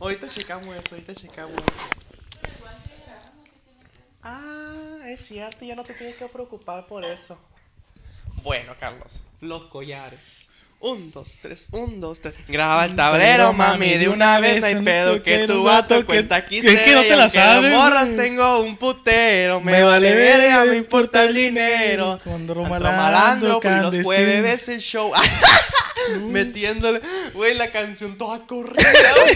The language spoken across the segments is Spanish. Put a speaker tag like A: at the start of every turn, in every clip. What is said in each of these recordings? A: Ahorita checamos eso, ahorita checamos Ah, es cierto, ya no te tienes que preocupar por eso. Bueno, Carlos, los collares. Un, dos, tres, un, dos, tres. Graba el tablero, mami, de una vez hay pedo que tu vato cuenta aquí
B: Es que
A: se
B: no te
A: ve,
B: la
A: aunque de
B: sabes,
A: morras
B: güey.
A: tengo un putero, me,
B: Me
A: vale
B: vale
A: verga,
B: verga,
A: me importa el dinero.
B: Andro
A: Andro malandro,
B: malandro,
A: pero los
B: clandestino.
A: jueves ves el show.
B: Mm.
A: Metiéndole, güey, la canción toda corrida. güey.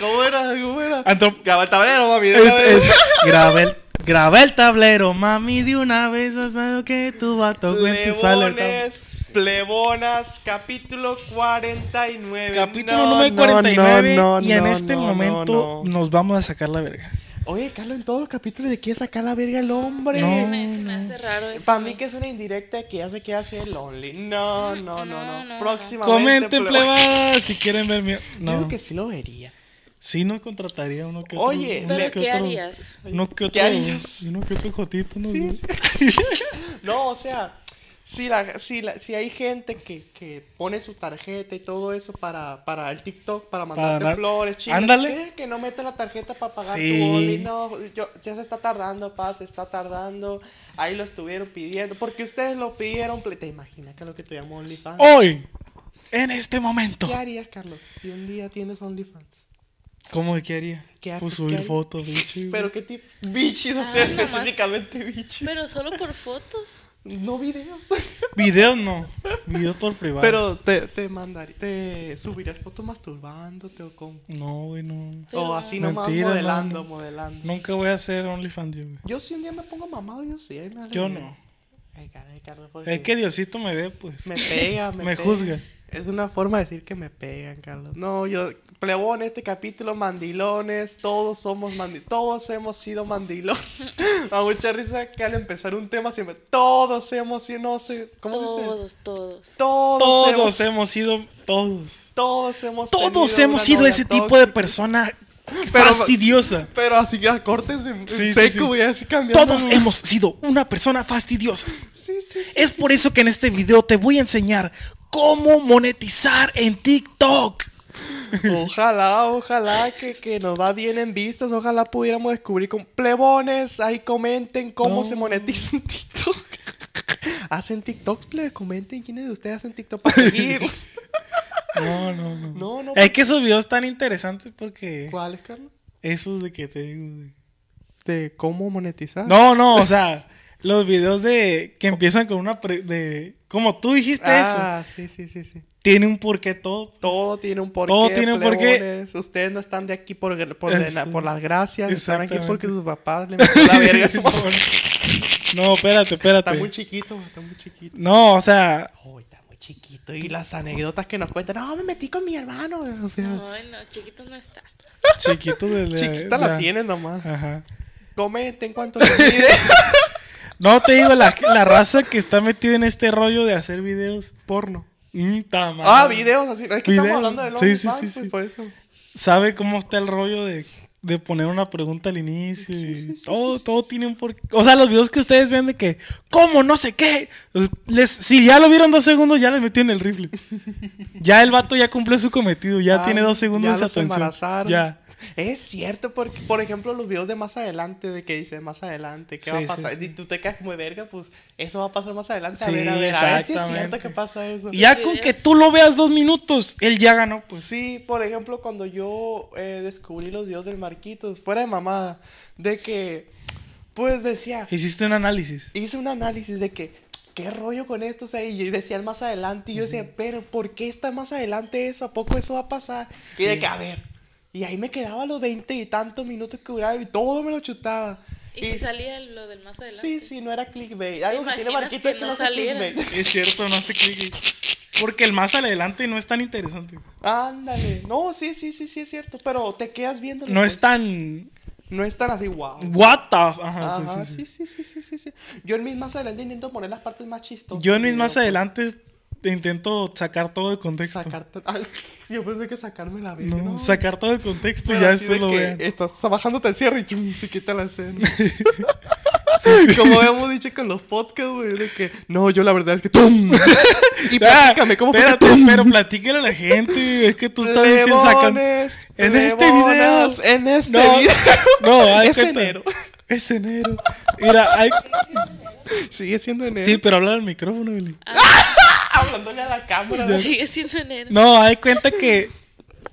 A: ¿Cómo era? ¿Cómo era?
B: Antro-
A: Graba el tablero, mami, de una vez.
B: Es- es- Graba el, graba el tablero, mami, de una vez, más malo que tu vato cuenta y sale el tab-
A: Plebones, plebonas, capítulo 49.
B: Capítulo
A: No,
B: número
A: no,
B: 49
A: no, no,
B: y en
A: no,
B: este
A: no,
B: momento
A: no, no.
B: nos vamos a sacar la verga.
A: Oye, Carlos, en todos los capítulos de quiere sacar la verga el hombre.
B: No.
C: Me, se me hace raro eso.
A: Para mí que es una indirecta que ya se queda así el lonely. No, no, no, no.
C: No, no,
A: Próximamente.
B: Comenten,
A: plebo-
B: plebada, si quieren ver mi...
A: Yo
B: No,
A: Digo que sí lo vería.
B: sí no contrataría uno que
A: Oye,
B: otro. uno
C: Pero
B: que
C: ¿qué
B: otro-
C: harías?
B: Uno que otro...
A: ¿Qué harías?
B: Uno que otro jotito, ¿no? Pues,
A: Sí, sí. No, o sea, si, la, si, la, si hay gente que, que pone su tarjeta y todo eso para, para el TikTok, para mandarte
B: ganar-
A: flores, chicas.
B: Ándale.
A: eh, Que no mete la tarjeta para pagar
B: Sí.
A: tu boli. No, yo- ya se está tardando, pa, se está tardando. Ahí lo estuvieron pidiendo. Porque ustedes lo pidieron. ple- ¿Te imaginas que lo que te llamó OnlyFans?
B: Hoy, en este momento.
A: ¿Qué harías, Carlos, si un día tienes OnlyFans?
B: ¿Cómo que qué haría?
A: ¿Qué haces?
B: pues
A: ¿Qué
B: subir
A: harías?
B: fotos, bicho. güey.
A: ¿Pero qué tipo? Bichis, o sea,
C: Ah, nomás.
A: específicamente bichis.
C: Pero solo por fotos.
A: No videos.
B: Videos no. Videos por privado.
A: Pero te, te mandaré, te subirás fotos masturbándote o con.
B: No, güey, no.
C: Pero-
A: o así nomás
B: Mentira,
A: modelando,
B: no.
A: modelando.
B: Nunca voy a hacer OnlyFans, yo, güey.
A: Yo si un día me pongo mamado, yo sí. ahí me vale
B: Yo
A: verga.
B: no.
A: Ay, caray, Carlos, porque
B: Es que Diosito me ve, pues.
A: Me pega, me,
B: me
A: pega.
B: juzga.
A: Es una forma de decir que me pegan, Carlos. No, yo, plebón, este capítulo, mandilones, todos somos mandilones, todos hemos sido mandilones. A mucha risa que al empezar un tema siempre, todos hemos sido, no sé, ¿cómo se dice?
C: Todos, todos.
A: Todos,
B: Todos
A: hemos,
B: hemos sido. Todos.
A: todos hemos
B: Todos
A: tenido
B: hemos
A: una
B: sido
A: novia
B: ese tipo de
A: tóxica.
B: persona
A: Pero-
B: fastidiosa.
A: Pero así a cortes en, en
B: Sí, sí,
A: seco,
B: sí.
A: güey, así cambiando.
B: Todos
A: güey.
B: hemos sido una persona fastidiosa.
A: Sí, sí, sí.
B: Es por eso que en este video te voy a enseñar cómo monetizar en TikTok.
A: Ojalá, ojalá que, que nos va bien en vistas. Ojalá pudiéramos descubrir con plebones. Ahí comenten cómo
B: No.
A: se monetiza en TikTok. ¿Hacen TikToks, plebe? Comenten quiénes de ustedes hacen TikTok para seguirlos.
B: No, no, no.
A: No, no.
B: Es que esos videos están interesantes porque.
A: ¿Cuáles, Carlos?
B: Esos de que te digo. de-
A: ¿De cómo monetizar?
B: No, no, o sea, los videos de que empiezan con una pre- de como tú dijiste este eso,
A: Ah, sí, sí, sí, sí.
B: tiene un porqué todo.
A: Todo tiene un porqué.
B: Todo tiene un porqué.
A: plebones. Ustedes no están de aquí por, por,
B: Eso.
A: por las gracias. Están aquí
B: Exactamente.
A: porque sus papás le metieron la verga a su mamá.
B: No, espérate,
A: Está muy
B: espérate.
A: chiquito, está muy chiquito.
B: No, o sea,
A: Oh, está muy chiquito. Y las anécdotas que nos cuentan. No, me metí con mi hermano. O sea,
B: Ah.
C: Ay, no, chiquito no está.
B: chiquito de la-
A: chiquita la
B: la-
A: tienen nomás.
B: Ajá.
A: Comenten cuánto les mide.
B: No te digo la, la raza que está metida en este rollo de hacer videos.
A: Porno.
B: Mm, ta madre.
A: Ah, videos así. Es que estamos
B: Videos.
A: hablando del
B: Sí,
A: OnlyFans,
B: sí, sí,
A: pues,
B: sí.
A: por eso.
B: sabe cómo está el rollo de, de poner una pregunta al inicio. y todo todo tiene un porqué. O sea, los videos que ustedes ven de que, ¿cómo? No sé qué. Pues, Les, si ya lo vieron dos segundos, ya les metieron el rifle. ya el vato ya cumplió su cometido. Ya
A: Ah,
B: tiene dos segundos
A: ya
B: de esa
A: los
B: atención.
A: embarazaron.
B: Ya.
A: Es cierto, porque, por ejemplo, los videos de más adelante, de que dice más adelante, ¿qué
B: Sí,
A: va a
B: sí,
A: pasar?
B: sí.
A: Y tú te quedas como de verga, pues eso va a pasar más adelante. a
B: Sí,
A: ver, a ver, a ver si es cierto
B: exactamente.
A: que pasa eso.
B: Y ya con que tú lo veas dos minutos, él ya ganó, pues.
A: Sí, por ejemplo, cuando yo eh, descubrí los videos del Marquitos, fuera de mamada, de que, pues decía,
B: Hiciste un análisis.
A: hice un análisis de que, ¿qué rollo con esto? O sea, y yo decía el más adelante, y yo decía, pero ¿por qué está más adelante eso? ¿A poco eso va a pasar? Y de que, a ver, y ahí me quedaba los veinte y tantos minutos que duraba y todo me lo chutaba.
C: Y si salía lo del más adelante.
A: Sí, sí, no era clickbait. Algo que tiene
C: imaginas
A: Marquitos
C: que
A: es que
C: no
A: no hace
C: saliera?
A: clickbait.
B: Es cierto, no sé qué. Porque el más adelante no es tan interesante.
A: Ándale. No, sí, sí, sí, sí, es cierto, pero te quedas viendo.
B: No es tan.
A: No es tan así, wow.
B: What the. Ajá, Ah, sí,
A: Ajá,
B: sí, sí.
A: sí, sí, sí, sí, sí, sí. Yo en mis más adelante intento poner las partes más chistosas.
B: Yo en
A: del
B: mis más
A: video,
B: adelante intento sacar todo de contexto.
A: Sacarte. Ay, yo pensé que sacarme la vida.
B: No,
A: No,
B: Sacar todo de contexto y
A: Pero
B: ya
A: así de
B: después lo
A: que
B: vean.
A: Estás bajándote el cierre y chum, se quita la escena. Como habíamos dicho con los podcasts, güey, de que no, yo la verdad es que ¡tum! Y platícame cómo fue que
B: Ah, Espérate,
A: ¡tum!
B: pero platíquele a la gente. güey, Es que tú estás diciendo sacan.
A: Plebones,
B: En este video.
A: plebonas, En este
B: No,
A: video.
B: no, hay
A: Es
B: cuenta.
A: enero.
B: Es enero. Mira, hay.
A: Sigue siendo enero.
B: Sí, pero habla al micrófono, Billy.
A: hablándole a la cámara.
C: Sigue siendo enero.
B: No, hay cuenta que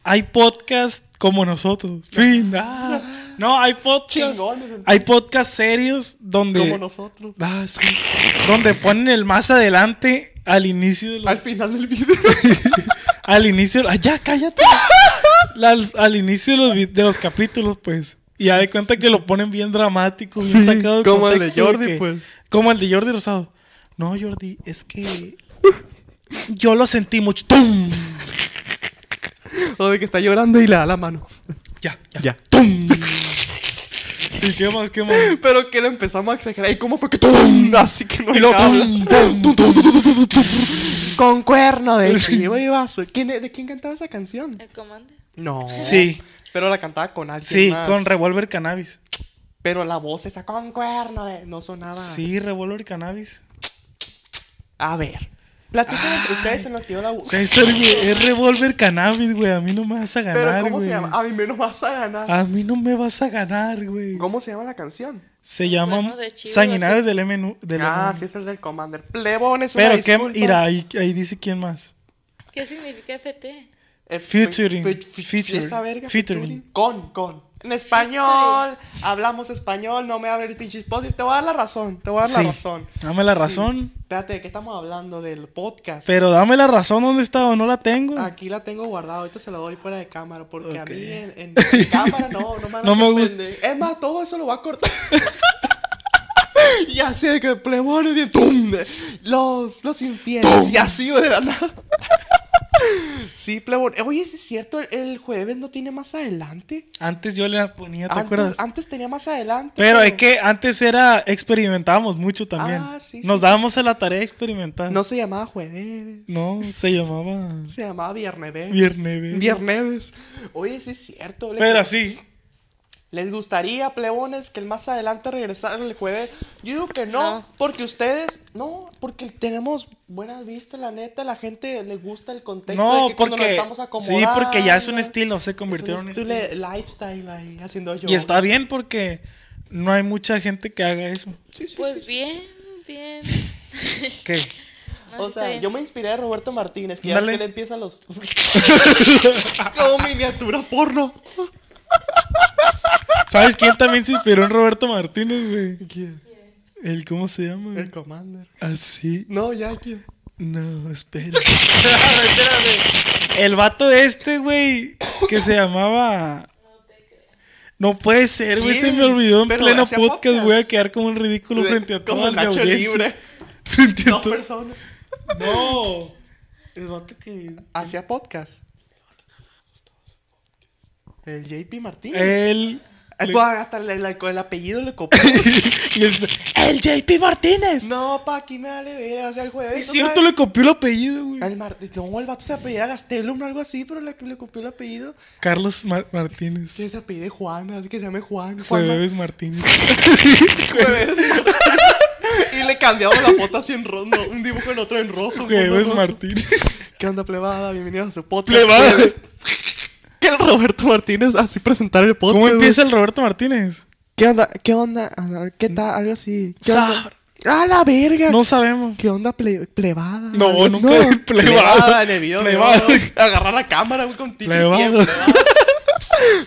B: hay podcast como nosotros. Fin. Ah. No, hay podcast.
A: Chingones, entonces.
B: Hay podcast serios donde.
A: Como nosotros.
B: Ah, sí. Donde ponen el más adelante al inicio de los-
A: Al final del video.
B: al inicio. ¡Ah, ya, cállate! La- al, inicio de los, vi- de los capítulos, pues. Y ya de cuenta que lo ponen bien dramático, bien
A: Sí,
B: sacado de
A: como el de
B: contexto,
A: Jordi,
B: que-
A: pues.
B: Como el de Jordi Rosado. No, Jordi, es que. Yo lo sentí mucho. ¡Tum!
A: O de que está llorando y le da la mano.
B: Ya, ya.
A: Ya.
B: ¡Tum! ¿Y qué más, qué más?
A: Pero que le empezamos a exagerar. ¿Y cómo fue que ¡tum! Así que no
B: Y luego,
A: habla.
B: ¡tum, tum, tum, tum, tum, tum, tum!
A: Con cuerno de chivo y vaso. ¿Quién, e, ¿De quién cantaba esa canción?
C: El comando.
A: No.
B: Sí.
A: Pero la cantaba con alguien
B: Sí,
A: más.
B: con revólver cannabis.
A: Pero la voz esa con cuerno de... No sonaba.
B: Sí, revólver cannabis.
A: A ver. Platiquen entre ustedes en lo que yo la busco.
B: O sea, es, re- es revólver cannabis, güey. A mí no me vas a ganar,
A: Pero
B: güey.
A: ¿cómo se llama? A mí menos vas a ganar.
B: A mí no me vas a ganar, güey.
A: ¿Cómo se llama la canción?
B: Se llama
C: Bueno, de chivo,
B: Sanguinarios del MNU. Del
A: Ah,
B: MNU.
A: sí es el del Commander. Plebón es
B: Pero
A: una
B: qué
A: disculpa.
B: mira, ahí, ahí dice quién más.
C: ¿Qué significa FT?
A: Eh, fe-
B: Featuring.
A: fe- fe-
B: Featuring.
A: esa verga,
B: Featuring.
A: Con, con. En español. Hablamos español. No me hables de pinches podcast. Te voy a dar la razón. Te voy a dar
B: Sí.
A: la razón.
B: Dame la
A: Sí.
B: razón.
A: Espérate, ¿de qué estamos hablando? Del podcast.
B: Pero dame la razón dónde está o no la tengo.
A: Aquí la tengo guardada, ahorita se la doy fuera de cámara, porque
B: Ok.
A: a mí en, en- en cámara no, no me van a
B: No me
A: sorprender. Es más, todo eso lo va a cortar. y así de que plebones bien, ¡tum! Los, los infieles, y así de la nada. sí, plebones. Oye, ¿sí ¿es cierto? El, el jueves no tiene más adelante.
B: Antes yo le ponía, ¿te
A: antes, ah,
B: acuerdas?
A: antes tenía más adelante.
B: Pero es que antes era experimentábamos mucho también.
A: Ah, sí, sí,
B: Nos
A: sí.
B: dábamos a la tarea de experimentar.
A: No se llamaba jueves.
B: No, se llamaba.
A: Se llamaba Vierneves.
B: Vierneves.
A: Vierneves. Oye, sí es cierto. le-
B: Pero sí.
A: ¿Les gustaría, plebones, que el más adelante regresaran el jueves? Yo digo que no,
C: No.
A: porque ustedes, no, porque tenemos buenas vistas, la neta, la gente le gusta el contexto.
B: No,
A: de que cuando nos
B: porque.
A: estamos
B: Sí, porque ya es un
A: acomodando,
B: estilo, se
A: es
B: convirtió en
A: un
B: un
A: estilo
B: estilo.
A: de lifestyle ahí, haciendo yo.
B: Y está bien porque no hay mucha gente que haga eso.
A: Sí, sí, sí.
C: Pues bien, bien.
B: ¿Qué?
C: No,
A: O
C: sí está
A: sea,
C: bien.
A: yo me inspiré de Roberto Martínez, que ya
B: Dale.
A: que le empieza los. Como miniatura porno.
B: ¿Sabes quién también se inspiró en Roberto Martínez, güey? ¿Quién? El, ¿cómo se llama?
A: El Commander.
B: Así.
A: No, ya, ¿quién?
B: No, espera. El vato este, güey, que se llamaba. No puede ser, güey, se
A: ¿Quién?
B: me olvidó en
A: Pero
B: pleno
A: hacía
B: podcast,
A: podcast.
B: Voy a quedar como un ridículo frente a
A: Como
B: toda la
A: Nacho
B: audiencia.
A: Libre.
B: Frente a
A: Dos
B: todo.
A: personas.
B: No.
A: El vato que hacía podcast. El JP Martínez.
B: Él.
A: Ah, pues, hasta el, el- el apellido le copió.
B: y él se- el JP Martínez.
A: no, pa, aquí me vale ver, o sea, el jueves.
B: es
A: ¿no
B: cierto,
A: sabes?
B: le copió el apellido, güey.
A: El Mar- No, el vato se apellida Gastelum o algo así, pero le, le copió el apellido.
B: Carlos Mar- Martínez.
A: Sí, se apellida Juana, así que se llame Juan.
B: Fue
A: Juan Mar-
B: Bebes Martínez.
A: Jueves. y le cambiamos la foto así en rondo. Un dibujo en otro en rojo.
B: Bebes
A: Juan, ¿no?
B: Martínez.
A: ¿Qué onda, plebada? Bienvenidos a su podcast.
B: Plebada.
A: Que el Roberto Martínez así presentar el podcast.
B: ¿Cómo
A: güey.
B: empieza el Roberto Martínez?
A: ¿Qué onda? ¿Qué onda? ¿Qué tal? Algo así. ¿Qué onda?
B: Sabr.
A: ¡Ah, la verga!
B: No sabemos.
A: ¿Qué onda ple- plebada?
B: No,
A: Algo así.
B: nunca dije plebada.
A: Plebada en el video.
B: Plebada.
A: ¿no? Agarrar la cámara, güey, con tiki.
B: Plebada.
A: bien,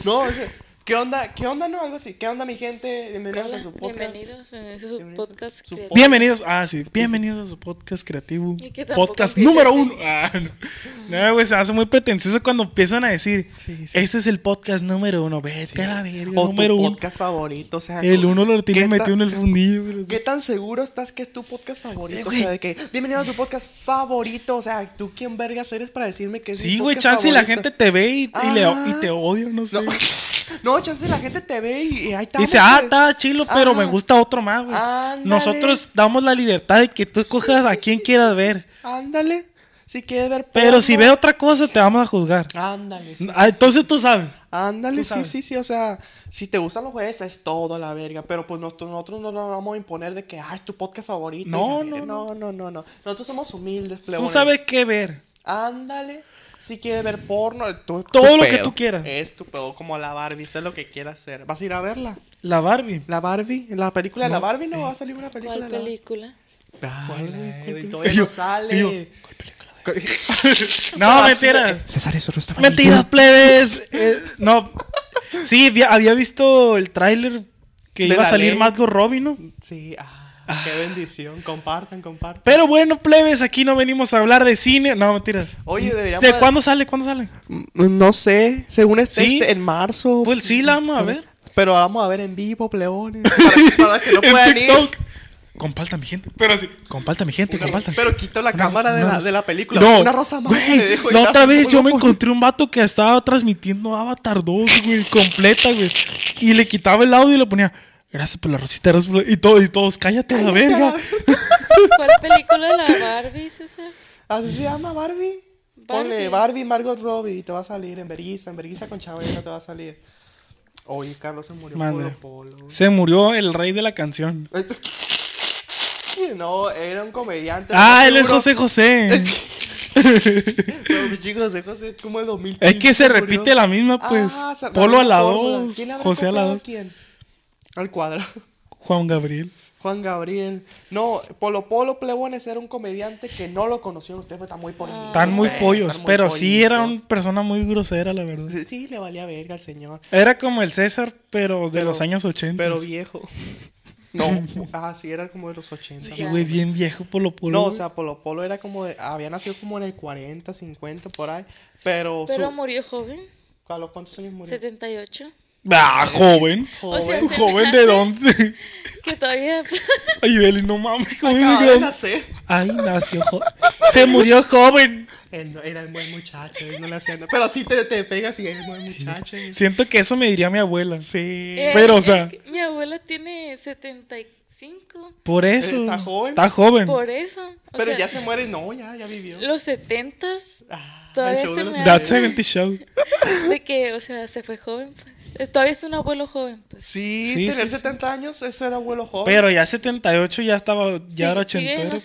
A: No, o sea, ¿qué onda? ¿Qué onda? No, algo así. ¿Qué onda, mi gente? Bienvenidos a
C: Hola,
A: su podcast.
C: bienvenidos, bienvenidos a su podcast.
A: su
C: creativo.
B: Bienvenidos, ah, sí, bienvenidos a su podcast creativo.
C: Y que tampoco
B: Podcast
C: empieza
B: número
C: así.
B: uno. Ah, no. No, güey, se hace muy pretencioso cuando empiezan a decir:
A: Sí, sí.
B: Este es el podcast número uno. Vete a la verga.
A: O
B: número
A: tu
B: uno.
A: podcast favorito. O sea,
B: El uno lo
A: Ah, ¿qué
B: tiene
A: ta-
B: metido en el fundillo. güey.
A: ¿Qué tan seguro estás que es tu podcast favorito?
B: Eh,
A: o
B: güey.
A: sea, de que bienvenido a tu podcast favorito. O sea, ¿tú quién vergas eres para decirme que es mi
B: Sí, güey,
A: podcast
B: chance y la
A: favorito?
B: gente te ve y, y le-
A: Ah.
B: y te odia, no sé.
A: No, no, chance la gente te ve y, y ahí está.
B: Dice, ah, está chilo, pero me
A: Ajá.
B: gusta otro más, güey.
A: pues. Ándale.
B: Nosotros damos la libertad de que tú escojas a quien quieras ver.
A: Ándale. Si quieres ver
B: Pero si
A: porno,
B: ve otra cosa, te vamos a juzgar.
A: Ándale. sí,
B: Ah, entonces tú sabes.
A: Ándale,
B: Tú
A: sí,
B: sabes.
A: sí, sí. O sea, si te gustan los jueces, es todo a la verga. Pero pues nosotros, nosotros no nos vamos a imponer de que, ah, es tu podcast favorito. y la
B: No,
A: verga.
B: no,
A: no, no, no, no. Nosotros somos humildes,
B: Tú
A: plebones.
B: sabes qué ver.
A: Ándale. Si quieres ver porno, eh, tú-
B: Todo
A: tu
B: lo que
A: pedo.
B: tú quieras.
A: Es tu pedo, como la Barbie, sé lo que quieras hacer. ¿Vas a ir a verla?
B: La Barbie.
A: ¿La Barbie? ¿La película de la
B: No,
A: Barbie? No, va a salir una película.
C: ¿Cuál
A: de la-
C: película?
A: Ay, güey,
B: película?
A: Todavía
B: Y yo-
A: no sale.
B: y yo, No,
A: Ah,
B: mentira.
A: sí, César, eso no estaba ahí.
B: Mentiras, plebes. Eh, no. Sí, vi- había visto el tráiler que
A: De
B: iba a
A: la
B: salir
A: ley.
B: Margot Robbie, ¿no?
A: Sí, ah, qué bendición. Compartan, compartan.
B: Pero bueno, plebes, aquí no venimos a hablar de cine. No, mentiras.
A: Oye, deberíamos. Mm,
B: ¿De cuándo sale? ¿Cuándo sale?
A: No sé. Según este,
B: Sí.
A: este, en marzo.
B: Pues sí, la vamos a ver.
A: Pero la vamos a ver en vivo, pleones. Para, para que no
B: En
A: puedan ir.
B: TikTok. Comparta mi gente. Pero así. Comparta mi gente,
A: Una
B: comparta.
A: rosa- pero quito la cámara de la- de la película. Una rosa más y
B: Güey,
A: le dejo y
B: la
A: la-
B: otra vez yo me
A: loco.
B: encontré un vato que estaba transmitiendo Avatar 2, güey, completa, güey. Y le quitaba el audio y le ponía, gracias por la rosita, gracias por la-" Y, todo, y todos, cállate a la verga.
C: ¿Cuál película de la Barbie, César?
A: Así se llama Barbie. Ponle
C: Barbie.
A: Barbie, Margot Robbie. Y te va a salir en Berguisa. En Berguisa con Chabela te va a salir. Oye, Carlos se murió.
B: Mande.
A: Polo Polo.
B: Se murió el rey de la canción.
A: No, era un comediante.
B: Ah,
A: no
B: él es
A: seguro.
B: José José.
A: Pero pues, mi chico José José es como el 2000.
B: Es que se repite la misma, pues.
A: Ah,
B: Polo a la
A: dos,
B: 2, José a la 2,
A: ¿Quién? Al cuadro.
B: Juan Gabriel.
A: Juan Gabriel. No, Polo Polo Plebones era un comediante que no lo conocían ustedes, pero está muy pollito.
B: Están Ah, muy
A: güey,
B: pollos,
A: están Este, muy
B: pero sí
A: pollito.
B: era una persona muy grosera, la verdad.
A: Sí, sí, le valía verga al señor.
B: Era como el César, pero de
A: Pero-
B: los años 80.
A: Pero viejo. No, ah, sí, era como de los 80.
B: Sí, güey, bien viejo Polo Polo.
A: No, o
B: güey.
A: sea, Polo Polo era como de. Había nacido como en el 40, 50, por ahí. Pero. su-
C: Pero murió joven,
A: ¿A los cuántos años murió?
C: 78.
B: Ah, joven.
C: O sea, se
B: ¿Joven
C: me
B: de
C: hace
B: dónde?
C: Que todavía.
B: Ay, Beli, no mames, joven
A: Acababa
B: de
A: de
B: dónde.
A: nacer.
B: Ay, nació joven. Se murió joven.
A: Él no- era el buen muchacho, él no le hacía nada. Pero sí te, te pegas y es el buen muchacho. y-
B: Siento que eso me diría mi abuela.
A: Sí.
C: Eh,
B: Pero, o
C: eh,
B: sea-
C: que Mi abuela tiene 75.
B: Por eso.
A: Está joven.
B: Está joven.
C: Por eso. o
A: Pero
C: sea,
A: ya se muere, no, ya, ya vivió.
C: Los 70s.
A: Ah,
C: Todavía
A: el show
C: se
A: de los-
C: me hace-
B: That's 70 show.
C: De que, o sea, se fue joven. pues. Eh, Todavía es un abuelo joven, pues.
A: Sí,
B: Sí, sí,
A: tener
B: sí.
A: 70 años es ser abuelo joven.
B: Pero ya 78 ya estaba, ya era
C: Sí, Sigue
B: ochentero.
C: en los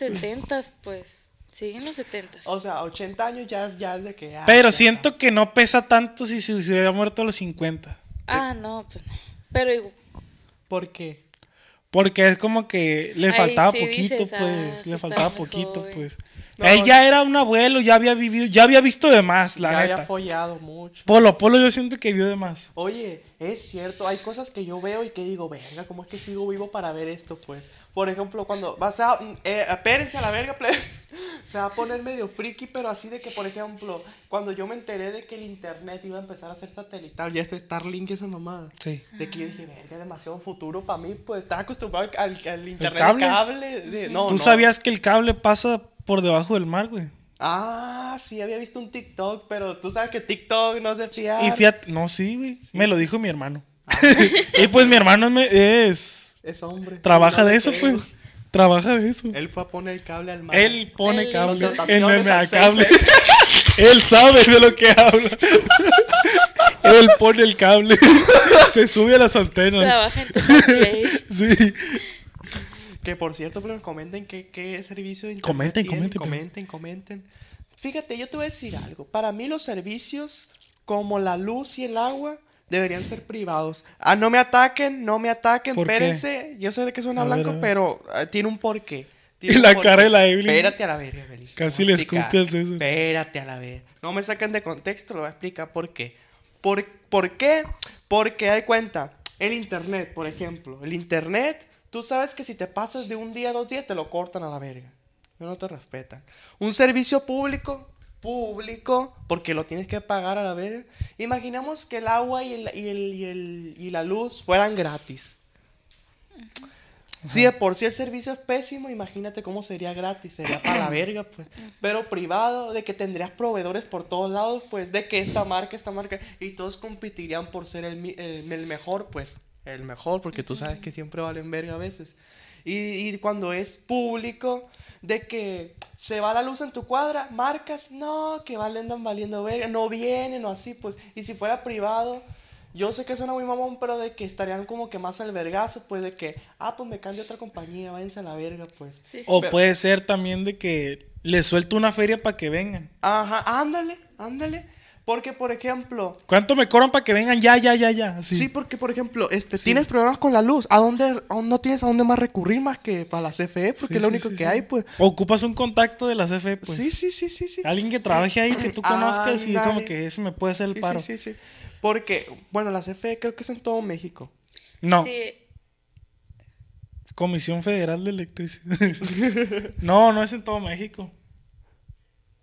C: 70s, pues. Sigue en los 70s.
A: O sea, 80 años ya es, ya es de que. ah,
B: Pero
A: ya
B: siento que no pesa tanto si se se hubiera muerto a los 50. eh,
C: ah, no, pues no. Pero igual.
A: está. ¿Por qué?
B: Porque es como que le
C: Ahí
B: faltaba
C: sí
B: poquito,
C: dices, ah,
B: pues.
C: sí
B: le
C: estaba
B: faltaba
C: muy
B: poquito,
C: joven.
B: pues.
A: No,
B: Él
A: no.
B: ya era un abuelo, ya había vivido, ya había visto de más, la
A: ya
B: neta.
A: había follado mucho.
B: Polo, Polo yo siento que vio de más.
A: Oye, es cierto, hay cosas que yo veo y que digo, venga, ¿cómo es que sigo vivo para ver esto? Pues, por ejemplo, cuando vas a. mm, Eh, espérense a la verga, plebe. Se va a poner medio friki, pero así de que, por ejemplo, cuando yo me enteré de que el internet iba a empezar a ser satelital, ya este Starlink y esa mamada.
B: Sí.
A: De que yo dije, verga, demasiado futuro para mí, pues estaba acostumbrado al, al internet
B: cable?
A: cable. de- no,
B: Tú
A: no.
B: sabías que el cable pasa por debajo del mar, güey.
A: Ah, sí, había visto un TikTok, pero tú sabes que TikTok no es de fiar.
B: Y fíjate, no, sí, güey. Me lo dijo mi hermano.
A: Ah,
B: y pues mi hermano me- es.
A: Es hombre.
B: Trabaja
A: No
B: de
A: le
B: eso,
A: creo.
B: pues. Trabaja de eso.
A: Él fue a poner el cable al mar.
B: Él pone
C: Él-
B: cable. Él
A: Contrataciones
B: me
A: al
B: cable.
A: 666.
B: Él sabe de lo que habla. Él pone el cable. Se sube a las antenas.
C: Trabaja en tu play.
B: Sí.
A: Que por cierto, pero comenten qué, qué servicio de internet
B: Comenten,
A: tienen,
B: comenten, pero-
A: comenten, comenten. Fíjate, yo te voy a decir algo. Para mí los servicios como la luz y el agua deberían ser privados. Ah, no me ataquen, no me ataquen,
B: ¿Por qué?
A: espérense. Yo sé que suena
B: A ver,
A: blanco,
B: a ver.
A: pero ah, tiene un porqué.
B: Y
A: Tiene un
B: la
A: porqué.
B: cara de la Evelyn.
A: Espérate a la verga, Evelyn.
B: Casi
A: Te voy a
B: le escupe
A: explicar.
B: al César.
A: Espérate a la verga. No me saquen de contexto, lo voy a explicar por qué. ¿Por, por qué? Porque hay cuenta, el internet, por ejemplo. El internet, tú sabes que si te pasas de un día a dos días, te lo cortan a la verga. No te respetan. Un servicio público, público, porque lo tienes que pagar a la verga. Imaginamos que el agua y, el, y, el- y el- y la luz fueran gratis. Si de por sí el servicio es pésimo, imagínate cómo sería gratis, sería para la verga, pues. Pero privado, de que tendrías proveedores por todos lados, pues, de que esta marca, esta marca, y todos competirían por ser el, mi- el- el mejor, pues, el mejor, porque tú sabes que siempre valen verga a veces. Y, y cuando es público, de que se va la luz en tu cuadra, marcas, no, que valen, andan valiendo verga, no vienen o así, pues. Y si fuera privado, Yo sé que suena muy mamón, pero de que estarían como que más al vergazo, pues de que, ah, pues me cambio a otra compañía, váyanse a la verga, pues.
C: Sí, sí.
B: O
A: Pero-
B: puede ser también de que les suelto una feria para que vengan.
A: Ajá, ándale, ándale. Porque, por ejemplo,
B: ¿Cuánto me cobran para que vengan? Ya, ya, ya, ya.
A: sí,
B: Sí.
A: porque, por ejemplo, este, tienes problemas con la luz. ¿A dónde, a- no tienes a dónde más recurrir más que para la CFE? Porque
B: Sí,
A: es lo
B: sí,
A: único
B: sí,
A: que
B: sí.
A: hay, pues.
B: Ocupas un contacto de la CFE, pues.
A: Sí, sí, sí, sí, sí.
B: Alguien que trabaje ahí, que tú conozcas y como
A: Ándale.
B: que ese me puede hacer el
A: Sí,
B: paro.
A: sí, sí, sí. Porque, bueno, la CFE creo que es en todo México.
B: No,
C: Sí,
B: Comisión Federal de Electricidad. no, no es en todo México.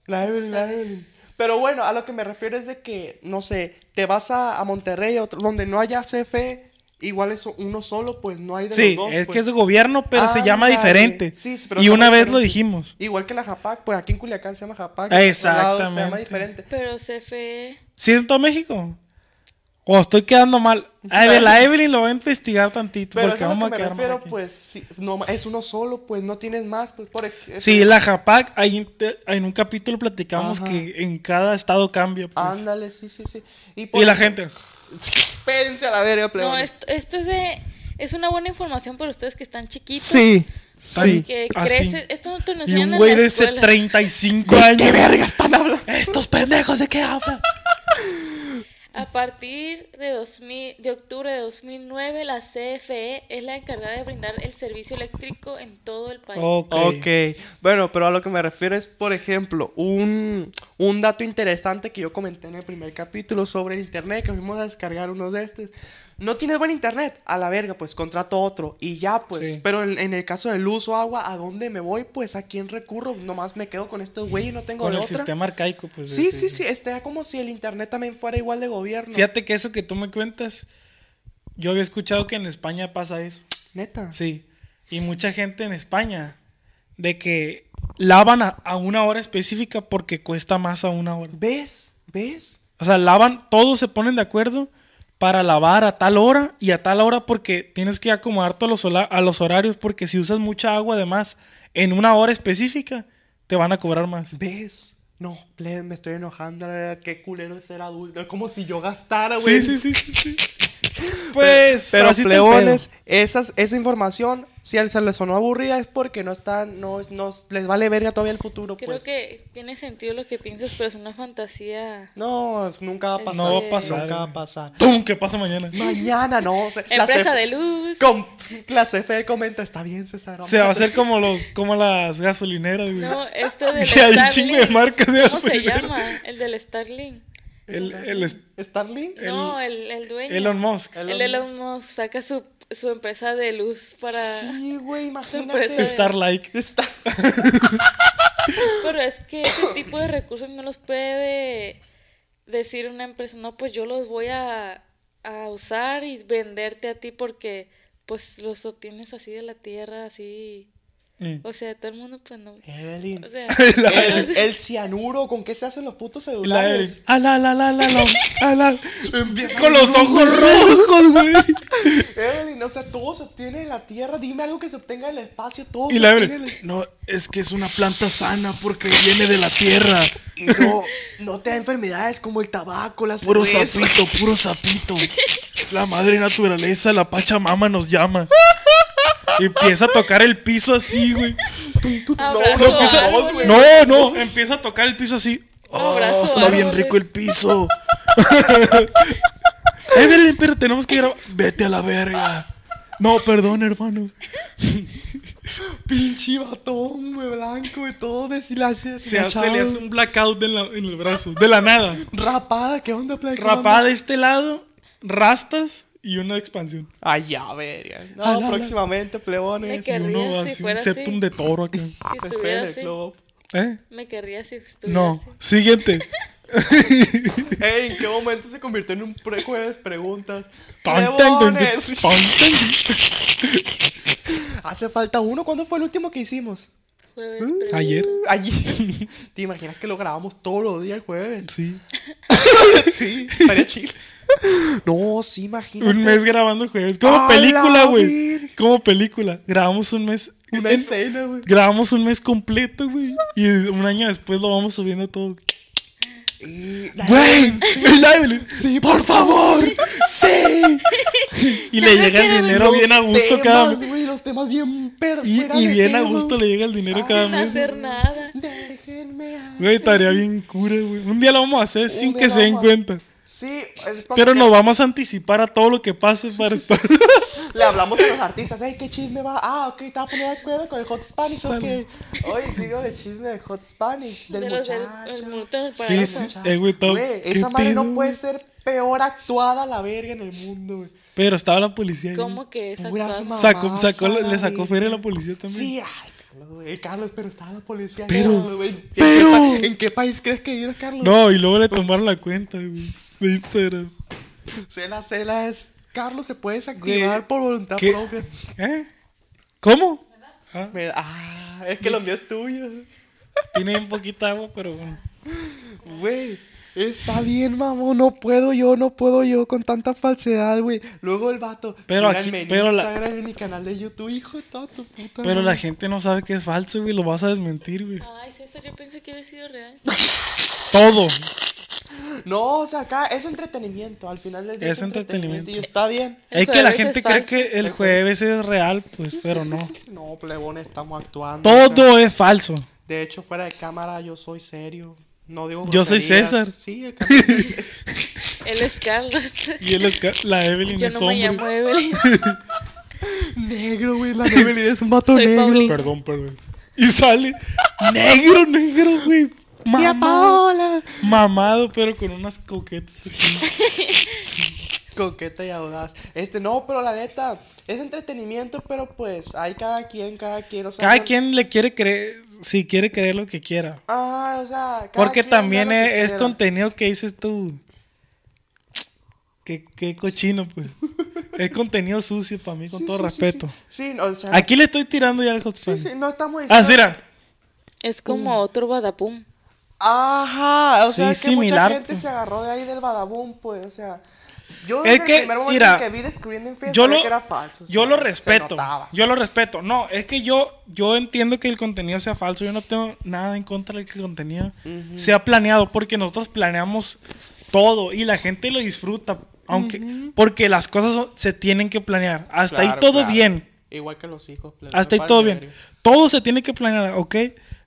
A: La Evelyn, la
C: ¿Sabes?
A: Evelyn. Pero bueno, a lo que me refiero es de que, no sé, te vas a, a Monterrey, otro- donde no haya CFE, igual es uno solo, pues no hay de
B: Sí,
A: los dos.
B: es
A: pues.
B: que es de gobierno, pero se llama
A: Ándale.
B: diferente.
A: Sí, sí, pero
B: y
A: se
B: una
A: llama
B: vez lo
A: diferente.
B: dijimos.
A: Igual que la Japac, pues aquí en Culiacán se llama Japac. en otro lado Se llama
B: Exactamente.
A: diferente.
C: pero CFE.
B: ¿Sí es en todo México? O estoy quedando mal. A ver, la Evelyn lo va a investigar tantito.
A: Pero
B: porque
A: eso es a
B: vamos
A: lo que
B: a
A: me
B: quedar mal
A: refiero,
B: aquí.
A: pues, sí, no, es uno solo, pues no tienes más, pues por ej-
B: Sí, la JAPAC, ahí te- en un capítulo platicamos
A: Ajá.
B: que en cada estado cambia. pues.
A: Ándale, pues. sí, sí, sí. Y, por-
B: Y la gente.
A: Pérense a la verga,
C: No,
A: plebón.
C: esto, esto es de. Es una buena información para ustedes que están chiquitos.
A: Sí,
B: sí.
C: Que
B: Así.
C: crecen. Esto no te lo
B: Y
C: enseñan
B: un
C: en
B: güey
C: la
B: de ese
C: escuela.
B: 35 años.
A: verga están hablando?
B: Estos pendejos, ¿de qué hablan?
C: A partir de, 2000, de octubre de 2009, la CFE es la encargada de brindar el servicio eléctrico en todo el país.
B: Ok.
A: Ok, bueno, pero a lo que me refiero es, por ejemplo, un, un dato interesante que yo comenté en el primer capítulo sobre el internet, que fuimos a descargar uno de estos. No tienes buen internet, a la verga, pues contrato otro y ya, pues.
B: Sí.
A: Pero en, en el caso del uso agua, ¿a dónde me voy? Pues a quién recurro, nomás me quedo con estos güeyes, no tengo
B: Con
A: de
B: el
A: otra.
B: sistema arcaico, pues.
A: Sí,
B: de-
A: sí, sí, está como si el internet también fuera igual de gobierno.
B: Fíjate que eso que tú me cuentas, yo había escuchado que en España pasa eso.
A: Neta.
B: Sí. Y mucha gente en España, de que lavan a, a una hora específica porque cuesta más a una hora.
A: ¿Ves? ¿Ves?
B: O sea, lavan, todos se ponen de acuerdo para lavar a tal hora y a tal hora porque tienes que acomodarte a los, hola- a los horarios porque si usas mucha agua además en una hora específica, te van a cobrar más.
A: ¿Ves? No, plebe, me estoy enojando, la verdad, qué culero es ser adulto. Es como si yo gastara, güey.
B: Sí, sí, sí, sí, sí. Pues,
A: Pero
B: así está el
A: plebones,
B: pedo.
A: esas, esa información, si al- se les sonó aburrida, es porque no están, no, no les vale verga todavía el futuro,
C: Creo
A: pues.
C: que tiene sentido lo que piensas, pero es una fantasía.
A: No, es- nunca va a pasar.
C: No va a
B: pasar,
A: Nunca va a
B: güey.
A: pasar.
B: ¡Tum! ¿Qué pasa mañana?
A: Mañana, no. se-
B: E.
A: la
C: Empresa
A: CF
C: de luz.
A: com- la CFE comenta, está bien, César.
B: Se va a hacer como los, como las gasolineras, güey.
C: No, esto del
B: Que hay un
C: Starlink.
B: chingo de marcas de
C: ¿Cómo se
B: gasolina.
C: llama? El del Starlink.
B: el, el, es-
A: ¿Starlink?
C: no, el, el dueño.
B: Elon Musk.
C: El Elon, Musk saca su, su empresa de luz para.
A: Sí, güey,
C: empresa.
A: imagínate.
C: de-
B: Starlight.
A: Está-
C: Pero es que ese tipo de recursos no los puede decir una empresa. No, pues yo los voy a, a usar y venderte a ti porque pues los obtienes así de la tierra, así.
B: Mm.
C: O sea, todo el mundo pues no.
A: Eh.
C: O
A: Evelyn.
C: sea,
A: El, el cianuro, ¿con qué se hacen los putos
B: La
A: celulares?
B: Evelyn. Ah, la, la, la, la, la, ah, la. Con los ojos rojos, güey.
A: Evelyn, o sea, todo se obtiene en la Tierra. Dime algo que se obtenga en el espacio. Todo
B: Y
A: se
B: la
A: obtiene
B: Evelyn.
A: en el-
B: No, es que es una planta sana porque viene de la tierra.
A: Y no, no te da enfermedades como el tabaco, la
B: Puro
A: cerveza.
B: sapito, puro sapito. La madre naturaleza, la Pachamama nos llama. Y empieza a tocar el piso así, güey.
C: abrazo
B: No, empieza,
C: árboles,
B: no, no, empieza a tocar el piso así. Oh,
C: abrazo
B: está bien
C: árboles.
B: rico el piso. Evelyn, pero tenemos que grabar. Vete a la verga. No, perdón, hermano.
A: Pinche batón, güey, blanco y todo deshilachado.
B: Se, hace- le hace un blackout en, la- en el brazo. De la nada.
A: Rapada, ¿qué onda, play? ¿Qué
B: Rapá
A: onda?
B: de este lado, rastas y una expansión.
A: Ay, ya, verga. No,
B: Ah, la, la.
A: próximamente,
C: Me
A: plebones.
B: Y uno
C: querría
B: así,
C: si
B: un
C: fuera
B: septum
C: así.
B: de toro acá.
C: Si estuviera
A: Espere,
C: así.
A: club.
B: ¿Eh?
C: Me querría si estuviera
B: No.
C: así.
B: Siguiente.
A: Ey, ¿en qué momento se convirtió en un pre jueves preguntas?
B: Tan, tan, tan, tan,
A: Plebones.
B: tan, tan.
A: Hace falta uno. ¿Cuándo fue el último que hicimos?
C: Jueves, Pues, pero-
B: Ayer.
A: Allí. ¿Te imaginas que lo grabamos todos los días el jueves?
B: Sí.
A: Sí, estaría chido. No, sí, imagínate.
B: Un mes grabando jueves. Como
A: ¡A la
B: película, güey.
A: vir-
B: Como película. Grabamos un mes.
A: Una
B: en-
A: escena, güey.
B: Grabamos un mes completo, güey. Y un año después lo vamos subiendo todo.
A: Y-
B: ¡Güey! ¡Es la Evelyn! ¡Sí, por favor! ¡Sí! Y le
C: Ya
B: llega el
C: quiero
B: dinero
A: Los
B: bien a gusto
A: temas,
B: cada mes.
A: güey, los temas bien
B: Y,
A: perforados.
B: y bien a gusto le llega el dinero cada
C: Sin
B: mes.
C: hacer nada.
A: Déjenme hacer-
B: Güey, tarea bien cura, güey. Un día lo vamos a hacer sin
A: día
B: que
A: lo
B: se den
A: vamos a-
B: cuenta.
A: Sí, es cuando
B: Pero
A: que-
B: nos vamos a anticipar a todo lo que pase para estar.
A: Le hablamos a los artistas, ¡Ey, qué chisme va! Ah, ok, estaba poniendo de acuerdo con el Hot Spanish, ok.
B: Sale.
A: Oye, sigo el chisme del Hot Spanish, del
C: De los del- del
A: muchacho.
C: mundo del
B: Sí,
C: paraíso.
B: sí.
A: muchacho.
B: Eh, güey, todo-
A: Güey,
B: ¿qué
A: esa madre
B: pedo,
A: no puede ser peor actuada la verga en el mundo, güey.
B: Pero estaba la policía ahí.
C: ¿Cómo que es
A: Puras
C: actuado?
A: ma-
B: Sacó,
A: Mamasa,
B: sacó, le sacó
A: güey.
B: feria a la policía también.
A: Sí, ay, Carlos, güey. Carlos, pero estaba la policía.
B: Pero,
A: Carlos, güey. ¿En qué
B: pero-
A: pa- ¿En qué país crees que vive Carlos?
B: No, y luego le tomaron la cuenta, güey. De Instagram.
A: Cela, cela es. Carlos se puede
B: Güey,
A: desactivar por voluntad
B: ¿qué?
A: propia.
B: ¿Eh? ¿Cómo?
A: Me- ah, es que lo mío es tuyo.
B: Tiene un poquito agua, pero bueno.
A: Güey, está bien, mamón. No puedo yo, no puedo yo con tanta falsedad, güey. Luego el vato.
B: Pero
A: síganme
B: aquí-
A: en
B: pero la-
A: Instagram, en mi canal de YouTube, hijo de toda tu puta.
B: Pero la
A: madre.
B: gente no sabe que es falso, güey. Lo vas a desmentir, güey.
C: Ay, César, yo pensé que había sido real.
B: Todo.
A: No, o sea, acá es entretenimiento. Al final del día.
B: Es entretenimiento.
A: Y está bien.
C: El
B: Es que la
C: jueves
B: gente
C: es
B: cree
C: falso.
B: que el jueves es real, pues, pero no.
A: No, plebón, estamos actuando. o sea.
B: Todo es falso.
A: De hecho, fuera de cámara, yo soy serio. No digo
B: Yo soy
A: groserías.
B: César.
A: Sí, el capitán es César.
C: Él es Carlos.
B: Y él es ca- la Evelyn
C: Yo
B: es
C: no
B: hombre.
C: me llamo Evelyn.
A: negro, güey. La Evelyn es un vato
C: Soy
A: negro.
C: Paulina.
B: Perdón, perdón. Y sale negro, negro, güey.
A: Tía
B: Mamado,
A: Paola.
B: mamado, pero con unas coquetas. aquí.
A: Coqueta y audaz. Este, no, pero la neta, es entretenimiento, pero pues hay cada quien, cada quien. O sea,
B: Cada
A: no-
B: quien le quiere creer, si quiere creer lo que quiera.
A: Ah, o sea, cada
B: Porque
A: quien
B: también
A: da lo que
B: es, es
A: quiera.
B: contenido que dices tú. Qué, qué cochino, pues. es contenido sucio para mí, con
A: Sí,
B: todo
A: sí, sí,
B: respeto.
A: Sí, Sí, o sea.
B: Aquí le estoy tirando ya al hot
A: Sí, sí, no estamos
B: Ah,
A: diciendo.
B: sí, era.
C: Es
B: Mm.
C: como otro Badapum.
A: Ajá, o sea,
B: Sí,
A: es que
B: similar,
A: mucha gente
B: pues.
A: se agarró de ahí del badabum, pues, o sea. Yo
B: Es
A: desde
B: que,
A: el primer momento
B: mira,
A: en que vi descubriendo en fiesta
B: yo lo,
A: que era falso. o
B: yo
A: sea,
B: lo
A: se
B: respeto.
A: notaba.
B: Yo lo respeto. No, es que yo, yo entiendo que el contenido sea falso. Yo no tengo nada en contra del que el contenido sea planeado porque nosotros planeamos todo y la gente lo disfruta. Aunque, porque las cosas son- se tienen que planear. Hasta ahí
A: Claro,
B: todo
A: claro.
B: bien.
A: Igual que los hijos. plebe,
B: Hasta
A: no
B: ahí todo
A: vale
B: bien.
A: verga.
B: Todo se tiene que planear, ¿ok?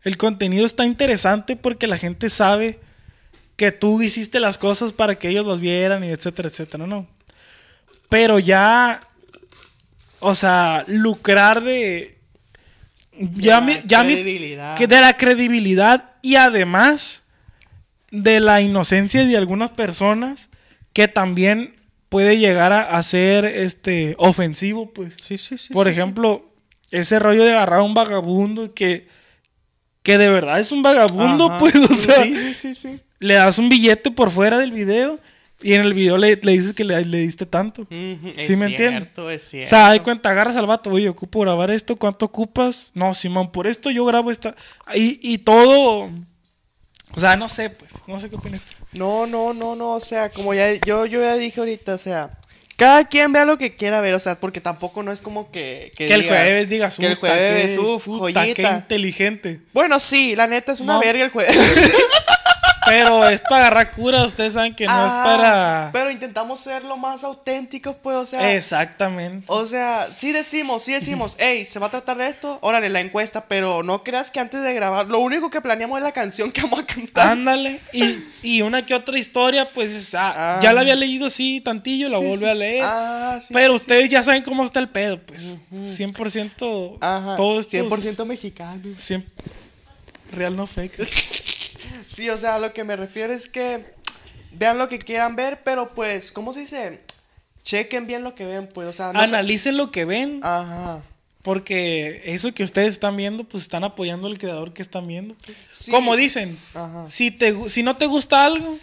B: El contenido está interesante porque la gente sabe que tú hiciste las cosas para que ellos los vieran y etcétera, etcétera, ¿no? Pero ya, o sea, lucrar de... Ya
A: la
B: mi- ya mi-
A: credibilidad.
B: que de la credibilidad y además de la inocencia de algunas personas que también puede llegar a, a ser este ofensivo, pues.
A: Sí, sí, sí.
B: Por ejemplo, ese rollo de agarrar a un vagabundo y que, que de verdad es un vagabundo,
A: Ajá.
B: pues, o sea,
A: Sí, sí, sí, sí.
B: le das un billete por fuera del video y en el video le, le dices que le, le diste tanto.
A: Ujú, es
B: ¿Sí me entiendes?
A: cierto, es
B: O
A: cierto.
B: sea, hay cuenta, agarras al vato, oye, ocupo grabar esto, ¿cuánto ocupas? No, Simón, por esto yo grabo esta. Y, y todo. O sea, no sé, pues, no sé qué opinas. tú.
A: No, no, no, no, o sea, como ya yo, yo ya dije ahorita, o sea, cada quien vea lo que quiera ver, o sea, porque tampoco no es como que...
B: Que el jueves digas,
A: que el
B: "Uta,
A: jueves,
B: qué-
A: uf,
B: puta, qué
A: joyita".
B: inteligente.
A: Bueno, sí, la neta es una
B: No.
A: verga el jueves.
B: Pero es para agarrar cura, ustedes saben que no
A: Ah,
B: es para...
A: Pero intentamos ser lo más auténticos, pues, o sea...
B: Exactamente.
A: O sea, sí decimos, sí decimos, hey, se va a tratar de esto, órale, la encuesta, pero no creas que antes de grabar, lo único que planeamos es la canción que vamos a cantar.
B: Ándale. Y, y una que otra historia, pues es, ah,
A: Ah.
B: ya la había leído, sí, tantillo, la
A: Sí,
B: vuelve
A: sí,
B: a
A: sí.
B: leer.
A: Ah, sí,
B: pero
A: sí, sí.
B: ustedes ya saben cómo está el pedo, pues. 100%
A: Ajá,
B: todo esto.
A: 100% mexicano.
B: Real no fake.
A: Sí, o sea, lo que me refiero es que vean lo que quieran ver, pero pues, ¿cómo se dice? Chequen bien lo que ven, pues, o sea, no Ah. se-
B: Analicen lo que ven,
A: Ajá.
B: porque eso que ustedes están viendo, pues están apoyando al creador que están viendo. pues.
A: Sí.
B: Como dicen,
A: Ajá.
B: si, te, gu- si no te gusta algo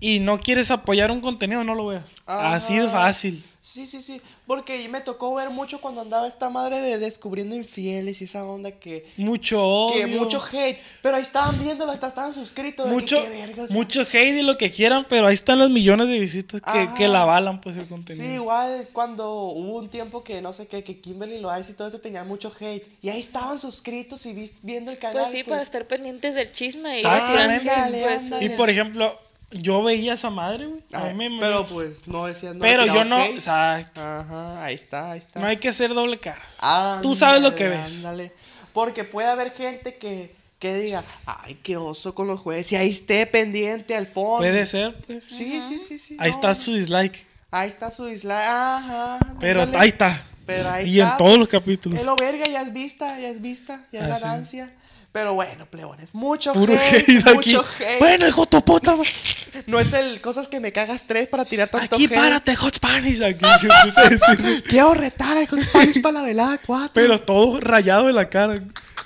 B: y no quieres apoyar un contenido, no lo veas.
A: Ajá.
B: Así de fácil.
A: Sí, sí, sí, porque me tocó ver mucho cuando andaba esta madre de descubriendo infieles y esa onda que
B: Mucho
A: que
B: odio.
A: mucho hate, pero ahí estaban viéndolo, hasta estaban suscritos. de que,
B: mucho,
A: qué verga, o sea.
B: mucho hate y lo que quieran, pero ahí están las millones de visitas que,
A: Ajá.
B: que la avalan pues el
A: Sí,
B: contenido.
A: igual cuando hubo un tiempo que no sé qué, que Kimberly Loaiza y todo eso tenían mucho hate. Y ahí estaban suscritos y vis- viendo el canal. pues.
C: Pues sí, para estar pendientes del chisme. Y
B: Exactamente.
C: tirando,
A: Ándale,
C: pues,
A: ándale.
B: Ah, y por ejemplo, Yo veía esa madre, güey. A
A: Ah,
B: mí me-
A: pero pues no decías no. le
B: pero yo
A: tirabas
B: no.
A: hate.
B: Exacto.
A: Ajá, ahí está, ahí Ah, está.
B: No hay que ser doble cara. Tú sabes lo que
A: Ándale,
B: ves.
A: ándale. Porque puede haber gente que, que diga, ay, qué oso con los jueces. Y ahí esté pendiente al fondo.
B: Puede ser, pues.
A: Sí, sí, sí, sí.
B: Ahí
A: no.
B: está su dislike.
A: Ahí está su dislike. Ajá.
B: Pero
A: ándale.
B: ahí está.
A: Pero ahí
B: y
A: está.
B: en todos los capítulos.
A: Es lo verga, ya es vista, ya es vista, ya es
B: Ah, sí.
A: ganancia. Pero bueno, plebones, mucho
B: Puro
A: hate,
B: hate aquí.
A: mucho hate.
B: Bueno, hijo de tu puta, güey.
A: No es el cosas que me cagas tres para tirar tanto
B: Aquí
A: hate.
B: párate, Hot Spanish. Aquí yo puse a decir.
A: Quiero retar al Club Spanish para la velada 4.
B: Pero todo rayado de la cara.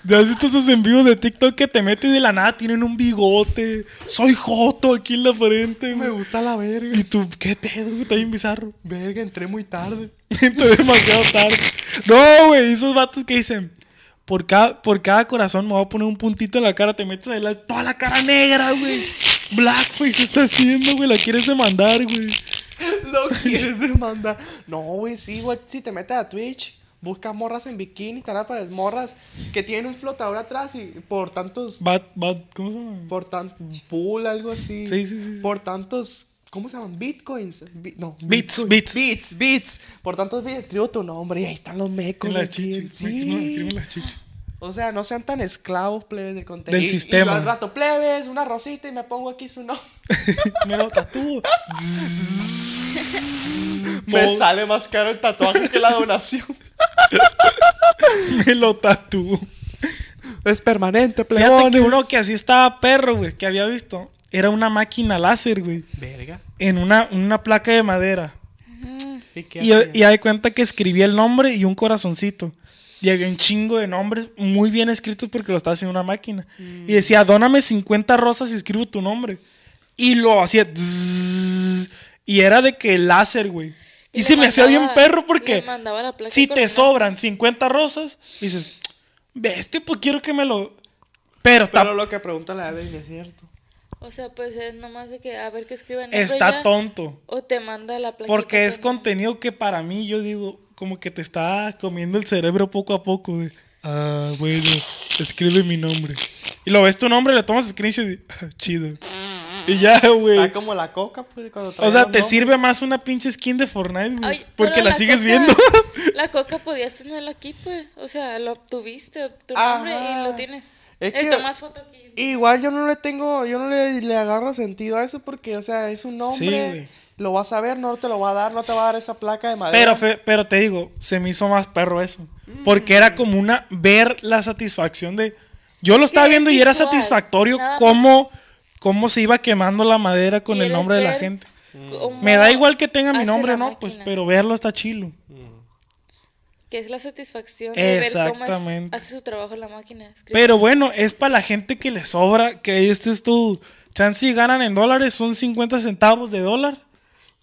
B: ¿Ya has visto esos envíos de TikTok que te metes y de la nada? Tienen un bigote. Soy Joto aquí en la frente,
A: me
B: güey.
A: gusta la verga.
B: Y tú, ¿qué pedo? güey? Está bien bizarro.
A: Verga, entré muy tarde.
B: Entonces demasiado tarde. No, güey, esos vatos que dicen, por cada, por cada corazón me voy a poner un puntito en la cara, te metes ahí la- toda la cara negra, güey. Blackface está haciendo, güey, la quieres demandar, güey.
A: Lo quieres demandar. No, güey, sí, güey. Si te metes a Twitch, buscas morras en bikini, te van a aparecer morras que tienen un flotador atrás y por tantos.
B: Bat, bat, ¿cómo se llama?
A: Por tan. Pool, algo así.
B: Sí, sí, sí, sí.
A: Por tantos. ¿Cómo se llaman? Bitcoins. Bi- no,
B: Bits,
A: bitcoins.
B: bits.
A: Bits, bits. Por tantos bits, escribo tu nombre y ahí están los mecos.
B: En la
A: aquí.
B: chichi.
A: Sí.
B: No, escribe en la chichi.
A: O sea, no sean tan esclavos, plebes, del contenido.
B: Del
A: Y- y
B: sistema.
A: al rato, plebes, una rosita y me pongo aquí su nombre.
B: Me lo tatúo.
A: Me
B: Mo-
A: sale más caro el tatuaje que la donación.
B: Me lo tatúo.
A: es permanente,
B: Fíjate que
A: plebones.
B: uno que así estaba perro, güey, que había visto, era una máquina láser, güey,
A: Verga.
B: en una, una placa de madera.
A: ¿Y qué
B: Y,
A: hacía?
B: y haz de cuenta que escribí el nombre y un corazoncito. Y había un chingo de nombres muy bien escritos porque lo estaba haciendo una máquina.
C: Mm.
B: Y decía, dóname 50 rosas y escribo tu nombre. Y lo hacía. zzzz, y era de que láser, güey. Y,
C: le
B: se me hacía bien
C: mandaba-
B: perro
C: le
B: porque
C: mandaba la placa
B: si
C: con
B: te
C: el-
B: sobran 50 rosas, dices, ve este, pues quiero que me lo. Pero está,
A: Pero lo que pregunta la Evelyn es cierto.
C: O sea, pues es nomás de que a ver qué escriben.
B: está tonto.
C: O te manda la plaquita.
B: Porque es
C: con-
B: contenido que para mí, yo digo, como que te está comiendo el cerebro poco a poco. De, ah, bueno, escribe mi nombre. Y lo ves tu nombre, le tomas screenshot y, "Ah, chido. Y ya, güey.
A: Está como la coca, pues, cuando
B: O
A: traía
B: sea,
A: los
B: te
A: nombres.
B: sirve más una pinche skin de Fortnite, güey.
C: Ay,
B: Porque
C: pero
B: la, sigues
C: coca-
B: viendo.
C: La coca podías tenerla aquí, pues. O sea, lo obtuviste, tu
A: Ajá.
C: nombre
B: Ah.
C: y lo tienes.
A: Es
C: Es
A: que-
C: Tomás foto aquí.
A: Igual yo no le tengo, yo no le, le agarro sentido a eso porque, o sea, es un
B: Sí,
A: nombre.
B: güey.
A: lo vas a ver, no te lo va a dar, no te va a dar esa placa de madera.
B: Pero, fe- pero te digo, se me hizo más perro eso.
C: Mm.
B: Porque era como una. ver la satisfacción de. Yo lo estaba
C: era
B: viendo y era
C: visual,
B: satisfactorio
C: nada más.
B: cómo, cómo se iba quemando la madera con el
C: ¿Quieres
B: nombre de la
C: ver
B: gente.
C: cómo
B: Me da igual que tenga mi
C: hace
B: nombre
C: la
B: o no, pues,
C: máquina?
B: pero verlo está chilo.
C: Que es la satisfacción de ver cómo es-
B: Exactamente.
C: hace su trabajo la máquina. escribe.
B: Pero bueno, es para la gente que le sobra, que este es tu chance si ganan en dólares, son 50 centavos de dólar.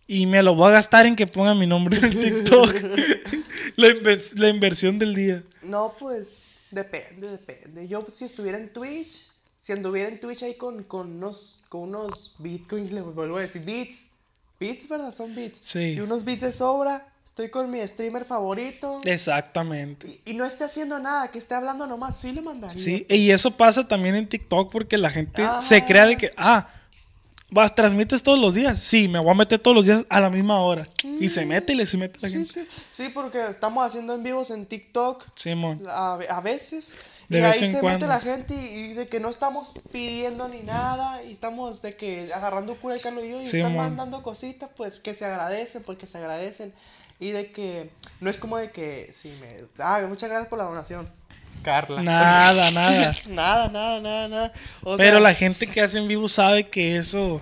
B: Y me lo voy a gastar en que ponga mi nombre en el TikTok. la, invers- la inversión del día.
A: No, pues depende, depende. Yo si estuviera en Twitch, si anduviera en Twitch ahí con, con unos con unos bitcoins, les vuelvo a decir bits. Bits, ¿verdad? Son bits.
B: Sí.
A: Y unos bits de sobra. Estoy con mi streamer favorito.
B: Exactamente.
A: Y, y no esté haciendo nada, que esté hablando nomás, sí le mandaría.
B: Sí, y eso pasa también en TikTok porque la gente se crea de que, ah, vas, transmites todos los días. Sí, me voy a meter todos los días a la misma hora. Y se mete y le se mete la
A: Sí,
B: gente.
A: sí. Sí, porque estamos haciendo en vivos en TikTok
B: Simón.
A: a, a veces.
B: De
A: y
B: vez
A: ahí
B: en
A: se mete
B: cuando.
A: la gente y, y de que no estamos pidiendo ni nada. Y estamos de que agarrando cura el Carlos y yo. Y
B: Sí,
A: están
B: mon.
A: mandando cositas, pues que se agradecen, porque se agradecen. Y de que no es como de que, si me. Ah, muchas gracias por la donación. Carla.
B: Nada, nada.
A: Nada, nada, nada, nada. O
B: Pero
A: sea,
B: la gente que hace en vivo sabe que eso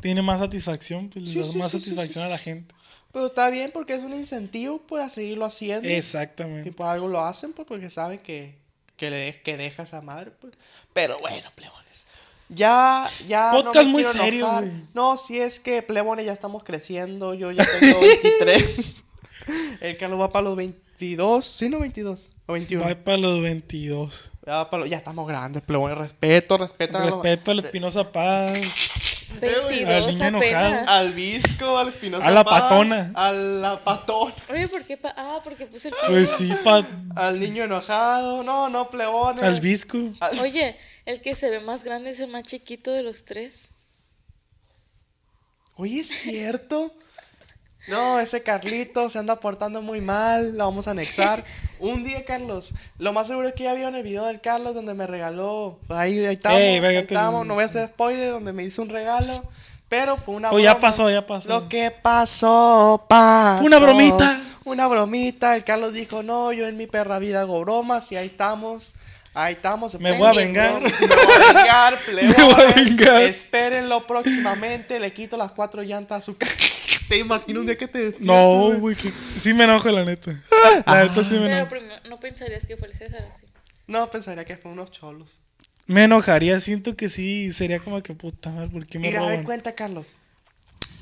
B: tiene más satisfacción, pues, le
A: Sí,
B: da
A: sí,
B: más
A: sí, sí,
B: satisfacción
A: sí,
B: a la
A: sí.
B: gente.
A: Pero está bien porque es un incentivo pues, a seguirlo haciendo. Y
B: Exactamente.
A: por algo lo hacen, pues porque saben que, que, le de- que deja esa madre, pues. Pero bueno, plebones. Ya, ya. no
B: Podcast
A: me
B: muy
A: quiero
B: serio,
A: enojar.
B: güey.
A: No, si es que, plebones, ya estamos creciendo. Yo ya tengo 23. El Carlos va para los 22. ¿Sí, no 22? O 21.
B: Va para los 22.
A: Ya, va para los- ya estamos grandes, plebones. Respeto, respeta. a los-
B: Respeto al Espinosa Paz.
C: 22
B: niño enojado.
C: apenas.
A: Al visco, al espinosa.
B: A la
A: Paz,
B: patona.
A: A la patona.
C: Oye, ¿por qué? pa- ah, porque puse el pie.
B: Pues sí, pa-
A: Al niño enojado. No, no, plebones.
B: al Visco.
A: Al-
C: Oye, el que se ve más grande es el más chiquito de los tres.
A: Oye, ¿es cierto? No, ese Carlito se anda portando muy mal, lo vamos a anexar. Un día, Carlos, lo más seguro es que ya vieron el video del Carlos donde me regaló. pues ahí, ahí estamos,
B: Ey, venga,
A: ahí
B: te-
A: estamos, no voy a hacer spoiler, donde me hizo un regalo. Pero fue una
B: Oye, Oh, ya
A: broma.
B: pasó, ya pasó.
A: Lo que pasó, pasó.
B: Fue una bromita.
A: Una bromita. El Carlos dijo, no, yo en mi perra vida hago bromas y ahí estamos. Ahí estamos.
B: Me
C: voy a
B: vengar.
A: Me voy a vengar. plebe,
B: Me voy a
A: ver.
B: vengar.
A: Espérenlo próximamente. Le quito las cuatro llantas a su carro. Te imagino un día que te... despiertes,
B: No,
A: güey.
B: güey, que- sí me enojo, la neta. La neta sí me
C: Pero
B: enojo.
C: primero, no pensarías que fue el César, ¿o sí?
A: No, pensaría que fue unos cholos.
B: Me enojaría, siento que sí, sería como que puta madre, ¿por qué me
A: Mira, a ver,
B: roban?
A: cuenta, Carlos.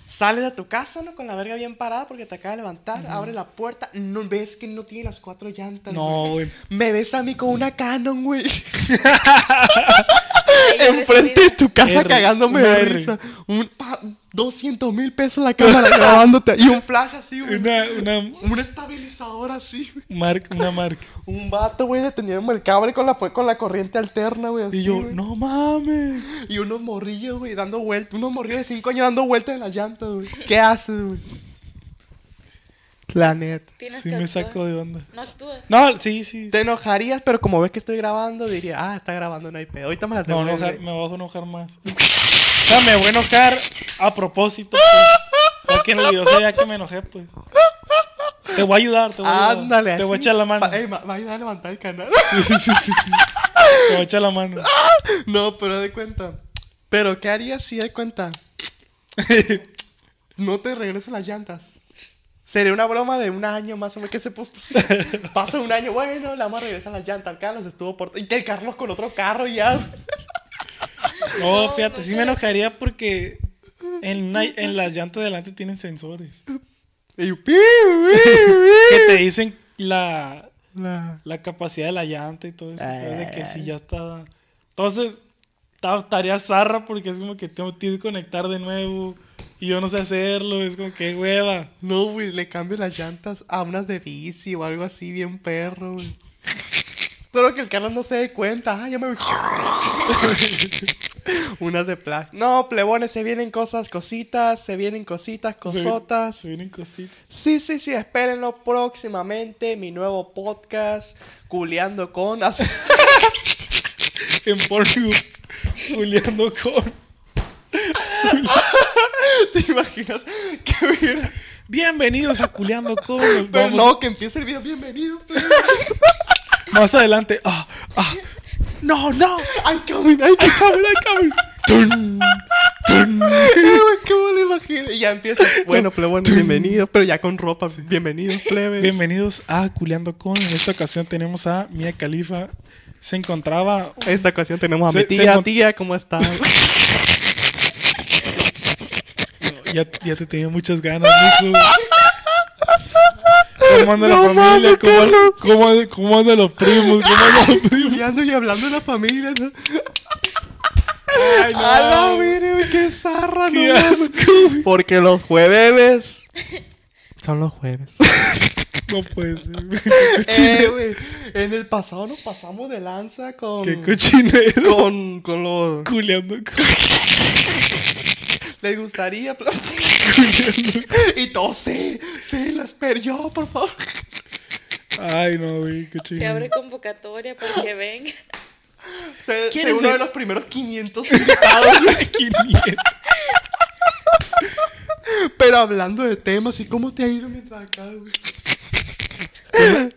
A: Sales de tu casa, ¿no? Con la verga bien parada porque te acaba de levantar. Abre la puerta. No ves que no tiene las cuatro llantas.
B: No, güey.
A: Me ves a mí con una Canon, güey.
C: Ahí yo
A: Enfrente de
C: decidí-
A: tu casa
B: R,
A: cagándome
B: una
A: de
B: R.
A: risa. Un, pa- 200 mil pesos la cámara grabándote. Y un flash así, güey.
B: Una, una
A: Un estabilizador así, güey.
B: marca, una marca.
A: Un vato, güey, deteniéndome el cable con la, fue con la corriente alterna, güey. así,
B: Y yo,
A: güey.
B: no mames.
A: Y unos morrillos, güey, dando vueltas. Unos morrillos de 5 años dando vueltas en las llantas, güey. ¿Qué haces, güey? La neta.
C: Tienes
B: Sí
C: que
B: me
C: actuar.
B: sacó de onda.
C: No actúas.
B: No, sí, sí.
A: Te enojarías, pero como ves que estoy grabando, diría, ah, está grabando, no hay pedo. Ahorita me la tengo.
B: No, enojar, me voy a enojar más. O sea, me voy a enojar a propósito. Pues. O sea, que en el video se vea que me enojé, pues. Te voy a ayudar, te voy a ayudar.
A: Ándale,
B: Te voy a
A: así.
B: echar la mano.
A: Pa- eh. Ey, ma- va a ayudar a levantar el canal.
B: Sí, sí, sí, sí, sí. Te voy a echar la mano.
A: No, pero de cuenta. Pero, ¿qué harías si de cuenta? No te regreso las llantas. Sería una broma de un año más o menos. Que se puso. Pasa un año, bueno, le vamos a regresar las llantas. El Carlos estuvo por. Y que el Carlos con otro carro y ya.
B: No,
C: No,
B: fíjate,
C: no
B: sí
C: sé.
B: me enojaría porque en, una- en las llantas delante tienen sensores.
A: Y yo, "Piu, piu,
B: Que te dicen la,
A: piu". La-
B: la capacidad de la llanta y todo eso. pues, de que si ya está. Entonces, ta- tarea zarra porque es como que tengo que conectar de nuevo y yo no sé hacerlo. Es como que hueva.
A: No, güey, le cambio las llantas a unas de bici o algo así, bien perro, güey. Pero que el Carlos no se dé cuenta. Ah, ya me voy. unas de plástico. No, plebones, se vienen cosas, cositas, se vienen cositas, cosotas.
B: Se vienen cositas.
A: Sí, sí, sí, espérenlo próximamente. Mi nuevo podcast, Culeando con.
B: En Pornhub, Juliando con.
A: ¿Te imaginas? Que hubiera-
B: Bienvenidos a Culeando con.
A: Pero
B: Vamos
A: no, que empiece el video. Bienvenido, plebones.
B: más adelante. Ah, ah. No, no.
A: I'm coming, I'm coming.
B: Cabra, cabra. Tun, tun.
A: Eh, güey, ¿Qué me lo imaginé? Y ya empieza. Bueno, plebones, bienvenidos. Pero ya con ropa. Bienvenidos, plebes.
B: Bienvenidos a Culeando con. En esta ocasión tenemos a Mia Khalifa. Se encontraba
A: Esta ocasión tenemos a
B: Se-
A: mi
B: se
A: tía.
B: mon-
A: tía, ¿cómo estás?
B: Ya, ya te tenía muchas ganas, mijo. ¿Cómo anda
A: No
B: la familia?
A: mames,
B: ¿Cómo,
A: Carlos.
B: cómo anda- cómo andan los primos? ¿Cómo andan los primos?
A: y ando y hablando de la familia. ¿no?
B: Ay, no.
A: A la mire, güey, qué zarra,
B: Qué
A: no mames.
B: asco,
A: Porque los jueves. Son los jueves.
B: No puede ser. güey.
A: Eh, güey, en el pasado nos pasamos de lanza con.
B: Qué cochinero.
A: con, con los.
B: Culeando con.
A: Les gustaría. pl- y todos, sí, sí, las per yo, por favor.
B: Ay, no, güey, qué
C: Se
B: chingo.
C: abre convocatoria para que venga.
A: Se,
B: ¿Quién
A: se
B: es
A: uno
B: mi-
A: de los primeros 500 invitados. güey. Pero hablando de temas, ¿y cómo te ha ido mientras acá, güey?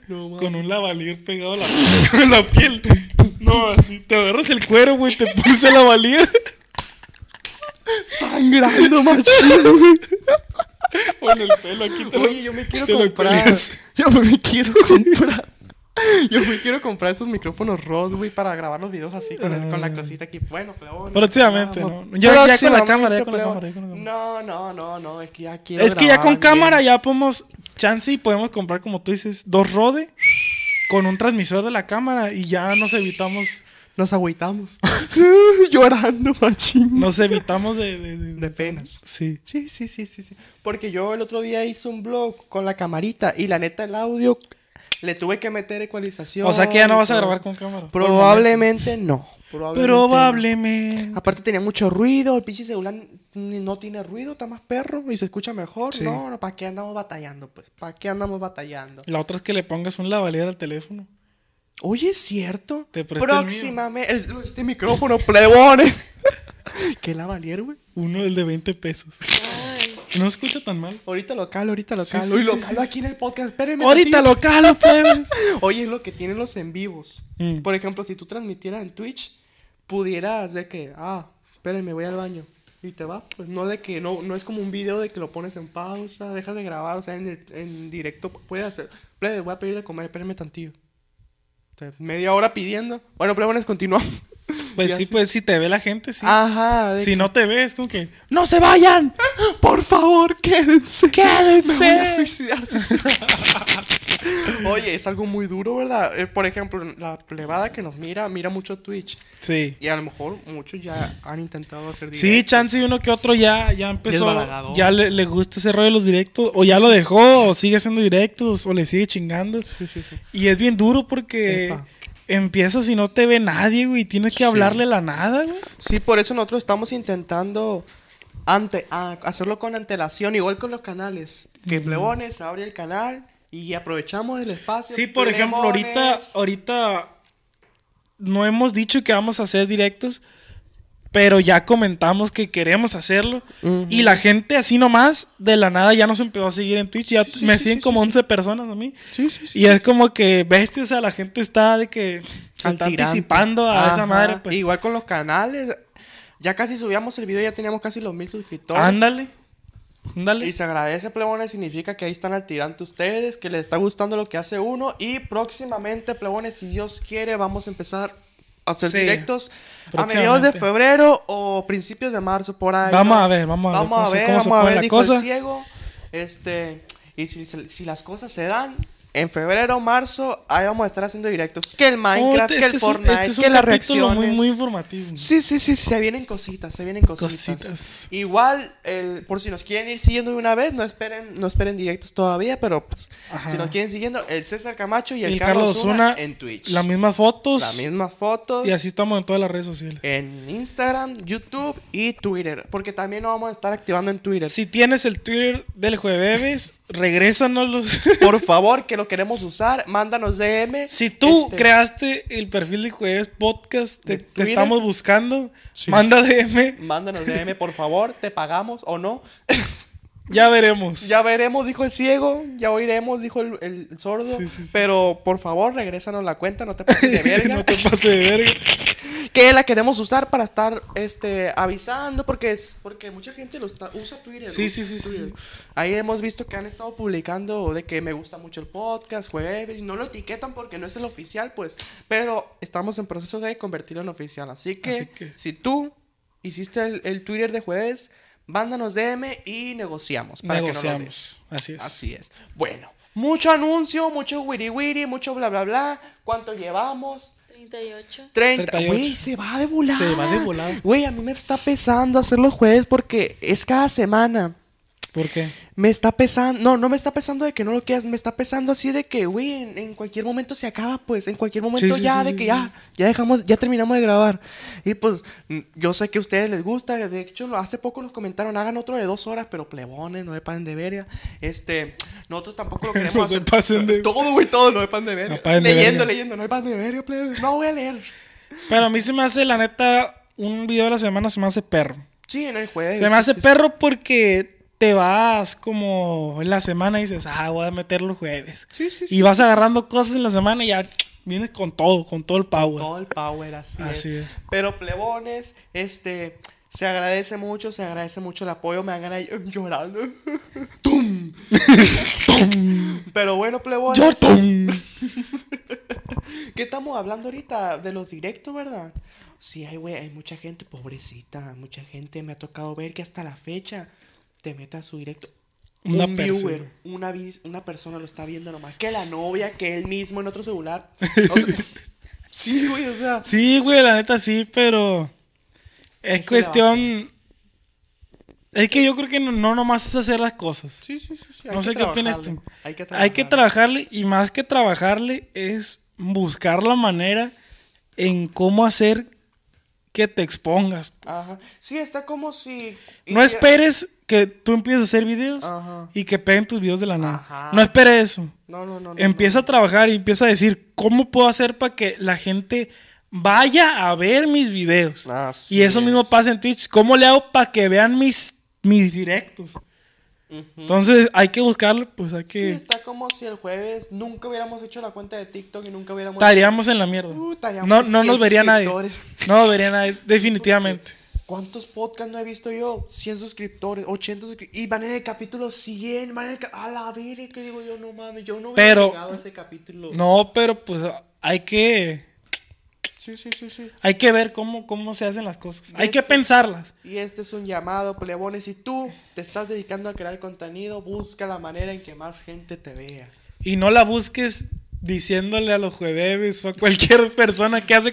A: No, mames.
B: Con un lavalier pegado a la, a la piel. No, así te agarras el cuero, güey, te puse el lavalier.
A: Sangrando, machino, güey.
B: O en el pelo, aquí te lo-
A: Oye, yo me quiero
B: te lo
A: comprar.
B: cuelgas.
A: Yo me quiero comprar. Yo me quiero comprar esos micrófonos Rode, güey, para grabar los videos así con, el- con la cosita aquí. Bueno, pero bueno.
B: Ah. Próximamente,
A: vamos.
B: ¿no? Ya- ya con la
A: Próximamente,
B: cámara, ya con la
A: pero-
B: cámara, ya con la
A: No, no, no, no, es que ya quiero
B: Es que ya
A: grabar,
B: con
A: güey.
B: cámara ya podemos, chance y podemos comprar, como tú dices, dos Rode con un transmisor de la cámara y ya nos evitamos,
A: Nos agüitamos. Llorando, machín.
B: nos evitamos de... de- de-
A: De penas.
B: sí.
A: Sí, sí, sí, sí, sí. Porque yo el otro día hice un blog con la camarita y la neta el audio le tuve que meter ecualización.
B: O sea que ya no
A: y
B: vas a
A: todo
B: grabar
A: eso.
B: con cámara.
A: Probablemente no. Probablemente.
B: Probablemente.
A: Aparte tenía mucho ruido, el pinche celular ni- no tiene ruido, está más perro y se escucha mejor.
B: Sí.
A: No, no, ¿para qué andamos batallando, pues? ¿Para qué andamos batallando?
B: La otra es que le pongas un lavalier al teléfono.
A: Oye, es cierto.
B: Te presto el mío.
A: Próximamente. el- este micrófono, plebones. ¿Qué la valier, güey?
B: Uno, el de 20 pesos.
C: Ay,
B: No escucha tan mal.
A: Ahorita lo calo, ahorita lo
B: Sí,
A: calo.
B: sí,
A: y lo
B: sí,
A: calo
B: sí,
A: aquí en el podcast. Espérenme.
B: Ahorita
A: tantito.
B: lo calo, pues. plebes.
A: Oye, es lo que tienen los en vivos.
B: Mm.
A: Por ejemplo, si tú transmitieras en Twitch, pudieras de que, ah, espérenme, voy al baño. Y te va, pues no de que, no, no es como un video de que lo pones en pausa, dejas de grabar, o sea, en, el- en directo puedes hacer, plebe, voy a pedir de comer, espérenme tantillo. O sea, media hora pidiendo. Bueno, plebones, continuamos.
B: Pues
A: Ya
B: sí,
A: sé. Ah,
B: pues si te ve la gente, sí.
A: Ajá, de
B: Si no te ves, como que.
A: ¡No se vayan! ¡Por favor, quédense!
B: ¡Quédense!
A: Me voy a suicidar. si sigo. Oye, es algo muy duro, ¿verdad? Eh, por ejemplo, la plebada que nos mira, mira mucho Twitch.
B: Sí.
A: Y a lo mejor muchos ya han intentado hacer
B: Sí, chance y uno que otro ya, ya empezó.
A: balagado.
B: Ya le, le gusta ese rollo de los directos. O ya lo dejó, o sigue haciendo directos, o le sigue chingando.
A: Sí, sí, sí.
B: Y es bien duro porque
A: Epa.
B: empiezas y no te ve nadie, güey. Tienes que hablarle la nada, güey.
A: Sí, por eso nosotros estamos intentando ante, a- hacerlo con antelación, igual con los canales. Que plebones, abre el canal y aprovechamos el espacio.
B: Sí, por ejemplo, ahorita,
A: plebones.
B: ahorita no hemos dicho que vamos a hacer directos, pero ya comentamos que queremos hacerlo. Y la gente así nomás, de la nada, ya nos empezó a seguir en Twitch. Ya
A: Sí, sí,
B: me
A: sí,
B: siguen
A: sí,
B: como
A: sí,
B: 11 personas a mí.
A: Sí, sí, sí.
B: y es como que, bestia, o sea, la gente está de que se
A: al
B: está
A: tirante.
B: anticipando a
A: Ajá.
B: esa madre. Pues.
A: Igual con los canales. Ya casi subíamos el video, ya teníamos casi los mil suscriptores.
B: Ándale.
A: Y
B: Ándale.
A: se agradece, plebones. Significa que ahí están al tirante ustedes, que les está gustando lo que hace uno. Y próximamente, plebones, si Dios quiere, vamos a empezar a hacer
B: Sí,
A: directos a
B: próximamente.
A: mediados de febrero o principios de marzo, por ahí.
B: Vamos
A: ¿no?
B: a ver, vamos a ver
A: Vamos
B: cómo
A: a
B: se-
A: ver,
B: cómo se
A: vamos a
B: pone
A: ver,
B: la
A: dijo
B: cosa.
A: el ciego. Este. Y si, se- si las cosas se dan. En febrero, marzo, ahí vamos a estar haciendo directos. Que el
B: Oh,
A: Minecraft,
B: este-
A: que
B: este
A: el
B: es un-
A: Fortnite,
B: este es un
A: que las
B: capítulo
A: reacciones.
B: muy, muy informativo.
A: Sí, sí, sí, se vienen cositas, se vienen cositas.
B: Cositas.
A: Igual, el, por si nos quieren ir siguiendo de una vez, no esperen, no esperen directos todavía, pero pues,
B: Ajá.
A: si nos quieren siguiendo, el César Camacho y
B: Y
A: el,
B: el
A: Carlos
B: Carlos
A: Osuna
B: Osuna,
A: en Twitch.
B: Las mismas fotos.
A: Las mismas fotos.
B: Y así estamos en todas las redes sociales.
A: En Instagram, YouTube y Twitter. Porque también nos vamos a estar activando en Twitter.
B: Si tienes el Twitter del jueves, regrésanos.
A: Por favor, que lo queremos usar, mándanos DM.
B: si tú
A: Este,
B: creaste el perfil de jueves podcast,
A: ¿De
B: te, te
A: Twitter?
B: estamos buscando.
A: Sí.
B: Manda DM,
A: Mándanos DM, por favor, te pagamos o no.
B: ya veremos.
A: Ya veremos, dijo el ciego, ya oiremos, dijo el, el sordo.
B: Sí, sí, sí.
A: Pero por favor, regrésanos la cuenta, no te pases de verga.
B: no te pases de verga.
A: Que la queremos usar para estar este, avisando, porque es porque mucha gente lo está, usa Twitter.
B: Sí,
A: usa
B: sí, sí, sí,
A: Twitter.
B: sí.
A: Ahí hemos visto que han estado publicando de que me gusta mucho el podcast, jueves, y no lo etiquetan porque no es el oficial, pues. Pero estamos en proceso de convertirlo en oficial. Así que,
B: Así que-
A: si tú hiciste el, el Twitter de jueves, mándanos DM y negociamos. Para Que no lo Ah, des.
B: Negociamos. Así es.
A: Así es. Bueno, mucho anuncio, mucho wiri wiri, mucho bla bla bla. ¿Cuánto llevamos?
C: 38.
A: 30.
B: 38.
A: Güey, se va de volada.
B: Se va de volada.
A: Güey, a mí me está pesando hacer los jueves porque es cada semana.
B: ¿Por qué?
A: Me está pesando, no, no me está pesando de que no lo quieras, me está pesando así de que, güey, en, en cualquier momento se acaba, pues, en cualquier momento
B: sí,
A: ya,
B: sí,
A: de
B: sí,
A: que
B: sí.
A: ya, ya dejamos, ya terminamos de grabar. Y pues, mm, yo sé que a ustedes les gusta, de hecho, lo- hace poco nos comentaron, hagan otro de dos horas, pero plebones, no me pasen de verga. Este, nosotros tampoco lo queremos
B: No se
A: hacer.
B: pasen de-
A: Todo, güey, todo, no me pasen de verga.
B: No pasen de
A: leyendo,
B: verga.
A: leyendo, no me pasen de verga, plebones. No voy a leer.
B: Pero a mí se me hace, la neta, un video de la semana se me hace perro.
A: Sí, en el jueves.
B: Se me
A: sí,
B: hace
A: sí, sí.
B: perro porque te vas como en la semana y dices, ah, voy a meter los jueves.
A: Sí, sí,
B: y
A: sí.
B: vas agarrando cosas en la semana y ya vienes con todo, con todo el power.
A: Todo el power, así,
B: Así
A: es.
B: es.
A: Pero plebones, este, se agradece mucho, se agradece mucho el apoyo, me hagan ahí eh, llorando. ¡Tum! ¡Tum! Pero bueno, plebones,
B: Yo, tum.
A: ¿qué estamos hablando ahorita? De los directos, ¿verdad? Sí, hay, güey, hay mucha gente, pobrecita, mucha gente, me ha tocado ver que hasta la fecha te mete a su directo.
B: Una
A: un
B: persona.
A: viewer, una, vis- una persona lo está viendo nomás que la novia, que él mismo en otro celular. O sea, sí, güey, o sea.
B: Sí, güey, la neta sí, pero
A: Eso le va
B: es
A: a
B: cuestión... Es que yo creo que no, no nomás es hacer las cosas.
A: Sí, sí, sí. sí, hay
B: no
A: que
B: sé qué opinas
A: trabajarle,
B: tú.
A: Hay que trabajar.
B: Hay que trabajarle y más que trabajarle es buscar la manera en cómo hacer que te expongas.
A: Ajá. Sí, está como si.
B: No
A: hiciera-
B: esperes que tú empieces a hacer videos
A: Ajá.
B: y que peguen tus videos de la nada.
A: Ajá.
B: No esperes eso.
A: No, no, no. no,
B: Empieza a trabajar y empieza a decir, ¿cómo puedo hacer para que la gente vaya a ver mis videos?
A: Así
B: y eso
A: es.
B: mismo pasa en Twitch. ¿Cómo le hago para que vean mis, mis directos? Entonces hay que buscarlo, pues hay
A: Sí,
B: que...
A: está como si el jueves nunca hubiéramos hecho la cuenta de TikTok y nunca hubiéramos.
B: Estaríamos en la mierda.
A: Uh, estaríamos
B: no no nos
A: 100
B: vería nadie.
A: suscriptores.
B: No nos vería nadie, definitivamente.
A: ¿Cuántos podcasts no he visto yo? 100 suscriptores, 80 suscriptores. Y van en el capítulo 100, van en el cap- A la verga, que digo yo, no mames, yo no hubiera
B: Pero-
A: llegado a ese capítulo.
B: No, pero pues hay que...
A: Sí, sí, sí, sí.
B: Hay que ver cómo, cómo se hacen las cosas. Hay que
A: Este-
B: pensarlas.
A: Y este es un llamado, plebones. Si tú te estás dedicando a crear contenido, busca la manera en que más gente te vea.
B: Y no la busques diciéndole a los jueves o a cualquier persona que hace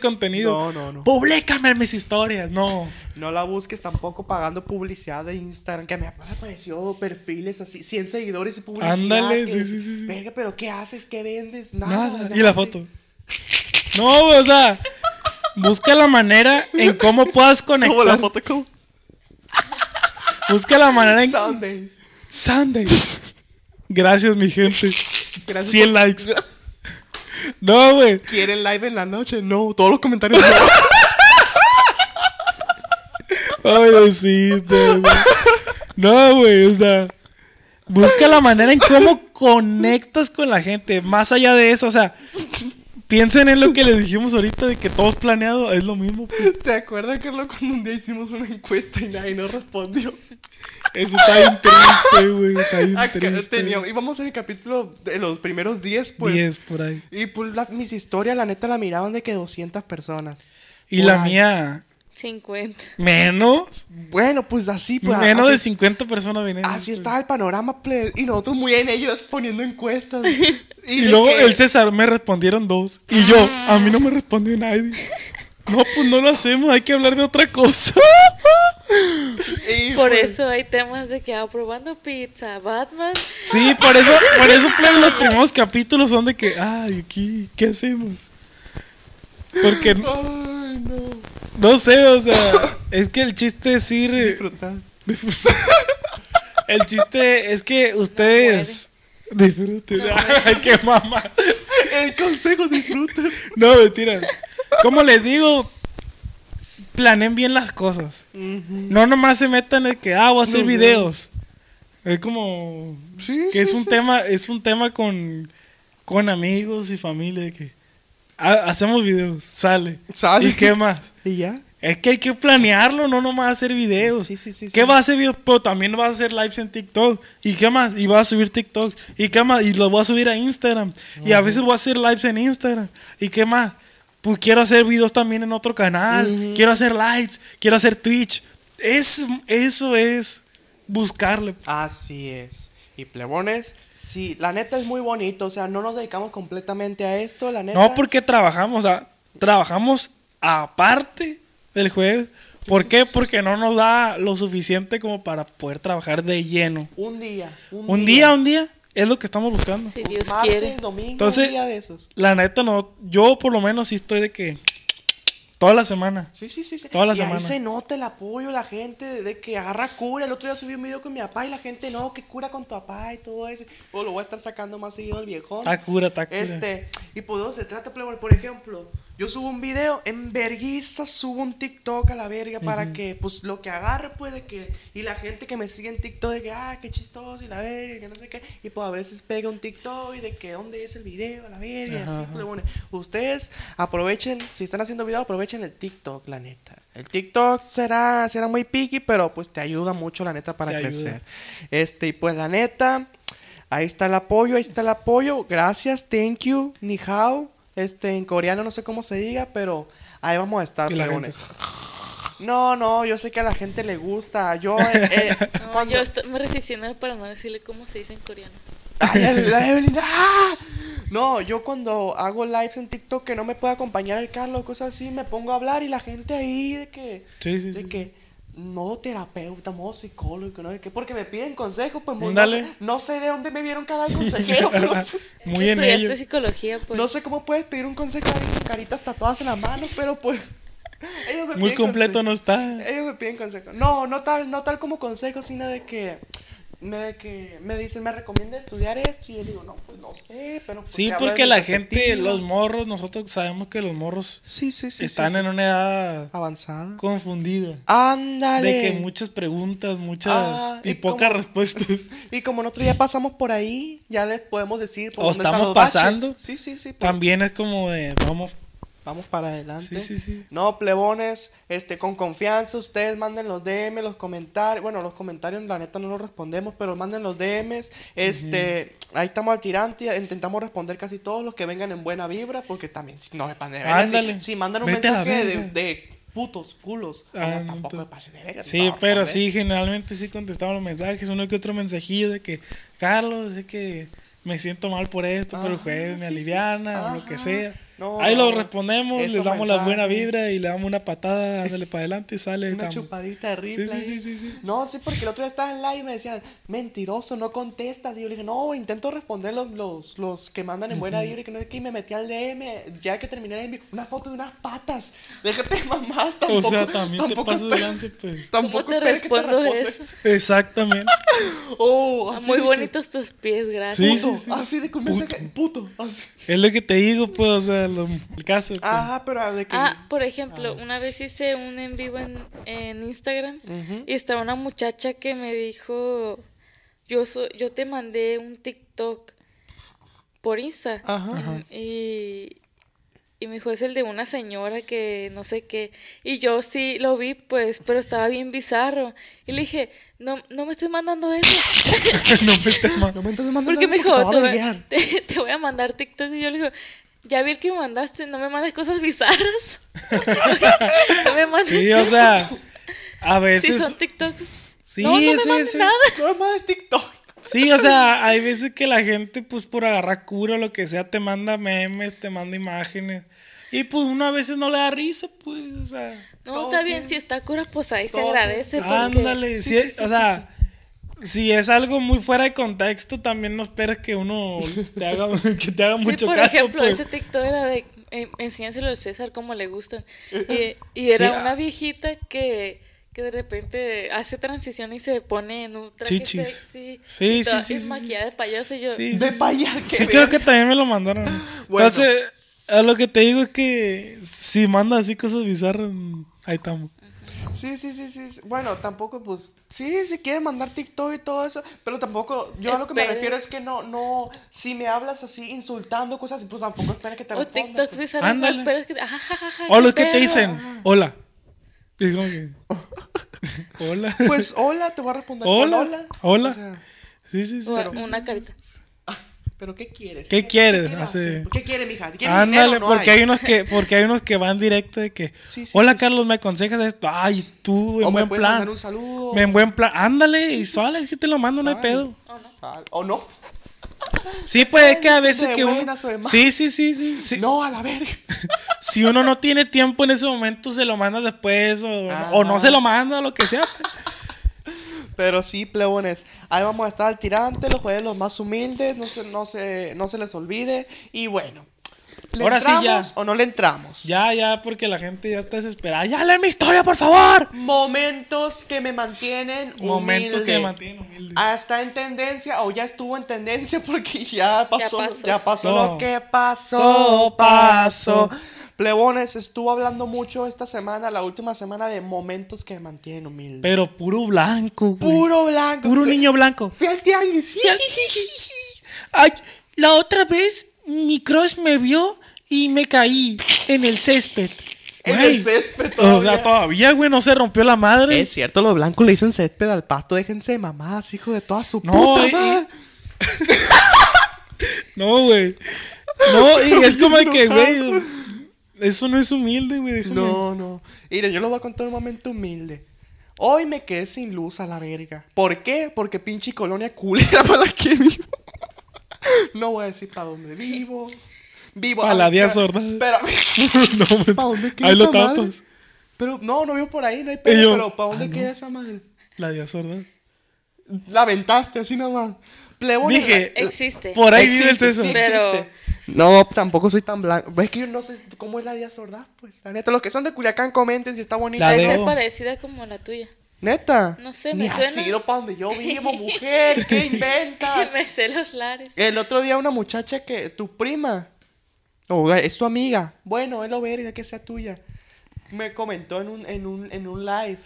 A: No,
B: contenido.
A: no, no.
B: Publícame mis historias. No.
A: No la busques tampoco pagando publicidad de Instagram, que me apareció perfiles así, 100 seguidores y publicidad.
B: Ándale,
A: que-
B: sí, sí, sí, sí.
A: Verga, pero ¿qué haces? ¿Qué vendes? Nada.
B: Nada.
A: nada.
B: Y la foto. No, güey, o sea, busca la manera en cómo puedas conectar.
A: Como la foto como
B: Busca la manera en.
A: Sunday.
B: Sunday. Gracias, mi gente.
A: Gracias
B: 100 likes. No, güey.
A: ¿Quieren live en la noche? No, todos los comentarios.
B: Ay, Diosito, güey. No, güey, o sea. Busca la manera en cómo conectas con la gente. Más allá de eso, o sea. Piensen en lo que les dijimos ahorita de que todo es planeado, es lo mismo. pues.
A: ¿Te acuerdas, Carlos, cuando un día hicimos una encuesta y nadie nos respondió?
B: Eso está bien triste, güey. Está bien
A: Acá
B: triste.
A: teníamos- íbamos en el capítulo de los primeros 10, pues.
B: 10 por ahí.
A: Y pues las, mis historias, la neta, la miraban de que 200 personas.
B: Y la
A: Ay.
B: mía,
C: 50.
B: menos.
A: Bueno, pues así, pues.
B: menos
A: así,
B: de 50 personas vinieron.
A: Así
B: pues.
A: estaba el panorama, ple- Y nosotros muy en ellos poniendo encuestas.
B: Y
A: de
B: luego
A: que-
B: el César me respondieron dos. Y yo, a mí no me respondió nadie. No, pues no lo hacemos, hay que hablar de otra cosa.
A: y,
C: Por
A: pues,
C: eso hay temas de que ah, probando pizza, Batman.
B: Sí, por eso, por eso plebe, los primeros capítulos son de que, ay, aquí, ¿qué hacemos? Porque,
A: Ay, no.
B: no sé, o sea, es que el chiste es ir, eh,
A: Disfrutar.
B: el chiste es que ustedes disfruten, ay, qué mamá.
A: El consejo, disfruta.
B: No, mentira. Como les digo, planen bien las cosas. No nomás se metan en que, ah, voy a hacer
A: No,
B: videos. Es como
A: Sí,
B: que es
A: sí,
B: un
A: sí.
B: tema, es un tema con, con amigos y familia de que "Ah, hacemos videos, sale.
A: Sale.
B: ¿Y qué más?
A: ¿Y ya?
B: Es que hay que planearlo, no nomás hacer videos.
A: Sí, sí, sí,
B: ¿Qué
A: sí.
B: vas a hacer videos? Pero también vas a hacer lives en TikTok. ¿Y qué más? Y vas a subir TikTok. ¿Y qué más? Y lo voy a subir a Instagram. Y a veces voy a hacer lives en Instagram. ¿Y qué más? Pues quiero hacer videos también en otro canal. Quiero hacer lives. Quiero hacer Twitch. Es, eso es buscarle.
A: Así es. Y plebones, sí, la neta es muy bonito, o sea, no nos dedicamos completamente a esto, la neta.
B: No porque trabajamos, o sea, trabajamos aparte del jueves. ¿Por qué? Porque no nos da lo suficiente como para poder trabajar de lleno.
A: Un día, un,
B: Un día, un día, es lo que estamos buscando.
C: Si Dios
A: martes,
C: quiere.
A: domingo,
B: Entonces-
A: un día de esos.
B: La neta, no, yo por lo menos sí estoy de que toda la semana.
A: Sí, sí, sí. sí.
B: Toda la
A: y
B: semana.
A: ahí se nota el apoyo, la gente de, de que agarra cura. El otro día subí un video con mi papá y la gente, no, que cura con tu papá y todo eso. O lo voy a estar sacando más seguido el viejón.
B: Está Ah, cura, está cura.
A: Este, y pues de eso se trata, plebón. Por ejemplo, yo subo un video, en verguiza subo un TikTok a la verga para que, pues lo que agarre, pues de que. Y la gente que me sigue en TikTok, de que, ah, qué chistoso, y la verga, que no sé qué. Y pues a veces pega un TikTok y de que, ¿dónde es el video? A la verga, así, plebones. Ustedes aprovechen, si están haciendo video, aprovechen el TikTok, la neta. El TikTok será, será muy piqui, pero pues te ayuda mucho, la neta, para
B: Te ayuda.
A: crecer. Este, y pues la neta. Ahí está el apoyo, ahí está el apoyo. Gracias, thank you, ni hao. Este, en coreano no sé cómo se diga, pero ahí vamos a estar,
B: Y la
A: plebones.
B: gente-
A: No, no, yo sé que a la gente le gusta. Yo, eh, eh,
C: No,
A: cuando...
C: Yo est- me resistí para no decirle cómo se dice en coreano.
A: Ay, el- la Evelyn, ¡ah! No, yo cuando hago lives en TikTok que no me puede acompañar el Carlos, cosas así, me pongo a hablar y la gente ahí de que...
B: Sí, sí,
A: de
B: sí.
A: que modo terapeuta, modo psicólogo, ¿no? De que porque me piden consejos, pues no
B: Ándale.
A: sé, no sé de dónde me vieron cara de consejero, pero pues...
B: Muy en
C: Estudiaste
B: ello.
C: psicología, pues.
A: No sé cómo puedes pedir un consejo a alguien con caritas tatuadas en la mano, pero pues. Ellos me
B: Muy
A: piden consejo.
B: completo no está.
A: Ellos me piden consejo. No, no tal, no tal como consejo, sino de que me, de que me dicen, me recomienda estudiar esto. Y yo digo, no, pues no sé, pero. pues,
B: Sí,
A: que habla de
B: porque
A: mi
B: la gente,
A: perspectiva.
B: los morros, nosotros sabemos que los morros
A: Sí, sí, sí.
B: están
A: sí, sí.
B: en una edad
A: Avanzada.
B: confundida.
A: Ándale.
B: De que muchas preguntas, muchas
A: Ah,
B: y
A: y
B: pocas
A: como-
B: respuestas.
A: Y como nosotros ya pasamos por ahí, ya les podemos decir por
B: O
A: dónde están
B: estamos
A: los baches.
B: pasando.
A: Sí, sí, sí. pues,
B: También es como de, vamos,
A: Vamos para adelante.
B: Sí, sí, sí.
A: No, plebones, este, con confianza, ustedes manden los DM, los comentarios. Bueno, los comentarios, la neta, no los respondemos, pero manden los DMs. Este, ahí estamos al tirante, intentamos responder casi todos los que vengan en buena vibra, porque también, si no me pasen de verga,
B: Ándale,
A: Si, si mandan un
B: vete a la
A: mensaje de,
B: verga.
A: de putos culos, no,
B: Ah, no,
A: tampoco
B: tú-
A: me pasen de verga.
B: Sí,
A: no,
B: pero
A: hombre.
B: sí, generalmente sí contestamos los mensajes, uno que otro mensajillo de que, Carlos, sé que me siento mal por esto, pero el
A: Ajá,
B: jueves me
A: Ah, sí, sí,
B: aliviana
A: sí,
B: o
A: sí.
B: lo que
A: Ajá.
B: sea.
A: No,
B: Ahí lo
A: no,
B: respondemos, les
A: esos
B: damos la buena
A: mensajes.
B: vibra y le damos una patada, ándale para adelante y sale.
A: Una
B: tam-
A: chupadita de rifle.
B: Sí, sí,
A: ahí.
B: sí, sí, sí.
A: No, sí, porque el otro día estaba en live y me decían, mentiroso, no contestas. Y yo le dije, no, intento responder los, los, los que mandan en buena vibra y que no sé qué. Y me metí al DM, ya que terminé el DM, una foto de unas patas. Déjate mamás, tampoco.
B: o sea, también te
A: tampoco
B: pasas de
A: esper-
B: lance, pues.
A: Tampoco
C: ¿Cómo te
A: esperes que te
C: respondo
A: respondas.
C: eso?
B: Exactamente.
A: Oh,
C: Ah,
A: así
C: Muy
A: de que,
C: bonitos tus pies, gracias.
B: Sí,
A: puto,
B: sí, sí.
A: Así de que un mensaje, puto. Así.
B: es lo que te digo, pues, o sea, lo- el caso. pues.
A: Ajá, pero de que.
C: Ah, por ejemplo, una vez hice un en vivo en, en Instagram y estaba una muchacha que me dijo, yo, so- yo te mandé un TikTok por Insta.
B: Ah.
A: Ajá.
C: Y, y me dijo, es el de una señora que no sé qué. Y yo sí lo vi, pues, pero estaba bien bizarro. Y le dije, no, no me estés mandando eso.
B: no me estés mal.
A: No me entres mandando
C: Porque
A: nada
C: me dijo,
A: te va a
C: te voy,
A: verguear.
C: te- te voy a mandar TikTok. Y yo le digo, ya vi el que me mandaste, no me mandes cosas bizarras. no me mandes.
B: Sí, o
C: eso.
B: sea, a
C: Si
B: veces.
C: son TikToks.
B: Sí,
C: no, no me
B: sí,
C: mandes
B: sí.
C: nada.
A: No me mandes TikTok.
B: Sí, o sea, hay veces que la gente, pues por agarrar cura o lo que sea, te manda memes, te manda imágenes. Y pues uno a veces no le da risa, pues, o sea.
C: No,
A: Todo
C: está bien,
A: bien.
C: si está cura, pues ahí se
A: Todo bien.
C: agradece. porque-
B: Ándale,
A: Sí,
B: si
A: sí,
B: es-
A: sí, sí,
B: o sea, si es algo muy fuera de contexto, también no esperes que uno te haga, que te haga
C: Sí,
B: mucho
C: por
B: caso,
C: ejemplo,
B: pues.
C: ese TikTok era de eh, enséñaselo al César como le gustan. Y, y era
B: Sí, ah.
C: una viejita que, que de repente hace transición y se pone en un traje
B: Chichis.
C: sexy.
B: Sí,
C: y
B: sí,
C: toda-
B: sí,
C: y
B: sí, sí,
C: maquillada de payaso. Y yo,
B: Sí,
A: Ve para allá. que
B: Sí,
A: vean.
B: creo que también me lo mandaron.
A: Bueno.
B: Entonces, a lo que te digo es que si manda así cosas bizarras, ahí estamos.
A: Sí, sí, sí, sí. sí. Bueno, tampoco, pues, sí, si quieres mandar TikTok y todo eso, pero tampoco, yo a lo que me
C: Esperes.
A: refiero es que no, no, si me hablas así insultando cosas, pues tampoco esperes que te
C: o
A: responda.
C: TikToks
A: pues.
C: bizarros, no
B: Ándale.
C: esperas que te. ajá, ja, ja, ja,
B: O
C: qué
B: los que te
C: pedo.
B: dicen, hola. Y es como que, hola.
A: Pues, hola, te voy a responder con
B: Hola,
A: hola.
B: hola.
A: O sea, ah,
B: Sí, sí, sí.
C: O
B: sí, sí.
C: una carita.
A: pero ¿qué quieres?
B: ¿Qué quieres? Hace-
A: hacer? ¿Qué quieres, mija? ¿Quieres
B: Ándale,
A: dinero? No
B: porque
A: hay.
B: hay unos que, porque hay unos que van directo de que,
A: Sí, sí,
B: hola
A: sí, sí.
B: Carlos, me aconsejas esto, ay, tú, en
A: O me
B: buen
A: puedes
B: plan.
A: mandar un saludo.
B: En buen plan, ándale, y sale, es que te lo mando, no hay
A: Sale.
B: pedo.
A: Ah, ¿O no?
B: Sí, pues es que a
A: Ay,
B: veces
A: de
B: que uno.
A: buenas o de malas.
B: Sí, sí, sí, sí. sí.
A: No, a la verga.
B: Si uno no tiene tiempo en ese momento, se lo manda después, o,
A: Ah.
B: o no se lo manda, o lo que sea. pues.
A: Pero sí, plebones, ahí vamos a estar al tirante, los jueves los más humildes, no se, no se, no se les olvide. Y bueno, ¿le
B: Ahora sí ya.
A: entramos o no le entramos?
B: Ya, ya, porque la gente ya está desesperada. ¡Ya lee mi historia, por favor!
A: Momentos que me mantienen humilde.
B: Momentos que Ah, me mantienen humilde.
A: Hasta en tendencia, o ya estuvo en tendencia porque ya pasó, ya pasó,
C: pasó.
A: lo
B: No.
A: que pasó,
B: Pasó.
A: pasó. Plebones, estuvo hablando mucho esta semana, la última semana, de momentos que me mantienen humilde.
B: Pero puro blanco, güey.
A: Puro blanco.
B: Puro
A: Fui-
B: niño blanco.
A: Fui al tianguis.
B: Ay, la otra vez mi crush me vio y me caí en el césped.
A: En
B: Güey.
A: el césped
B: O
A: todavía.
B: sea, todavía, güey, no se rompió la madre.
A: Es cierto, los blancos le dicen césped al pasto, déjense de mamás, hijo de toda su
B: No,
A: puta
B: y-
A: madre.
B: No, güey. No, y es como
A: bien
B: que,
A: enojado.
B: güey. Eso no es humilde, güey. déjame.
A: No, no. Mira, yo lo voy a contar un momento humilde. Hoy me quedé sin luz a la verga. ¿Por qué? Porque pinche colonia culera para la que vivo. No voy a decir para dónde vivo. Vivo
B: Pa'
A: a
B: la
A: ver,
B: Día
A: pero-
B: Sorda.
A: Pero,
B: No, güey.
A: ¿para dónde queda
B: Ahí lo
A: esa madre?
B: tapas.
A: Pero no, no vivo por ahí, no hay pedo,
B: yo,
A: pero ¿para dónde
B: ah, no.
A: queda esa madre?
B: La Día sorda.
A: La aventaste así nomás. Plebón y
B: Dije,
A: ra-
C: Existe.
B: Por ahí
A: eh, Existe,
B: vives eso.
A: sí,
C: Pero-
A: existe. No, tampoco soy tan blanco. Es que yo no sé cómo es la Díaz Ordaz, pues. La neta, los que son de Culiacán comenten si está bonita.
B: La
C: Debe
B: de-
C: ser
B: veo.
C: parecida como la tuya.
A: Neta.
C: No sé,
A: Ni
C: me
A: has
C: suena.
A: ido para donde yo vivo, mujer. ¿Qué inventas?
C: me sé los lares.
A: El otro día una muchacha que tu prima o es tu amiga, bueno, es lo verga que sea tuya. Me comentó en un en un en un live.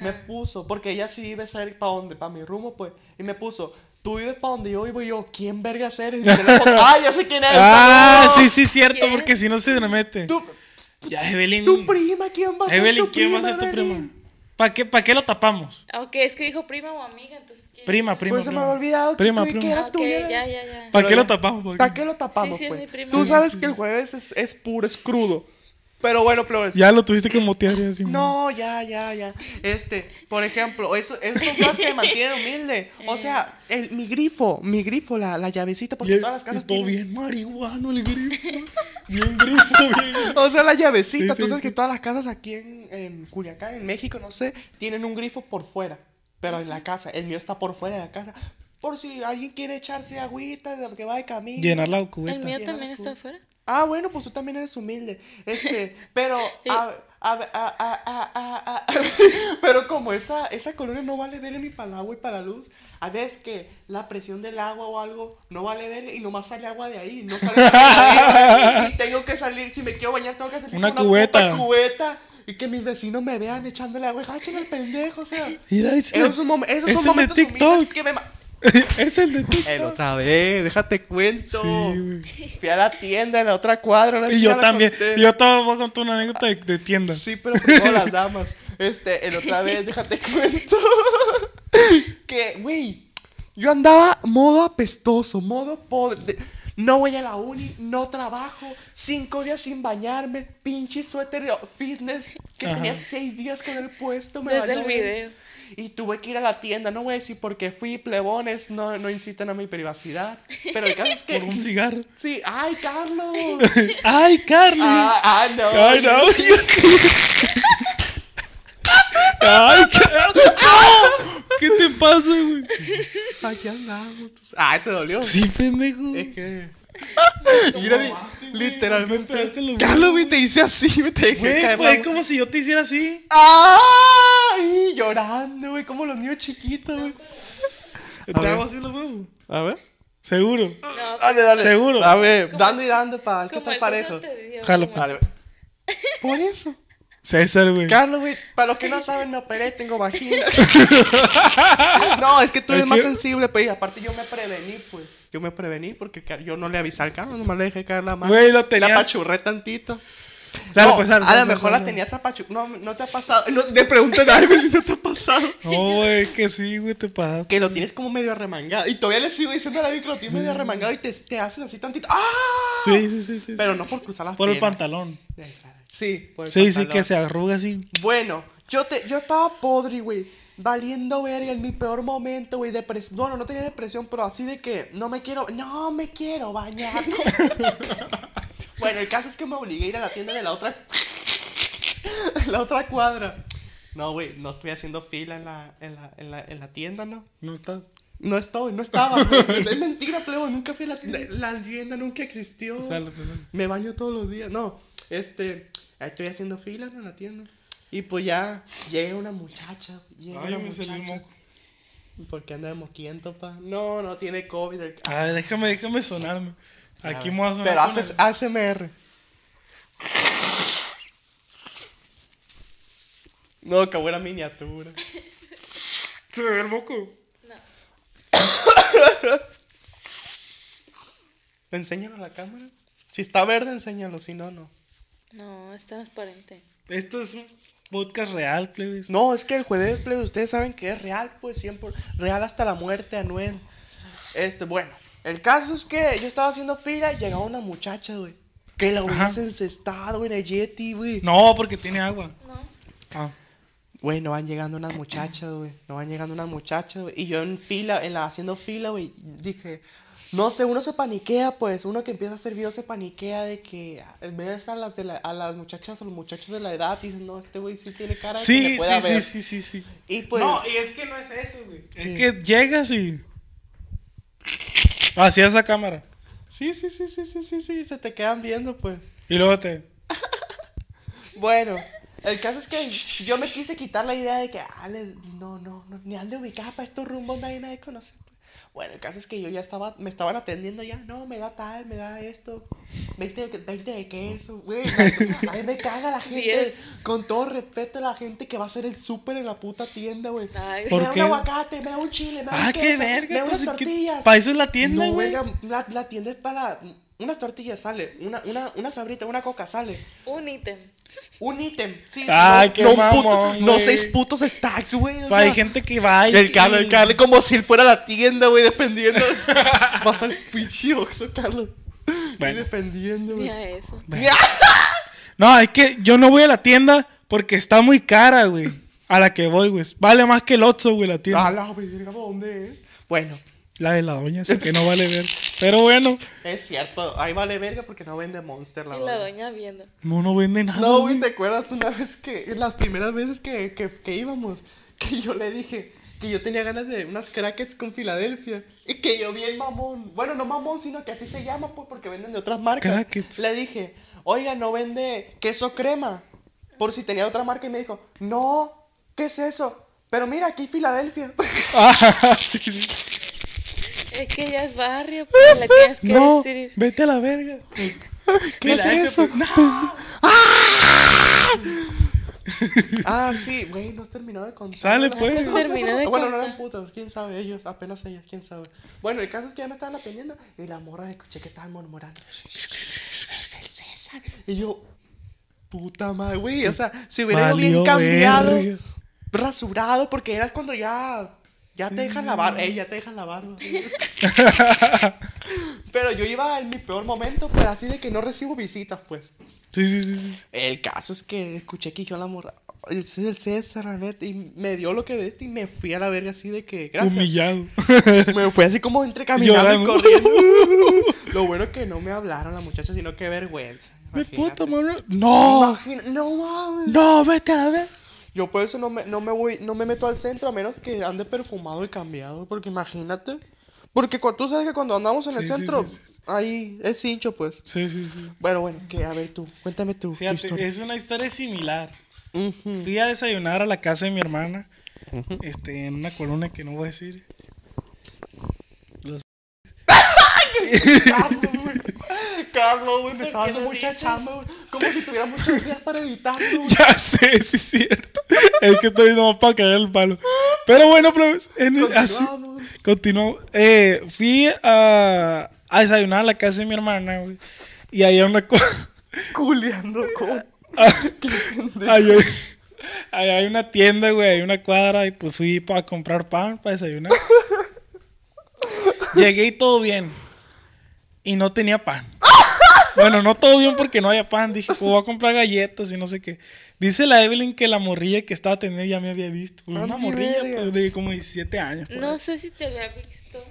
A: Me puso, porque ella sí iba a saber para dónde, para mi rumbo, pues, y me puso Tú vives para donde yo vivo y yo, ¿quién vergas eres? Y me la foto, ah, ya sé quién es.
B: Ah,
A: saludo".
B: sí, sí, cierto,
C: ¿Quién?
B: porque si no se le mete.
A: Tu,
B: Ya, Evelyn.
A: tu prima, ¿quién va a ser
B: Evelyn,
A: tu
B: ¿quién va
A: prima?
B: a ser tu prima?
A: Evelyn?
B: ¿Para qué, ¿Para qué lo tapamos?
C: Aunque es que dijo prima o amiga, entonces. ¿qué?
B: Prima, prima.
A: Pues se me
B: prima.
A: había olvidado
B: Prima,
A: que, que
B: prima.
A: era
C: Ah, ok,
A: tuya.
C: ya, ya, ya.
A: Pero
B: ¿Para qué lo
A: ya-
B: tapamos?
A: ¿Para qué lo tapamos?
C: Sí, sí, es
A: pues?
C: mi prima.
A: Tú sabes que el jueves es, es puro, es crudo. Pero bueno, Flores.
B: Ya lo tuviste que motear. ya, prima.
A: No, ya, ya, ya. Este, por ejemplo, eso, eso son cosas que me mantienen humilde. O sea, el, mi grifo, mi grifo, la, la llavecita, porque
B: Y-
A: todas las casas
B: y todo
A: tienen.
B: bien marihuano el grifo. bien grifo, bien.
A: O sea, la llavecita,
B: Sí,
A: tú
B: sí,
A: sabes
B: sí.
A: que todas las casas aquí en, en Culiacán, en México, no sé, tienen un grifo por fuera. Pero en la casa, el mío está por fuera de la casa. Por si alguien quiere echarse agüita de- que va de camino.
B: Llenar la
C: El
B: cubeta.
C: mío también está afuera.
A: Ah, bueno, pues tú también eres humilde. Este, pero a, a, a, a, a, a- a- pero como esa, esa colonia no vale ver ni para el agua y para la luz, a veces que la presión del agua o algo no vale ver y nomás sale agua de ahí, no sale agua de ahí, y tengo que salir, si me quiero bañar tengo que salir
B: Una
A: con
B: cubeta.
A: puta cubeta y que mis vecinos me vean echándole agua, echándole el pendejo, o sea,
B: Mira, ese-
A: esos son, mom- esos
B: es
A: son
B: el de
A: momentos humildes
B: TikTok.
A: que me ma-
B: es el de TikTok.
A: el otra vez, déjate cuento.
B: Sí, güey.
A: Fui a la tienda en la otra cuadra. no sé
B: Y
A: si ya
B: yo
A: la
B: también.
A: conté.
B: Yo te voy a contar una anécdota de, de tienda.
A: Sí, pero primero las damas. Este, el otra vez, déjate cuento. que, güey, yo andaba modo apestoso, modo podre. de- No voy a la uni, no trabajo, cinco días sin bañarme, pinche suéter fitness que tenía seis días con el puesto. Me
C: Desde el
A: valió, güey.
C: video.
A: Y tuve que ir a la tienda, no voy a decir porque fui, plebones, no, no incitan a mi privacidad. Pero el caso es que...
B: Por un cigarro.
A: Sí, ay, Carlos.
B: ¡Ay, Carly!
A: ah, ah, no.
B: ¡Ay, no! ¡Ay, Carly! ¡No! ¿Qué te pasa, güey?
A: Aquí andamos. tú sabes. Ay, te dolió.
B: Sí, pendejo.
A: Es que. Mira, li- literalmente.
B: Pegaste los
A: Carlos, güey, te hice así, este güey, te dejé
B: Güey,
A: caer
B: pues
A: la-
B: es como si yo te hiciera así.
A: ¡Ay! Llorando, güey, como los niños chiquitos, güey.
B: Te
A: ver.
B: hago así los huevos.
A: A ver.
B: Seguro.
C: No,
A: Dale, dale.
B: Seguro.
A: A ver,
C: Como
A: dando y dando para el que
C: como
A: está
C: el
A: parejo.
C: César te dio,
B: Jalo,
C: como
A: Dale,
C: el-
A: güey. Por eso.
B: César, güey.
A: Carlos, güey, para los que no saben, no operé, tengo vagina. no, es que tú eres
B: Es
A: más
B: que-
A: sensible, pues, y aparte yo me prevení, pues. Yo me prevení porque ca- yo no le avisé al Carlos, nomás le dejé caer la mano.
B: Güey, lo
A: La
B: tenías-
A: apachurré tantito.
B: Sale,
A: No,
B: pues, sale,
A: a
B: sale,
A: lo
B: sale,
A: mejor
B: sale.
A: la tenías apachurrada. No, no te ha pasado. No, le preguntan a alguien si no te ha pasado.
B: No, güey, es que sí, güey, te pasaste.
A: Que lo tienes como medio arremangado. Y todavía le sigo diciendo a la Vic que lo tienes medio arremangado y te, te haces así tantito. ¡Ah!
B: Sí, sí, sí, sí.
A: Pero no por cruzar las
B: Por el
A: piernas.
B: pantalón.
A: Sí, por el
B: Sí, sí,
A: pantalón.
B: que se arruga así.
A: Bueno, yo, te, yo estaba podre, güey. Valiendo verga en mi peor momento, güey. Depres bueno, no tenía depresión, pero así de que no me quiero. No me quiero bañar. no. bueno, el caso es que me obligué a ir a la tienda de la otra. la otra cuadra. No, güey, no estoy haciendo fila en la, en la, en la, en la tienda, ¿no?
B: No estás.
A: No estoy, no estaba. güey. es mentira, plebo. Nunca fui a la tienda. La tienda nunca existió.
B: Sale, pues, sale.
A: Me baño todos los días. No, este, estoy haciendo fila ¿no? en la tienda. Y pues ya llega una muchacha. Llega
B: Ay,
A: una
B: me salió el
A: muchacha.
B: moco.
A: ¿Por qué anda de moquiento, pa? No, no tiene COVID. el-
B: A ver, déjame, déjame sonarme. Aquí me voy a sonar.
A: Pero
B: con
A: haces
B: el-
A: ASMR. No, que buena miniatura.
B: Se me ve el moco.
A: Enséñalo a la cámara. Si está verde, enséñalo. Si no, no.
C: No, es transparente.
B: Esto es un podcast real, plebes.
A: No, es que el jueves, plebe, ustedes saben que es real, pues siempre real hasta la muerte, Anuel. Este, bueno, el caso es que yo estaba haciendo fila y llegaba una muchacha, güey. Que la hubiese encestado en el Yeti, güey.
B: No, porque tiene agua.
C: No.
B: Ah.
A: Güey, no van llegando unas muchachas, güey. No van llegando unas muchachas, güey. Y yo en fila, en la haciendo fila, güey, dije, no sé, uno se paniquea, pues. Uno que empieza a hacer videos se paniquea de que ves a las, de la- a las muchachas, a los muchachos de la edad y dicen, no, este güey sí tiene cara de que
B: Sí,
A: le puede
B: sí, sí,
A: haber".
B: sí, sí, sí.
A: Y pues.
B: es que no es eso, güey. Es que llegas y. Así es la cámara.
A: Sí, sí, sí, sí, sí, sí, sí, se te quedan viendo, pues.
B: Y luego te.
A: Bueno, el caso es que yo me quise quitar la idea de que, ah, le- no, no, no, ni ande ubicada para estos rumbos, nadie, nadie conoce. pues. Bueno, el caso es que yo ya estaba, me estaban atendiendo ya, no, me da tal, me da esto, 20 de, 20 de queso, güey, a mí me caga la gente,
C: Diez.
A: con todo respeto a la gente que va a hacer el súper en la puta tienda, güey.
C: Ay,
A: Me
B: ¿Por
A: da
B: qué?
A: un aguacate, me da un chile, me da
B: Ah,
A: un
B: qué
A: queso, me
B: verga.
A: da unas tortillas.
B: Para eso es la tienda,
A: No,
B: güey.
A: verga, la, la tienda es para unas tortillas, sale, una, una, una sabrita, una coca, sale.
C: Un ítem.
A: Un ítem. Sí, sí,
B: Ay, qué
A: un puto-
B: mamón,
A: no
B: güey.
A: seis putos stacks, güey. o
B: Pa, hay
A: sea,
B: gente que va y.
A: El Carlos, el
B: y-
A: Carlos, como si él fuera la tienda, güey, defendiendo. Vas al pinche Oxxo, Carlos. Y
B: Bueno.
A: defendiendo, güey.
C: Ni a eso.
B: No, es que yo no voy a la tienda porque está muy cara, güey. A la que voy, güey. Vale más que el Otso, güey, la tienda.
A: A la verga, ¿pa' ¿dónde es? Bueno,
B: La de la doña, esa que no vale ver. Pero bueno,
A: es cierto, ahí vale verga porque no vende Monster, la
C: Y la
A: verdad.
C: doña viendo.
B: no, no vende nada.
A: No,
B: güey.
A: güey, ¿te acuerdas una vez que, las primeras veces que, que, que íbamos, que yo le dije que yo tenía ganas de unas crackets con Filadelfia y que yo vi el mamón, bueno, no mamón, sino que así se llama, pues, porque venden de otras marcas.
B: Crackets.
A: Le dije, oiga, no vende queso crema, por si tenía otra marca y me dijo, no, ¿qué es eso? Pero mira, aquí Filadelfia.
B: Ah, sí, sí.
C: Es que ya es barrio, pues le tienes que
B: No,
C: decir.
B: vete a la verga.
A: ¿Qué es
B: Mira,
A: eso?
B: jefe,
A: Ah, sí, güey, no has terminado de contar.
B: Sale,
C: Ah,
B: pues.
C: pues termina de
A: bueno, no eran
C: contar.
A: putas, quién sabe, ellos, apenas ellas, quién sabe. Bueno, el caso es que ya me estaban atendiendo y la morra escuché que estaban murmurando. Es el César. Y yo, puta madre, güey, o sea, si hubiera ido bien
B: Valió
A: cambiado,
B: verga.
A: rasurado, porque eras cuando ya, ya te dejan la barba, ey, ya te dejan la barba. Pero yo iba en mi peor momento, pues así de que no recibo visitas, pues.
B: Sí, sí, sí, sí.
A: El caso es que escuché que yo la morra. Ese es el César, la neta", Y me dio lo que de este y me fui a la verga así de que. Gracias.
B: Humillado.
A: Me fui así como entre caminando y
B: Llorando.
A: corriendo. lo bueno que no me hablaron las muchachas, sino que vergüenza.
B: Me puta,
A: imagínate.
B: mano. No,
A: Imagina- no mames.
B: no, vete a la verga.
A: Yo por eso no me, no me voy, no me meto al centro a menos que ande perfumado y cambiado. Porque imagínate. Porque cu- tú sabes que cuando andamos en el
B: Sí, sí,
A: centro,
B: sí, sí,
A: ahí es hincho, pues.
B: Sí, sí, sí.
A: Bueno, bueno, que a ver tú, cuéntame tú. tu
B: Fíjate,
A: historia.
B: es una historia similar.
A: Ujú.
B: Fui a desayunar a la casa de mi hermana. Este, en una colonia que no voy a decir.
A: Carlos, güey. Carlos, güey, me está
C: qué
A: dando
C: lo
A: mucha
C: dices?
A: chamba, güey. Como si tuviera muchos días para editarlo, güey.
B: Ya sé, sí es cierto. Es que estoy nomás para caer el palo. Pero bueno, plebes, en el- así-
A: Continuamos.
B: continuamos. Eh, fui a, a desayunar a la casa de mi hermana, güey. Y ahí había una cosa.
A: Culeando con.
B: Ah, Ahí hay, ahí hay una tienda, güey, hay una cuadra y pues fui para comprar pan, para desayunar. Llegué y todo bien. Y no tenía pan. Bueno, no todo bien porque no había pan. Dije, pues voy a comprar galletas y no sé qué. Dice la Evelyn que la morrilla que estaba teniendo ya me había visto. Pues, una
A: Ah,
B: morrilla
A: verga.
B: pues, de como 17 años. pues. por
C: No
B: ahí.
C: sé si te había visto,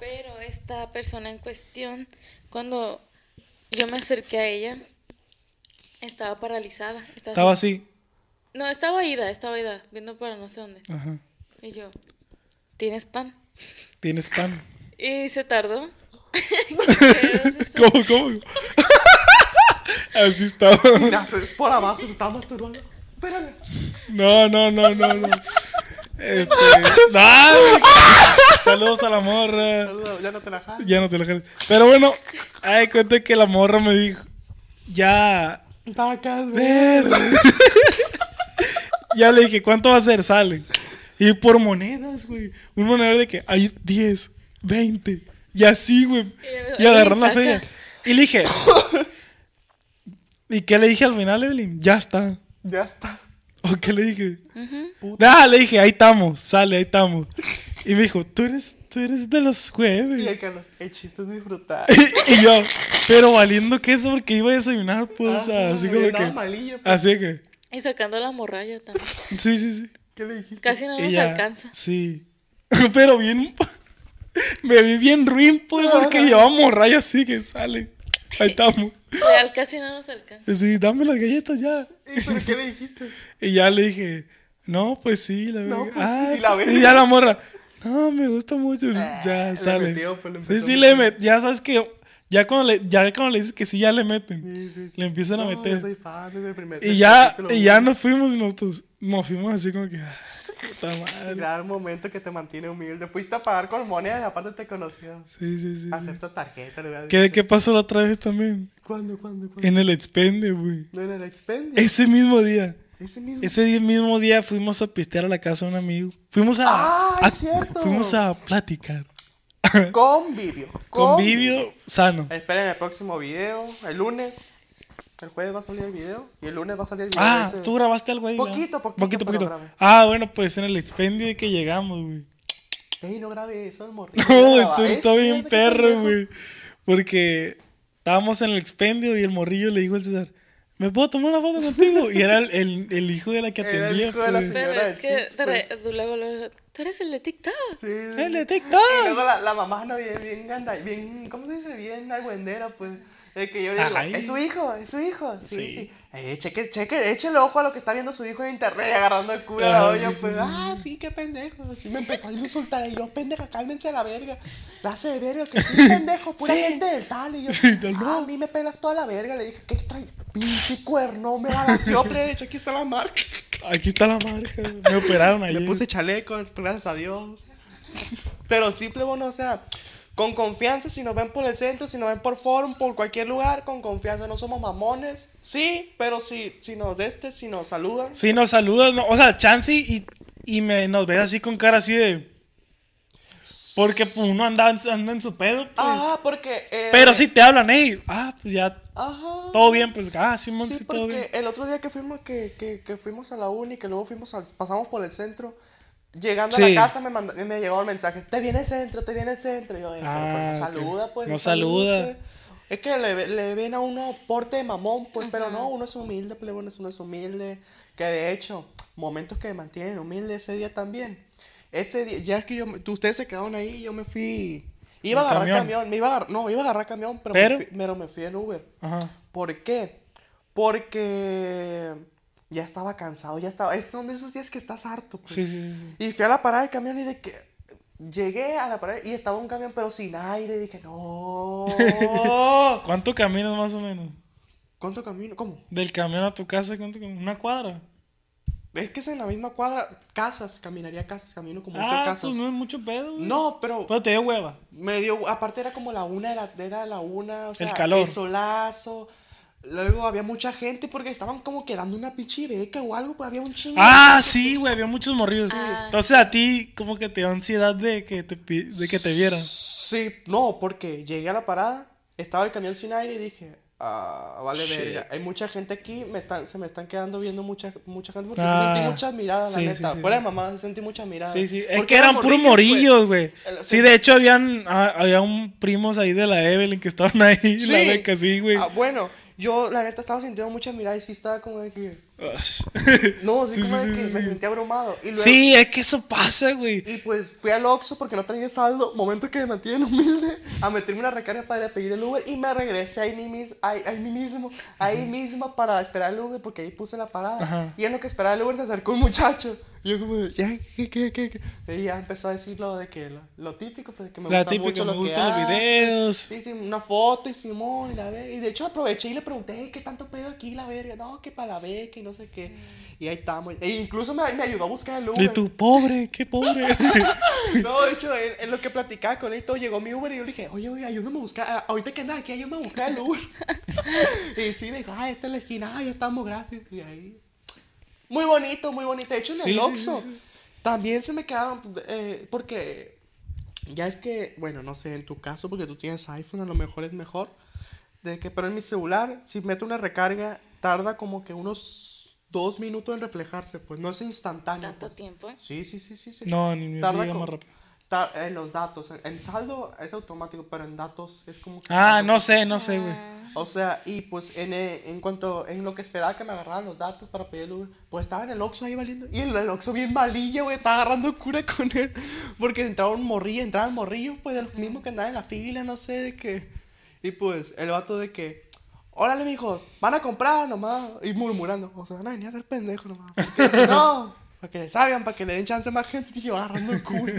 C: pero esta persona en cuestión, cuando yo me acerqué a ella, estaba paralizada. Estaba,
B: Estaba así.
C: No, estaba ida, estaba ida, viendo para no sé dónde.
B: Ajá.
C: Y yo, ¿tienes pan?
B: Tienes pan.
C: Y se tardó. Pero se-
B: ¿Cómo, cómo? así estaba.
A: Mira, se- por abajo se está masturbando. Espérame.
B: No, no, no, no, no. Este. ¡ay! Saludos a la morra.
A: Saluda, ya no te la jalo.
B: Ya no te lo jales. Pero bueno, ay, cuenta que la morra me dijo. Ya.
A: Vacas, güey.
B: verga. ya le dije, ¿cuánto va a ser? Sale. Y por monedas, güey. Un monedero de que hay 10, 20. Y así, güey. Y agarraron la
C: Saca.
B: feria. Y le dije. ¿Y qué le dije al final, Evelyn? Ya está.
A: Ya está.
B: ¿O qué le dije? Ah, le dije, ahí estamos, sale, ahí estamos. Y me dijo, tú eres, tú eres de los
A: Y
B: jueves.
A: el Carlos, el chiste es disfrutar. Ah,
B: y yo, pero valiendo queso porque iba a desayunar, pues, o sea,
A: Ah,
B: así
A: y
B: como
A: andaba
B: que.
A: malillo, pues.
B: Así que,
C: Y sacando la morralla también.
B: sí, sí, sí.
A: ¿Qué le dijiste?
C: Casi no
B: Y
C: nos
B: ya,
C: alcanza.
B: Sí. pero bien. me vi bien ruin, pues, porque llevamos rayas así que sale. Ahí estamos.
C: Real, casi no nos alcanza.
B: Sí, dame las galletas ya.
A: ¿Y pero qué le dijiste?
B: Y ya le dije, no, pues sí, la
A: No,
B: verga".
A: pues
B: Ah,
A: sí, la verga.
B: Y ya la morra, no, me gusta mucho.
A: Ah,
B: ya
A: le
B: sale.
A: metió, pues, le
B: sí,
A: empezó
B: sí,
A: a
B: le
A: meter.
B: met- Ya sabes que Ya cuando le, ya cuando le dices que sí, ya le meten.
A: Sí, sí, sí.
B: Le empiezan a
A: No,
B: meter.
A: Yo soy fan desde el primer
B: Y ya,
A: capítulo,
B: y
A: güey.
B: ya nos fuimos y nosotros nos fuimos así como que. ah, Puta madre.
A: Gran momento que te mantiene humilde. Fuiste a pagar con monedas y aparte te conoció.
B: Sí, sí, sí. sí.
A: Acepta tarjeta, le voy a decir.
B: ¿Qué, ¿Qué pasó la otra vez también?
A: ¿Cuándo, cuándo, cuándo?
B: En el expende, güey.
A: No, en el expendio.
B: Ese mismo día.
A: Ese mismo.
B: Ese di- mismo día fuimos a pistear a la casa de un amigo. Fuimos a.
A: ¡Ah,
B: a-
A: es cierto!
B: Fuimos a platicar.
A: Convivio.
B: Convivio sano.
A: Esperen el próximo video. El lunes. El jueves va a salir el video. Y el lunes va a salir el video.
B: Ah,
A: ese.
B: tú grabaste algo ahí. ¿verdad?
A: Poquito, poquito,
B: Poquito,
A: pero
B: poquito.
A: grabé.
B: Ah, bueno, pues en el expendio de que llegamos, güey.
A: Ey, no grabe eso, el morrillo.
B: No,
A: graba.
B: esto
A: Es
B: está bien
A: cierto, qué
B: perro,
A: pendejo.
B: güey. Porque estábamos en el expendio y el morrillo le dijo al César, ¿me puedo tomar una foto contigo? Y era el, el- el hijo de la que
A: Era el
B: atendía. pues.
A: hijo de la
B: güey.
A: señora. Señora
C: Pero es
A: del
C: que
A: Six,
C: te re-
B: pues.
C: luego, luego, tú eres el de TikTok.
A: Sí, sí.
B: ¡El de
A: Y
B: TikTok!
A: luego la, la mamá no bien, bien anda, bien, ¿cómo se dice? Bien albuendera, pues. Es que yo digo,
B: Ay.
A: es su hijo, es su hijo. Sí,
B: Sí.
A: sí. Eh, cheque, cheque, échale ojo a lo que está viendo su hijo en internet y agarrando el culo a
B: Ajá,
A: la olla,
B: sí, sí,
A: pues.
B: sí.
A: Ah, sí, qué pendejo. Así me empezó a insultar y yo, pendeja, cálmense a la verga. Dase de verga, que sí, pendejo, pura
B: Sí.
A: gente del tal. Y yo,
B: Sí, tal,
A: "Ah,
B: no.
A: a mí me pelas toda la verga. Le dije, ¿qué traes? Pinche cuerno, me balanceó, de hecho, aquí está la marca.
B: Aquí está la marca. güey. Me operaron ayer.
A: Le puse chaleco, gracias a Dios. Pero sí, plebón, o sea, con confianza, si nos ven por el centro, si nos ven por forum, por cualquier lugar, con confianza, no somos mamones. Sí, pero si, si nos deste, si nos saludan.
B: Sí, nos saludas. no, o sea, chance y, y me, nos ves así con cara así de... Porque pues, uno anda, en su- anda en su pedo, pues.
A: Ajá, porque. eh,
B: Pero si te hablan, hey, ah, pues ya,
A: Ajá.
B: todo bien, pues, ah, Simón, sí,
A: Sí,
B: todo bien.
A: porque el otro día que fuimos, que, que, que fuimos a la uni, que luego fuimos al- pasamos por el centro, llegando a
B: Sí.
A: la casa me, manda- me llegaron mensajes, te viene el centro, te viene el centro. Y yo, eh, pero
B: Ah,
A: pues, no
B: ok.
A: saluda, pues.
B: No
A: saluda,
B: saluda.
A: pues. Es que le, le ven a uno porte de mamón, pues, pero no, uno es humilde, plebones, uno es humilde. Que de hecho, momentos que me mantienen humilde ese día también. Ese día, ya es que yo, me- tú- ustedes se quedaron ahí, yo me fui. Iba a
B: En
A: agarrar camión.
B: camión.
A: me iba a agarrar, no, iba a agarrar camión, pero,
B: ¿Pero?
A: Me, fui, pero me fui en Uber.
B: Ajá.
A: ¿Por qué? Porque ya estaba cansado, ya estaba. Es donde esos días que estás harto. pues.
B: Sí, sí, sí,
A: Y fui a la parada del camión y de que. Llegué a la parada y estaba un camión, pero sin aire. Y dije, no. Oh.
B: ¿Cuánto caminas más o menos?
A: ¿Cuánto camino? ¿Cómo?
B: Del camión a tu casa, ¿cuánto caminas? Una cuadra.
A: Es que es en la misma cuadra. Casas, caminaría casas, camino como muchas
B: ah,
A: casas.
B: pues no
A: no.
B: es mucho pedo, güey.
A: pero.
B: Pero te dio hueva.
A: Me dio, aparte era como la una, de la, era la una, o sea,
B: El calor.
A: solazo. Luego había mucha gente porque estaban como quedando una pinche beca o algo, pues había un chingo. de
B: Ah,
A: gente.
B: sí, güey, había muchos morridos. Entonces a ti como que te dio ansiedad de que te, pi- de que te vieran.
A: Sí, no, porque llegué a la parada, estaba el camión sin aire y dije, ah, vale,
B: Shit.
A: verga, hay mucha gente aquí, me están, se me están quedando viendo mucha, mucha gente porque
B: Ah,
A: sentí muchas miradas, la
B: sí,
A: neta.
B: sí, sí.
A: Fuera de mamá, sentí muchas miradas.
B: Sí, sí. Es
A: Ah. Porque
B: que eran puros
A: morrillos,
B: morillos,
A: pues.
B: güey.
A: El-
B: Sí, de hecho habían ah, había un primos ahí de la Evelyn que estaban ahí en la
A: Sí.
B: beca, sí, güey.
A: Ah, bueno, yo la neta estaba sintiendo muchas miradas y sí estaba como de que... No, sí, como de que me sentí abrumado. Y luego,
B: Sí, es que eso pasa, güey.
A: Y pues fui al Oxxo porque no traía saldo, momento que me mantienen humilde, a meterme una recarga para pedir el Uber y me regresé ahí, mi mis- ahí, ahí mi mismo, ahí mismo para esperar el Uber porque ahí puse la parada.
B: Ajá.
A: Y en lo que esperaba el Uber se acercó un muchacho. Y yo como, de, ya, ¿qué, qué, qué, qué?". Y ya empezó a decir lo de que lo, lo típico, pues que me
B: La
A: gusta
B: típica,
A: mucho
B: me
A: lo que
B: gustan los
A: hace.
B: videos.
A: Sí, sí, una foto y Simón, y la verga. Y de hecho aproveché y le pregunté, "Ey, ¿qué tanto pedo aquí, la verga? No, que para la beca y no sé qué. Y ahí estamos. E incluso me, me ayudó a buscar el Uber.
B: Mm. Y tú, pobre, qué pobre.
A: No, de hecho, en, en lo que platicaba con él, y todo, llegó mi Uber y yo le dije, oye, oye, ayúdame a buscar, ah, ahorita que andas aquí, ayúdame a buscar el Uber. y sí, me dijo, ah, esta es la esquina, ah, ya estamos, gracias. Y ahí. Muy bonito, muy bonito. De hecho, en
B: Sí, sí,
A: el Oxxo
B: sí, sí.
A: también se me quedaron, eh, porque ya es que, bueno, no sé, en tu caso, porque tú tienes iPhone, a lo mejor es mejor. De que, pero en mi celular, si meto una recarga, tarda como que unos dos minutos en reflejarse, pues no es instantáneo.
C: Tanto
A: pues.
B: ¿eh?
C: tiempo.
A: Sí, sí, sí, sí. sí.
B: No, ni me
A: Tarda
B: siga
A: co-
B: más rápido.
A: ta- en los datos. En, en saldo es automático, pero en datos es como. que-
B: Ah, no sé, no sé, güey.
A: O sea, y pues en, eh, en cuanto. En lo que esperaba que me agarraran los datos para pedir el Uber, pues estaba en el Oxxo ahí valiendo. Y el, el Oxxo bien malilla, güey. Estaba agarrando cura con él. Porque entraba un morrillo, entraban morrillos, pues de los mismos que andaban en la fila, no sé de qué. Y pues el vato de que. Órale, mijos, van a comprar nomás. Y murmurando, o sea, van a venir a ser pendejos nomás. Porque si no, para que salgan, para que le den chance a más gente. Y yo agarrando el culo.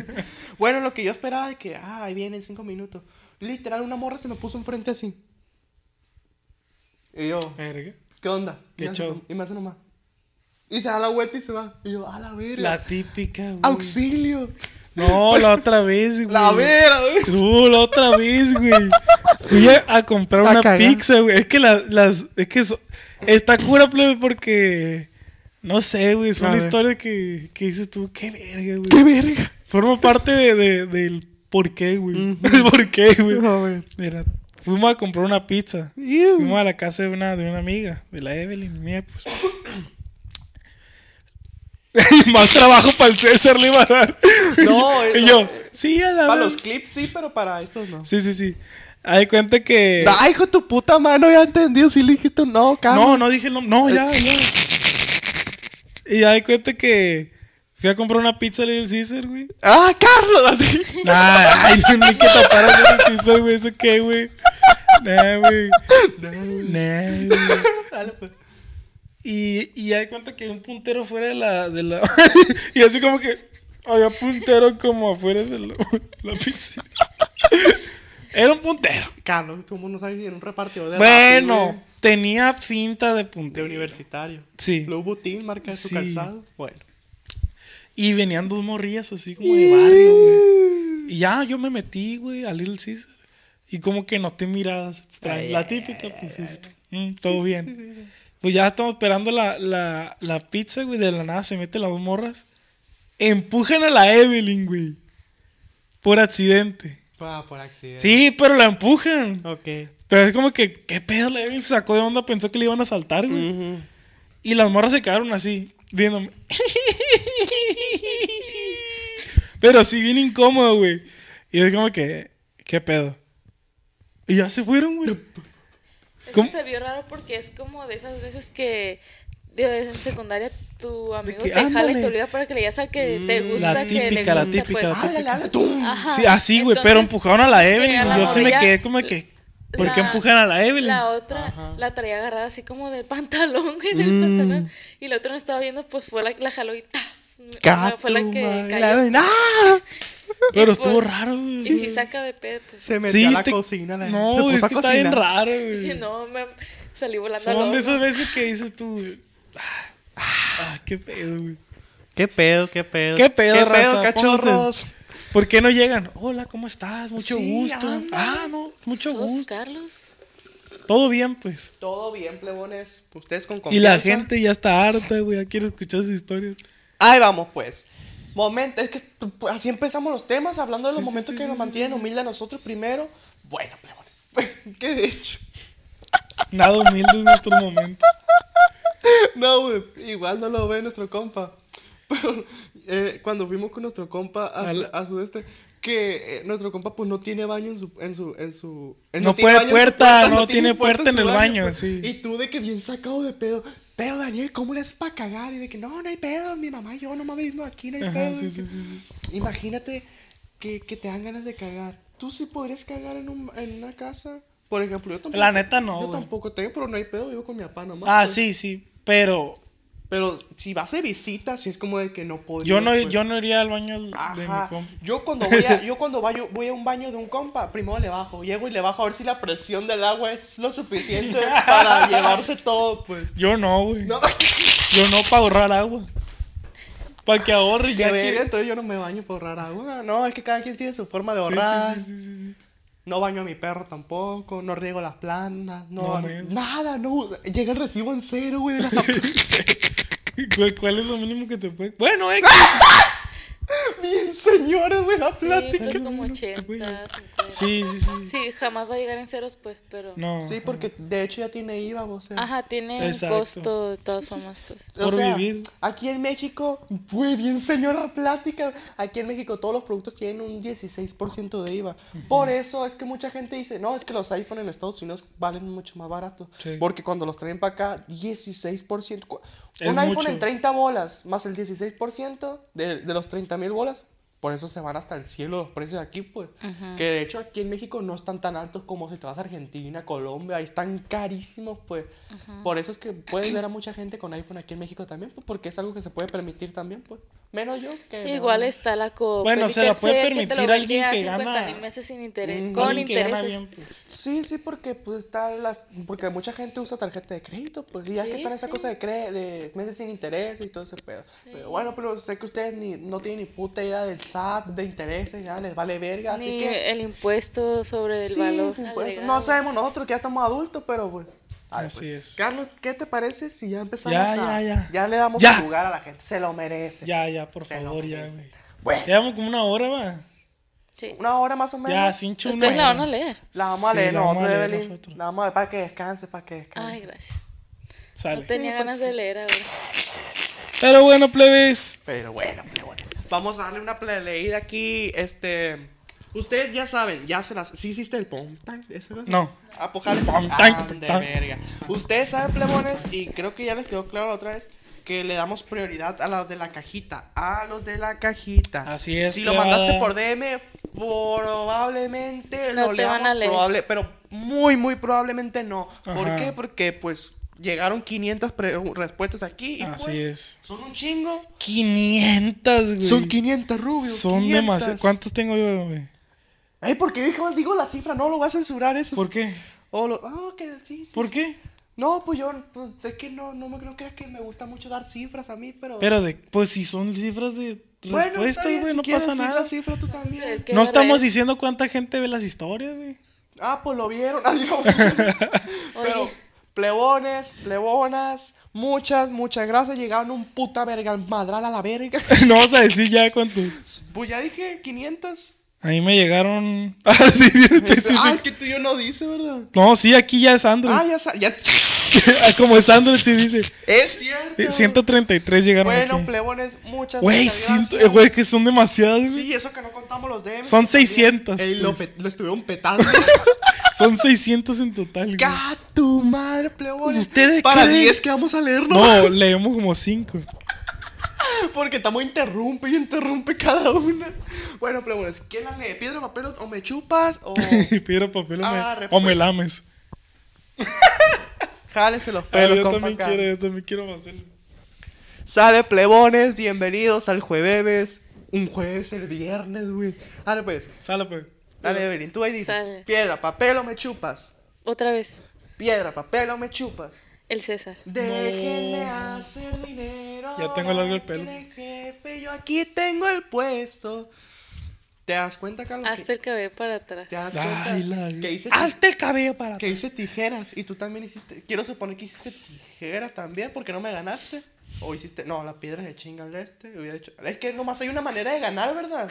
A: Bueno, lo que yo esperaba de que, ah, ahí vienen cinco minutos. Literal, una morra se me puso enfrente así. Y yo,
B: Verga.
A: ¿qué onda? Y,
B: Eh, ¿Qué
A: me hace
B: show?
A: nom- y me hace nomás. Y se da la vuelta y se va. Y yo, a la verga.
B: La Mm. típica, güey.
A: ¡Auxilio!
B: No, la otra vez, güey.
A: ¡La verga, güey!
B: Tú, la otra vez, güey. Fui a, a comprar
A: La
B: una
A: caga.
B: pizza, güey. Es que la- las. Es que so- está cura, plebe, porque. No sé, güey.
A: A
B: Son
A: ver.
B: historias que, que dices tú, qué verga, güey.
A: ¡Qué verga!
B: Forma parte de, de- del por qué, güey. El por qué, güey.
A: A ver.
B: Mira, fuimos a comprar una pizza. Fuimos a la casa de una, de una amiga, de la Evelyn, mía, pues. Más trabajo para el César le iba a dar.
A: No, eh,
B: y
A: no.
B: yo, sí, a la
A: Para
B: vez".
A: los clips sí, pero para estos no.
B: Sí, sí, sí. Hay cuenta que.
A: Ay, hijo de tu puta mano, ya entendido. Si le dijiste un no, cabrón.
B: No, no dije el nombre. No, ya, ya. Y hay cuenta que. Fui a comprar una pizza al Little Caesar, güey.
A: ¡Ah, Carlos!
B: Nah, ay, no hay que tapar al Little Caesar, güey. ¿Eso qué, güey? Nah, güey. Nah, güey.
A: Dale, pues.
B: Y, y hay cuenta que hay un puntero fuera de la. De la y así como que. Había puntero como afuera de la, la pizza. Era un puntero.
A: Carlos, tú no sabes si era un repartidor de rapi,
B: Bueno,
A: güey,
B: tenía finta de
A: de
B: puntero.
A: universitario.
B: Sí.
A: Blue Butín, marca de su
B: Sí.
A: calzado. Bueno.
B: Y venían dos morrillas así como de barrio, güey. Y ya yo me metí, güey, a Little Caesar. Y como que noté miradas extrañas. la típica, pues, dices tú, "Mm, todo bien. Pues ya estamos esperando la, la, la pizza, güey. De la nada se meten las dos morras. Empujan a la Evelyn, güey. Por accidente.
A: Ah, por accidente.
B: Sí, pero la empujan.
A: Ok.
B: Pero es como que, ¿qué pedo? La Evelyn se sacó de onda, pensó que le iban a saltar, güey. Y las morras se quedaron así, viéndome. Pero así bien incómodo, güey. Y es como que, ¿qué pedo? Y ya se fueron, güey.
C: Es
B: ¿Cómo?
C: que se vio raro porque es como de esas veces que de, en secundaria tu amigo
B: que,
C: te jala y
B: ándale. Mm,
C: te obliga para que le digas al que te gusta,
B: la
C: que le
B: típica,
C: gusta,
B: la típica,
C: pues.
B: la típica.
C: Ajá.
B: Sí, así, güey. Pero
C: Entonces,
B: empujaron a la Evelyn.
C: que a la
B: y yo sí me
C: morrilla-
B: quedé como que, ¿por qué
C: la-
B: empujan a la Evelyn?
C: La otra la traía agarrada así como del pantalón, güey, del
B: Mm.
C: pantalón. Y la otra no estaba viendo, pues fue la, la jaló y ¡tas!
A: Ca-
C: Fue la
A: tu
C: que
A: madre,
C: cayó.
A: la- ¡Ah!
B: Pero
C: Y,
B: estuvo
C: pues,
B: raro, güey.
C: Y si saca de pedo, pues.
A: Se metió a la
B: te-
A: cocina. La...
B: No,
A: se puso
B: es
A: a
B: que está bien
A: cocinar.
B: raro,
C: y
B: güey.
C: no, me salí volando
B: Son
C: al
B: de
C: horno.
B: esas veces que dices tú, güey, ah, ah, qué pedo, güey.
A: ¿Qué pedo, qué pedo?
B: ¿Qué pedo,
A: ¿Qué
B: raza?
A: pedo, cachorros?
B: ¿Por qué no llegan? Hola, ¿cómo estás? Mucho
A: Sí,
B: gusto.
A: anda.
B: Ah, no, mucho
C: ¿Sos
B: gusto.
C: Carlos?
B: Todo bien, pues.
A: Todo bien, plebones. Ustedes con
B: Y la gente ya está harta, güey. Ya quiere escuchar sus historias.
A: Ahí vamos, pues. Momento, es que tú- pues, así empezamos los temas, hablando de
B: Sí,
A: los
B: sí,
A: momentos
B: sí,
A: que
B: sí,
A: nos
B: sí,
A: mantienen humildes a nosotros primero. Bueno, plebones. ¿Qué he hecho?
B: Nada humilde en estos momentos.
A: No, güey, igual no lo ve nuestro compa. Pero eh, cuando fuimos con nuestro compa a, su,
B: Al-
A: a sudeste, que eh, nuestro compa pues no tiene baño en su... En su, en su en-
B: No
A: tiene
B: puede
A: baño en su
B: puerta, no tiene puerta en
A: su
B: el baño,
A: pues.
B: sí.
A: Y tú de que bien sacado de pedo, pero Daniel, ¿cómo le haces para cagar? Y de que no, no hay pedo, mi mamá y yo no mames, no aquí, no hay
B: Ajá,
A: pedo.
B: sí,
A: Y
B: sí,
A: que-
B: sí, sí.
A: Imagínate que, que te dan ganas de cagar. ¿Tú sí podrías cagar en, un- en una casa? Por ejemplo, yo tampoco.
B: La neta no,
A: Yo
B: güey.
A: tampoco tengo, pero no hay pedo, vivo con mi papá nomás.
B: Ah,
A: pues.
B: sí, sí. Pero
A: Pero si vas de visita, si es como de que no podría.
B: yo no,
A: pues.
B: yo no iría al baño de mi
A: Ajá.
B: compa.
A: Yo cuando voy a, yo cuando voy, voy a un baño de un compa, primero le bajo, llego y le bajo a ver si la presión del agua es lo suficiente para llevarse todo, pues.
B: Yo no, güey.
A: No,
B: Yo no para ahorrar agua. Para que ahorre
A: que
B: ya
A: verga,
B: quiere.
A: entonces yo no me baño por ahorrar agua. No, es que cada quien tiene su forma de
B: Sí,
A: ahorrar.
B: sí, sí, sí, sí, sí.
A: No baño a mi perro tampoco, no riego las plantas, no,
B: No, man.
A: nada, no. o sea, Llega el recibo en cero, güey, de la
B: ¿Cuál, cuál es lo mínimo que te puede.? Bueno, eh.
C: Ah,
A: Bien, señora, güey, la
C: Sí,
A: plática.
C: pues como
B: Bueno,
C: 80,
B: güey.
C: 50.
B: Sí, sí, sí.
C: Sí, jamás va a llegar en ceros, pues, pero...
B: No.
A: Sí, porque de hecho ya tiene IVA, o sea.
C: Ajá, tiene
B: Exacto.
C: un costo de todas formas, pues.
A: O
B: Por
A: sea,
B: vivir.
A: Aquí en México, güey, bien señora plática. Aquí en México todos los productos tienen un 16% de IVA. Por eso es que mucha gente dice, no, es que los iPhone en Estados Unidos valen mucho más barato.
B: Sí.
A: Porque cuando los traen para acá, 16%. Cu-
B: Es
A: un iPhone
B: mucho.
A: en 30 bolas más el 16% de, de los 30 mil bolas. Por eso se van hasta el cielo los precios aquí, pues. Que de hecho aquí en México no están tan altos como si te vas a Argentina, Colombia, ahí están carísimos, pues. Por eso es que puedes ver a mucha gente con iPhone aquí en México también, pues, porque es algo que se puede permitir también, pues. Menos yo que. no.
C: Igual está la pues, cooperativa.
B: Bueno, se la puede permitir a alguien que gana-
C: mil meses sin interés.
B: Alguien
C: con
B: que gana
C: intereses.
B: bien, pues.
A: Sí, sí, porque pues están las. Porque mucha gente usa tarjeta de crédito, pues. Y ya
C: Sí,
A: que están esas
C: sí.
A: cosas de, cre- de meses sin interés y todo ese pedo. Pero bueno, pero sé que ustedes ni, no tienen ni puta idea del SAT, de intereses, ya les vale verga.
C: Ni
A: así que.
C: el impuesto sobre el
A: sí,
C: valor.
A: sin impuesto.
C: agregado.
A: No sabemos nosotros que ya estamos adultos, pero pues. a ver,
B: Así
A: pues.
B: es.
A: Carlos, ¿qué te parece si ya empezamos
B: Ya,
A: a-
B: ya, ya.
A: le damos
B: Ya.
A: su lugar a la gente? Se lo merece.
B: Ya, ya, por
A: Se lo
B: favor, ya,
A: merece.
B: güey.
A: Bueno,
B: Llevamos como una hora, va.
C: Sí.
A: una hora más o menos.
B: Ya, sin chumbo.
C: Ustedes la van a leer.
A: La vamos a
B: Sí,
A: leer
B: la vamos a
A: nosotros,
B: leer
A: Evelyn.
B: nosotros.
A: La vamos a leer para que descanse, para que descanse.
C: Ay, gracias.
B: Sale.
C: No tenía ganas de leer ahora.
B: Pero bueno, plebes.
A: Pero bueno, plebones. Vamos a darle una ple- leída aquí. Este. Ustedes ya saben, ya se las. ¿Sí hiciste el pom tan? ¿Esa cosa?
B: No.
A: Ah, pues, jales.
B: Pom, tan,
A: Ah, de
B: tan.
A: verga. Ustedes saben, plebones, y creo que ya les quedó claro la otra vez. Que le damos prioridad a los de la cajita. A los de la cajita.
B: Así es,
A: Si lo
B: plebada.
A: mandaste por DM, probablemente
C: No
A: lo
C: te van
A: leamos
C: a leer.
A: probable- pero muy, muy probablemente no. ¿Por
B: Ajá.
A: qué? Porque, pues, llegaron 500 pre- respuestas aquí. Y
B: Así
A: pues,
B: es.
A: Son un chingo.
B: 500, güey.
A: Son 500 rubios.
B: Son
A: 500.
B: demasiado. ¿Cuántos tengo yo, güey?
A: Ay, ¿por qué dijo- digo la cifra? No, lo voy a censurar eso.
B: ¿Por qué?
A: O lo- ah, que sí, sí,
B: ¿Por
A: sí.
B: qué?
A: No, pues yo, pues, es que no, no, me- no creas que me gusta mucho dar cifras a mí, pero...
B: Pero de, pues si son cifras de
A: Bueno, está
B: respuestas,
A: bien,
B: güey,
A: si
B: no
A: quieres
B: pasa
A: decir
B: nada.
A: la cifra tú también.
C: Qué
B: No estamos
C: barbaridad.
B: diciendo cuánta gente ve las historias, güey.
A: Ah, pues lo vieron. Ay, no. pero,
C: Oye.
A: plebones, plebonas, muchas, muchas gracias. Llegaron un puta verga, madral a la verga.
B: no vas a decir ya cuántos.
A: Pues ya dije 500.
B: A mí me llegaron. Ah, sí, bien específico.
A: Ah, es que tú y yo no dice, ¿verdad?
B: No, sí, aquí ya es Android. Ah,
A: Ah, ya, sa- ya...
B: Como es Android, sí dice.
A: Es cierto.
B: Eh, 133 llegaron
A: Bueno,
B: aquí.
A: plebones, muchas
B: Güey,
A: muchas
B: ciento- eh,
A: gracias.
B: güey, que son demasiadas, güey.
A: Sí, eso que no contamos los DMs.
B: Son
A: que también-
B: 600,
A: Ey, lo,
B: pues.
A: pe- lo estuvieron petando.
B: Son 600 en total, güey.
A: ¡Ca tu madre, plebones!
B: Pues, ¿Ustedes
A: Para
B: creen?
A: 10 que vamos a leer, ¿no?
B: No, leemos como 5.
A: Porque estamos interrumpe y interrumpe cada una. Bueno, plebones, ¿quién la lee? ¿Piedra, papel o me chupas? O
B: Piedra, papel o me,
A: Arre,
B: o
A: Oh. pues.
B: me lames.
A: jálese los
B: Pero
A: pelos,
B: yo
A: compa,
B: también
A: acá.
B: quiero, yo también quiero hacerlo.
A: Sale, plebones, bienvenidos al jueves. Un jueves, el viernes, güey. Ahora pues,
B: Sale, pues.
A: dale, Evelyn, tú ahí dices:
C: Sale.
A: Piedra, papel o me chupas.
C: Otra vez,
A: Piedra, papel o me chupas.
C: el César.
A: Déjenme hacer dinero.
B: Ya tengo largo el
A: que
B: pelo.
A: de jefe, yo aquí tengo el puesto. ¿Te das cuenta, Carlos?
C: Hasta el cabello para atrás.
A: ¿Te das cuenta?
B: Ay, la-
A: que, hice,
B: Hazte el cabello para
A: que hice tijeras. Y tú también hiciste. Quiero suponer que hiciste tijera también, porque no me ganaste. O hiciste. No, la piedra de chinga al este. Hubiera dicho- Es que nomás hay una manera de ganar, ¿verdad?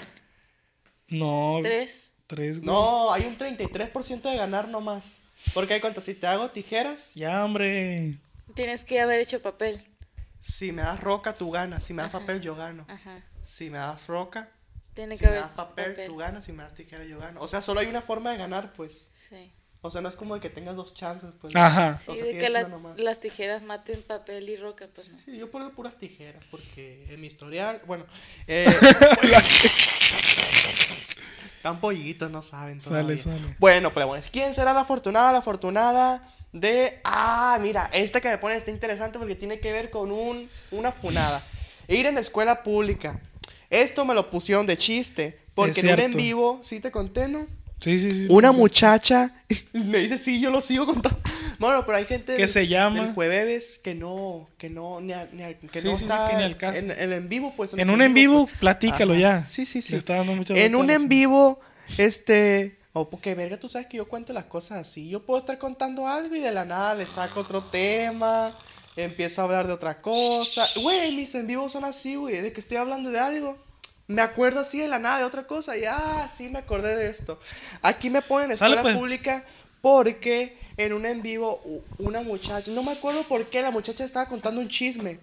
B: No.
C: Tres.
B: Tres, güey.
A: No, hay un 33% de ganar nomás. Porque hay cuenta, si te hago tijeras,
B: Ya, hombre.
C: Tienes que haber hecho papel.
A: si me das roca, tú ganas. Si me das papel, yo gano.
C: Ajá.
A: Si me das roca,
C: Tiene
A: Si
C: que
A: me
C: haber
A: das
C: hecho
A: papel,
C: papel.
A: tú ganas. Si me das tijera, yo gano. O sea, solo hay una forma de ganar, pues.
C: Sí.
A: O sea, no es como de que tengas dos chances, pues.
B: Ajá.
C: Sí,
A: O sea,
C: de
A: tienes
C: que la-
A: una nomás.
C: las tijeras maten papel y roca, pues no.
A: Sí, yo pongo puras tijeras, porque en mi historial, bueno, eh, tan pollitos, no saben todavía.
B: Sale, sale.
A: Bueno, pero bueno, ¿quién será la afortunada, la afortunada de... Ah, mira, esta que me pone está interesante porque tiene que ver con un, una funada. Ir en escuela pública. Esto me lo pusieron de chiste, porque
B: Es
A: en un en
B: cierto.
A: vivo, sí te conté, ¿no?
B: Sí, sí, sí.
A: Una muchacha me dice, sí, yo lo sigo contando. Bueno, pero hay gente
B: Que se llama-
A: del jueves que no, que no, ni al- ni al- que
B: Sí,
A: no
B: sí, sí,
A: está
B: que ni al caso.
A: En, en en vivo, pues.
B: En
A: ese
B: un en vivo,
A: pues.
B: platícalo
A: Ajá.
B: ya.
A: Sí, sí, sí.
B: Le está dando muchas
A: en
B: vueltas
A: un
B: al
A: en
B: asunto.
A: vivo, este. O porque, verga, tú sabes que yo cuento las cosas así. Yo puedo estar contando algo y de la nada le saco otro tema. Empiezo a hablar de otra cosa. Güey, mis en vivos son así, güey. De que estoy hablando de algo. Me acuerdo así de la nada de otra cosa. Y ah, sí, me acordé de esto. Aquí me ponen
B: Sale,
A: escuela
B: pues.
A: pública porque en un en vivo u- una muchacha. No me acuerdo por qué la muchacha estaba contando un chisme.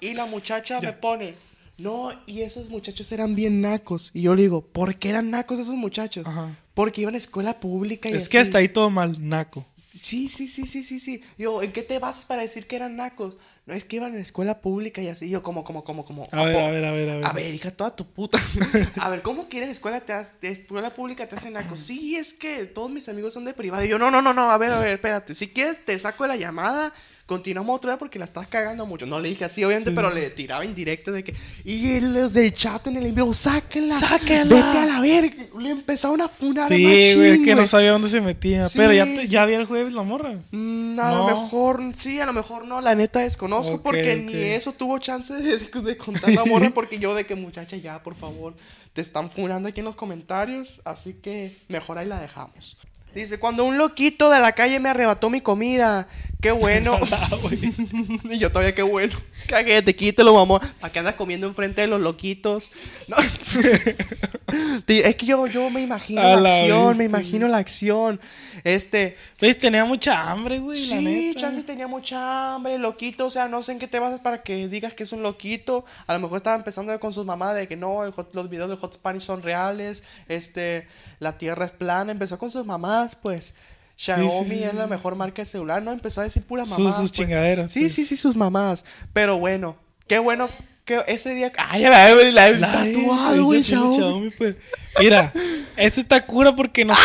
A: Y la muchacha me pone, no, y esos muchachos eran bien nacos. Y yo le digo, ¿por qué eran nacos esos muchachos?
B: Ajá.
A: Porque iban a escuela pública y
B: Es que
A: así.
B: hasta ahí todo mal, naco.
A: Sí, sí, sí, sí, sí, sí. Yo, ¿en qué te basas para decir que eran nacos? No, es que iban a escuela pública y así. Yo, como, como, como, como.
B: A ver,
A: po-
B: a ver, a ver, a ver.
A: A ver, hija, toda tu puta. a ver, ¿cómo quieres escuela, te has- de escuela pública te hacen naco? Sí, es que todos mis amigos son de privada. Y yo, no, no, no, no, a ver, a ver, espérate. Si quieres, te saco de la llamada. continuamos otra vez porque la estás cagando mucho. No le dije así, obviamente, pero le tiraba indirecto de que. Y los del chat en el envío, sáquenla.
B: Sáquenla.
A: Vete a la verga. Le empezaron a funar
B: Sí,
A: machín,
B: güey, es que no
A: güey.
B: sabía dónde se metía.
A: Sí.
B: Pero ya, te- ya había el jueves la morra.
A: Mm, a
B: No.
A: lo mejor sí, a lo mejor no, la neta desconozco
B: Ok,
A: porque
B: ok.
A: ni eso tuvo chance de, de contar la morra porque yo de que muchacha ya, por favor, te están furando aquí en los comentarios, así que mejor ahí la dejamos. Dice, cuando un loquito de la calle me arrebató mi comida, qué bueno.
B: Ah,
A: y yo todavía qué bueno. Cagué, te quítelo, mamón. ¿Para qué andas comiendo enfrente de los loquitos? No. Te- es que yo, yo me imagino
B: A
A: la,
B: la
A: acción,
B: bestia.
A: me imagino la acción. Este,
B: Pues tenía mucha hambre, güey, la
A: Sí,
B: neta.
A: Chance tenía mucha hambre, loquito, o sea, no sé en qué te basas para que digas que es un loquito. A lo mejor estaba empezando con sus mamás de que no, el hot- los videos del Hot Spanish son reales, este, la tierra es plana, empezó con sus mamás, pues. Xiaomi
B: sí, sí,
A: es
B: sí,
A: la mejor marca de celular, ¿no? Empezó a decir puras
B: Sus-
A: mamás.
B: sus chingaderas,
A: Sí,
B: pues.
A: sí, sí, sus mamás. Pero bueno, qué bueno que ese día. Ay, la Evelyn, la Evelyn
B: La-
A: tatuado, güey,
B: ya tiene
A: Xiaomi.
B: Xiaomi, pues. Mira, este está cura porque nos,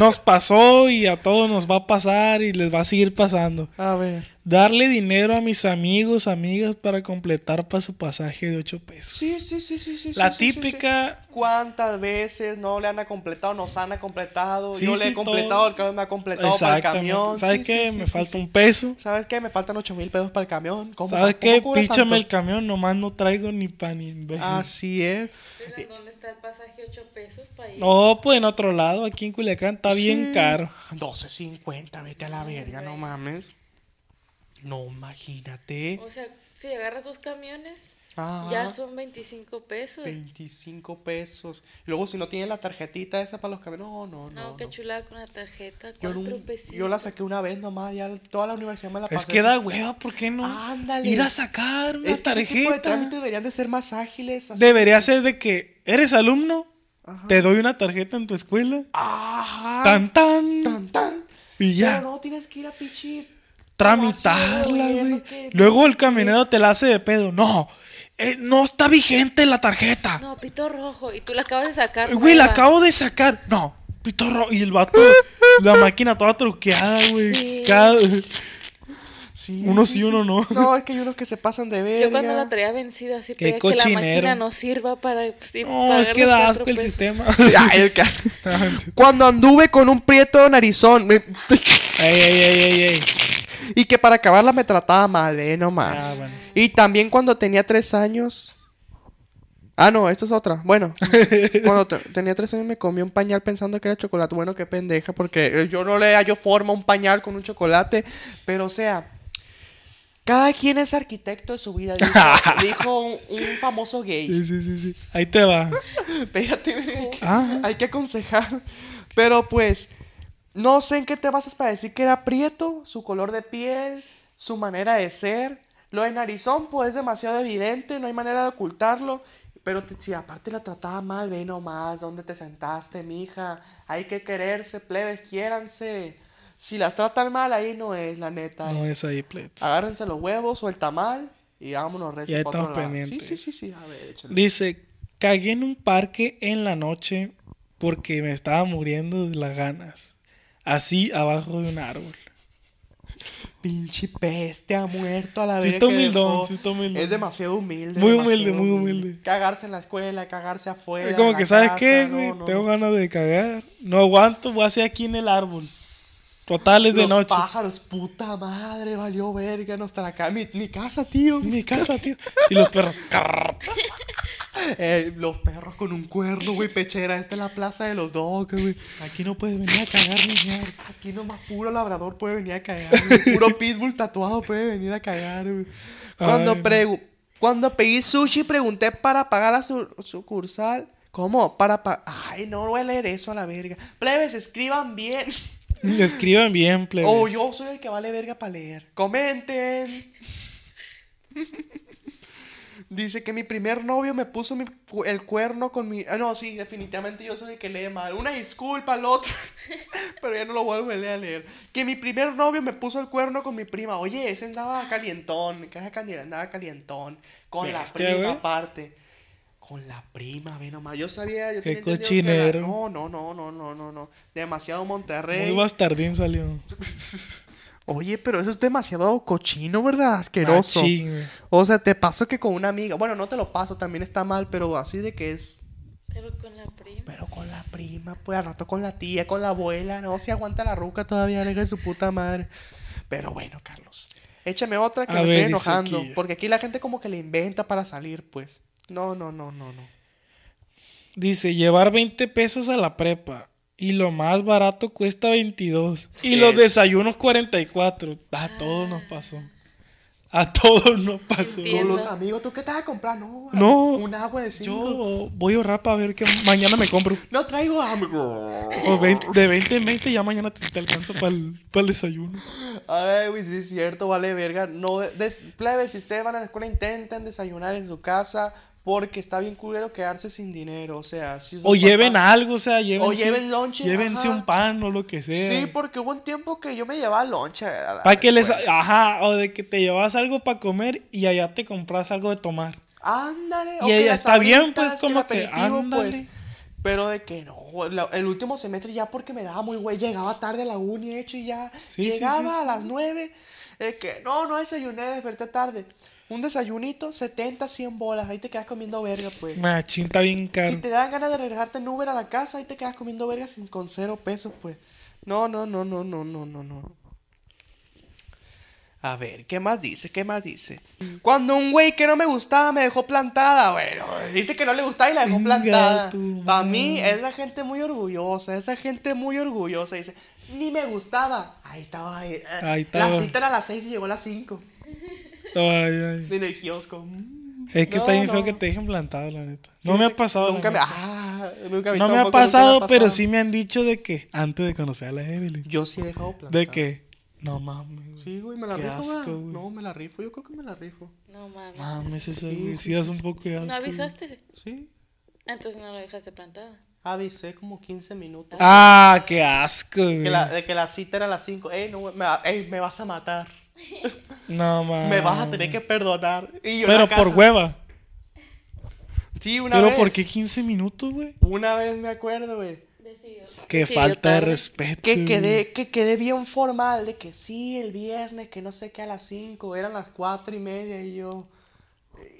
B: nos pasó y a todos nos va a pasar y les va a seguir pasando.
A: A ver.
B: Darle dinero a mis amigos, amigas para completar para su pasaje de 8 pesos.
A: Sí, sí, sí, sí, sí.
B: La
A: sí, sí, sí, sí.
B: típica-
A: ¿Cuántas veces no le han completado, nos han completado?
B: Sí,
A: yo le
B: sí,
A: he completado,
B: todo.
A: el cabrón me ha completado para el
B: Exactamente.
A: camión.
B: ¿Sabes
A: sí,
B: qué?
A: sí,
B: me
A: sí,
B: falta
A: sí.
B: un peso.
A: ¿Sabes qué? Me faltan 8 mil pesos para el camión. ¿Cómo-
B: ¿Sabes
A: cómo
B: qué?
A: cobras
B: Píchame
A: tanto? Ah,
B: el camión, nomás no traigo ni pan ni
A: Así es.
C: Pero ¿dónde está el pasaje? ¿8 pesos para ir?
B: Eh. No, pues en otro lado, aquí en Culiacán está bien caro.
A: 12.50, vete a la verga, no mames. No, imagínate.
C: O sea, si agarras dos camiones,
A: Ah,
C: ya son 25 pesos.
A: 25 pesos. Luego, si no tienes la tarjetita esa para los camiones, no, no, no.
C: No,
A: no.
C: qué chulada con la tarjeta.
A: Yo,
C: Cuatro
A: nun-
C: pesitos.
A: yo la saqué una vez nomás, ya toda la universidad me la pasé.
B: Es que
A: así.
B: da hueva, ¿por qué no?
A: pues Ándale.
B: Ir a sacar una
A: Es que ese tipo de
B: tarjeta.
A: trámites deberían de ser más ágiles. así.
B: Debería ser de que eres alumno, te doy una tarjeta en tu escuela,
A: Ajá.
B: tan tan,
A: Tan, tan.
B: y ya,
A: Ah. Pero no tienes que ir a pichi.
B: tramitarla,
A: Haciendo,
B: güey.
A: que-
B: Luego el camionero te la hace de pedo. No, eh, no está vigente la tarjeta.
C: No, pito rojo. Y tú la acabas de sacar.
B: Eh, Güey, la
C: nueva.
B: acabo de sacar. No, pitorro. Y el vato, la máquina toda truqueada, güey.
C: Sí.
B: Cada-
A: Sí,
B: Uno sí, uno no.
A: No, es que hay unos que se pasan de verga.
C: Yo cuando la traía vencida, así
B: Qué
C: pedía que la
B: cochinero.
C: máquina no sirva para. sí,
B: No,
C: pagar
B: es que
C: los
B: da
C: cuatro
B: asco el
C: pesos.
B: sistema.
A: Sí, ah, el ca- Cuando anduve con un prieto narizón me-
B: Ey, ey, ey, ey, ey.
A: y que para acabarla me trataba mal, eh, nomás.
B: Ah, bueno.
A: Y también cuando tenía tres años. Ah, no, esto es otra. Bueno, cuando te- tenía tres años me comí un pañal pensando que era chocolate. Bueno, qué pendeja, porque eh, yo no le hallo forma a un pañal con un chocolate. Pero, o sea, cada quien es arquitecto de su vida. Dijo, dijo un, un famoso gay.
B: Sí, sí, sí, sí. Ahí te va.
A: Espérate, hay que-
B: Ah.
A: hay que aconsejar. Pero, pues, no sé en qué te basas para decir que era prieto, su color de piel, su manera de ser. Lo de narizón, pues es demasiado evidente, no hay manera de ocultarlo. Pero te- si aparte la trataba mal, ve nomás, ¿dónde te sentaste, mija? Hay que quererse, plebes, quiéranse. Si las tratan mal, ahí no es, la neta.
B: No
A: eh.
B: es ahí, plets.
A: Agárrense los huevos o el tamal y vámonos recio
B: Ya
A: pa' otro
B: estamos
A: lado.
B: pendientes.
A: Sí, sí, sí, sí, a ver, échale.
B: Dice, cagué en un parque en la noche porque me estaba muriendo de las ganas. Así abajo de un árbol.
A: Pinche peste ha muerto a la
B: Sí
A: verga
B: está
A: que
B: humildón,
A: dejó.
B: sí está humildón.
A: Es demasiado humilde.
B: Muy
A: demasiado
B: humilde, muy humilde.
A: Cagarse en la escuela, cagarse afuera.
B: Es como
A: en
B: que,
A: la
B: ¿sabes
A: casa,
B: qué?
A: no,
B: güey?
A: no,
B: Tengo
A: no.
B: ganas de cagar. No aguanto, voy a hacer aquí en el árbol. Total, es de
A: Los
B: noche.
A: pájaros, puta madre, valió verga, no estará acá. Mi, mi casa, tío.
B: Mi casa, tío. Y los perros. carr.
A: Eh, los perros con un cuerno, güey, pechera. Esta es la plaza de los dogs, güey.
B: Aquí no puedes venir a cagar ni nada.
A: Aquí nomás puro labrador puede venir a cagar. güey. Puro pitbull tatuado puede venir a cagar. güey. Cuando,
B: Ay,
A: pregu- cuando pedí sushi, pregunté para pagar la su- sucursal. ¿Cómo? Para pagar. Ay, no voy a leer eso a la verga. Plebes, escriban bien.
B: Escriban bien, plebes.
A: O Oh, yo soy el que vale verga para leer. Comenten. Dice que mi primer novio me puso mi cu- el cuerno con mi... Ah, no, sí, definitivamente yo soy el que lee mal. Una disculpa al otro. Pero ya no lo vuelvo a leer, a leer. Que mi primer novio me puso el cuerno con mi prima. Oye, ese andaba calientón. Que ese cali- andaba calientón. Con la
B: Bestia,
A: prima
B: güey.
A: aparte. Con la prima, ve nomás. Yo sabía... Yo
B: Qué
A: tenía entendido que
B: cochinero.
A: era- No, no, no, no, no, no, no. Demasiado Monterrey.
B: Muy bastardín salió.
A: Oye, pero eso es demasiado cochino, ¿verdad? Asqueroso.
B: Machín, güey.
A: O sea, te paso que con una amiga. Bueno, no te lo paso, también está mal, pero así de que es.
C: Pero con la prima.
A: Pero con la prima, pues al rato con la tía, con la abuela, no se aguanta la ruca todavía, nega de su puta madre. Pero bueno, Carlos, échame otra que me
B: A ver,
A: estoy
B: dice
A: enojando,
B: aquí.
A: porque aquí la gente como que le inventa para salir, pues. No, no, no, no, no.
B: Dice, llevar 20 pesos a la prepa. Y lo más barato cuesta 22. Y los
A: Es.
B: desayunos 44. A todos nos pasó. A todos nos pasó.
A: Con
C: Entiendo.
A: los amigos, ¿tú qué te vas a comprar? No,
B: No.
A: un agua de cinco.
B: Yo voy a ahorrar para ver que mañana me compro.
A: No traigo hambre.
B: O vein- de 20 en 20 ya mañana te, te alcanza para el, desayuno.
A: Ay, güey, sí es cierto, vale verga. No, des, plebe, si ustedes van a la escuela, intenten desayunar en su casa porque está bien culero quedarse sin dinero. O sea, si sus
B: O lleven
A: papás-
B: algo, o sea, llévense,
A: lleven lonche,
B: Llévense
A: ajá.
B: un pan o lo que sea.
A: Sí, porque hubo un tiempo que yo me llevaba lonche. a la
B: Para que les.
A: escuela.
B: Ajá, o de que te llevas algo para comer y allá te compras algo de tomar.
A: Ándale.
B: Y
A: o que
B: ella
A: las
B: está bien, pues,
A: sabritas,
B: como
A: el
B: que,
A: aperitivo,
B: ándale.
A: Pero de que no, la- el último semestre ya porque me daba muy güey, llegaba tarde a la uni, hecho, y ya.
B: Sí, sí,
A: llegaba
B: sí, sí.
A: a las 9. Es que no, no desayuné, desperté tarde. Un desayunito, 70, 100 bolas. Ahí te quedas comiendo verga, pues.
B: Machín está bien caro.
A: Si te dan ganas de regresarte en Uber a la casa, ahí te quedas comiendo verga sin, con cero pesos, pues. No, no, no, no, no, no, no, no. A ver, ¿qué más dice? ¿Qué más dice? Cuando un güey que no me gustaba me dejó plantada, bueno, dice que no le gustaba y la dejó
B: Chinga
A: plantada.
B: tu
A: Para mí es la gente muy orgullosa, esa gente muy orgullosa. Dice, ni me gustaba. Ahí estaba. Ahí, eh,
B: Ahí
A: La
B: estaba.
A: cita era a las 6 y llegó a las 5.
B: Ay, ay.
A: En el kiosco. Mm.
B: Es que
A: No,
B: está bien feo
A: no.
B: que te dejen plantado, la neta. No me ha pasado. la
A: Nunca me,
B: neta.
A: ah, nunca a mí
B: No me
A: tampoco, nunca
B: ha pasado, pero sí me han dicho de que antes de conocer a la Evelyn,
A: Yo sí he dejado plantada.
B: de que no mames. güey.
A: Sí, güey, me la
B: Qué
A: rifo. va.
B: asco, güey.
A: no, me la rifo. Yo creo que me la rifo.
C: No mames.
B: Mames, eso
A: Sí,
B: güey,
A: sí,
B: sí das un poco de asco,
C: ¿No
B: güey.
C: avisaste?
A: Sí.
C: Entonces no lo dejaste plantada.
A: Avisé como 15 minutos.
B: Ah, qué asco, güey.
A: Que la, de que la cita era a las 5. Ey, no, güey, me, va- ey, me vas a matar.
B: No mames.
A: Me vas a tener que perdonar. Y yo en
B: Pero
A: la casa-
B: por hueva.
A: Sí, una
B: Pero
A: vez.
B: ¿por qué 15 minutos, güey?
A: Una vez me acuerdo, güey.
C: Decidió.
B: Qué
C: Sí, yo
B: falta de
C: tarde.
B: respeto.
A: Que
B: güey.
A: quedé, que quedé bien formal de que sí, el viernes, que no sé qué, a las 5, eran las 4 y media y yo...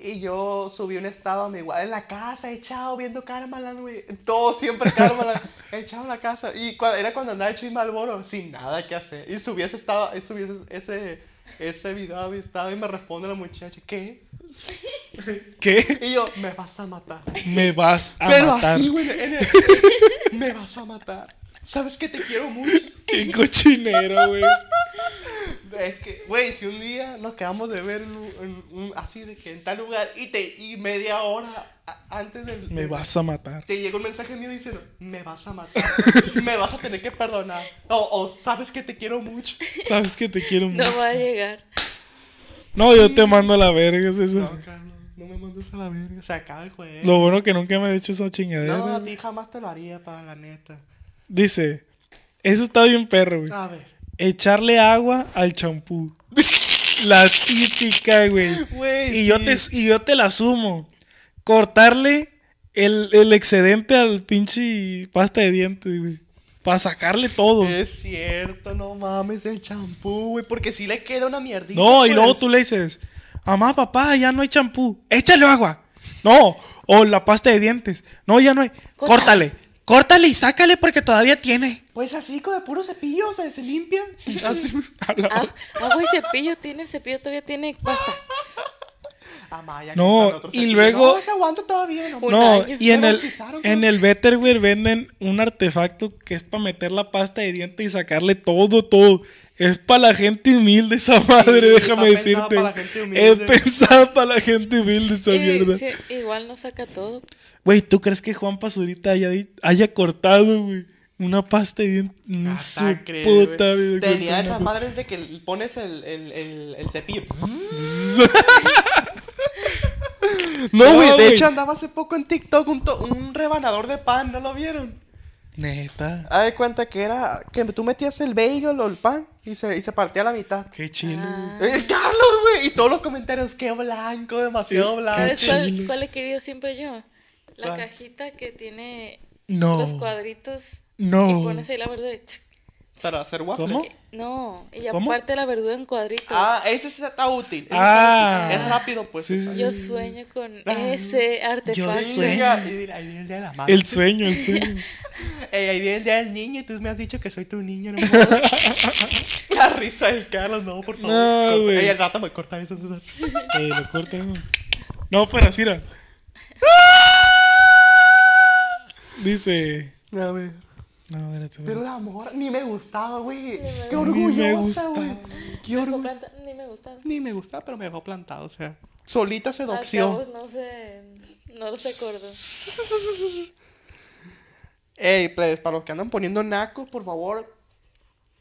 A: Y yo subí un estado a mi wa- en la casa, echado, viendo Karmaland, güey. Todo siempre Karmaland, echado en la casa. Y cua- era cuando andaba hecho y Malboro, sin nada que hacer. Y subí ese estado, y subí ese, ese, ese video a mi estado y me responde la muchacha, ¿qué?
B: ¿Qué?
A: Y yo, me vas a matar.
B: Me vas a
A: Pero
B: matar.
A: así, güey, en el- me vas a matar. Sabes que te quiero mucho.
B: Qué cochinero, güey.
A: Es que, güey, si un día nos quedamos de ver en un- en un- así de que en tal lugar y te y media hora a- antes del
B: Me
A: del-
B: vas a matar.
A: te llegó un mensaje mío diciendo, "Me vas a matar. me vas a tener que perdonar." O, o, sabes que te quiero mucho.
B: Sabes que te quiero mucho.
C: No va a llegar.
B: No, yo te mando a la verga, es eso.
A: No, Carlos, no me mandes a la verga, se acaba el juego.
B: Lo bueno que nunca me ha hecho esa chingadera.
A: No, a ti jamás te lo haría, para la neta.
B: Dice, eso está bien perro, güey.
A: A ver.
B: Echarle agua al champú. La típica, güey.
A: Güey,
B: Y, yo
A: sí.
B: te, y yo te la sumo. Cortarle el, el excedente al pinche pasta de dientes, güey. Para sacarle todo.
A: Es cierto, no mames el champú, güey, porque si le queda una mierdita.
B: No, y luego
A: pues.
B: tú le dices, mamá, papá, ya no hay champú, échale agua. No, o la pasta de dientes. No, ya no hay.
C: Córtale.
B: Córtale, córtale y sácale porque todavía tiene.
A: Pues así, con el puro cepillo, o sea, se limpia. Así.
B: A la-
C: Ah, agua y cepillo tiene el cepillo, todavía tiene pasta.
A: Amaya,
B: No,
A: con otro
B: y
A: cepillo.
B: luego-
A: No, se aguanta todavía, no.
C: Un
B: No,
C: año.
B: y en
A: Ya
B: el,
A: bautizaron,
B: en
A: ¿no?
B: el Betterware venden un artefacto que es para meter la pasta de dientes y sacarle todo, todo. Es para la gente humilde esa madre, déjame
A: está pensada
B: decirte.
A: pa' la gente
B: es
A: humilde.
B: pensada para la gente humilde esa
C: Y
B: mierda.
C: sí, igual no saca todo.
B: Güey, ¿tú crees que Juan Pazurita haya, di- haya cortado, güey? Una pasta de dientes. Ni su
A: Hasta creer, güey.
B: puta vida.
A: Tenía
B: cortó
A: esas
B: una-
A: madres de que pones el, el, el, el cepillo.
B: No, güey,
A: de hecho andaba hace poco en TikTok un, to- un rebanador de pan, ¿no lo vieron?
B: Neta.
A: Haz de cuenta que era que tú metías el bagel o el pan y se, y se partía a la mitad.
B: Qué chilo,
A: Ah.
B: güey.
A: El Carlos, güey, y todos los comentarios, qué blanco, demasiado
B: Eh,
A: blanco.
B: qué
C: ¿Sabes Ah, cuál,
B: chile.
C: cuál he querido siempre yo? La
A: ¿Cuál?
C: cajita que tiene
B: No.
C: los cuadritos.
B: No.
C: Y pones ahí la verde.
A: para hacer waffles.
B: ¿Cómo?
C: No, y
B: ¿Cómo?
C: aparte la verdura en cuadritos.
A: Ah, ese sí está útil. ese
B: Ah.
A: está útil. Es rápido, pues.
B: Sí,
A: o
B: sí,
A: sea.
C: Yo sueño con
A: Ah,
C: ese artefacto.
A: Y
B: sueño.
A: diga- y dirá, ahí viene el día de la madre.
B: El sueño, el sueño.
A: Eh, ahí viene el día del niño y tú me has dicho que soy tu niño. No me jodas. la risa del Carlos, no, por favor.
B: No,
A: corta.
B: güey.
A: Ey, al rato me corta eso, César.
B: Ey, lo cortas, güey. No, pero así era. Dice.
A: A ver.
B: No, espérate, espérate.
A: Pero la amor, ni me gustaba, güey. Qué
B: Ni me
A: orgullosa, güey.
B: gustaba.
A: Qué
C: Con
A: orgullo.
C: planta- Ni me gustaba.
A: Ni me gustaba, pero me dejó plantado, o sea. Solita
C: Al
A: seducción.
C: cabo, no sé, no los recuerdo.
A: Ey, plebes, para los que andan poniendo naco, por favor,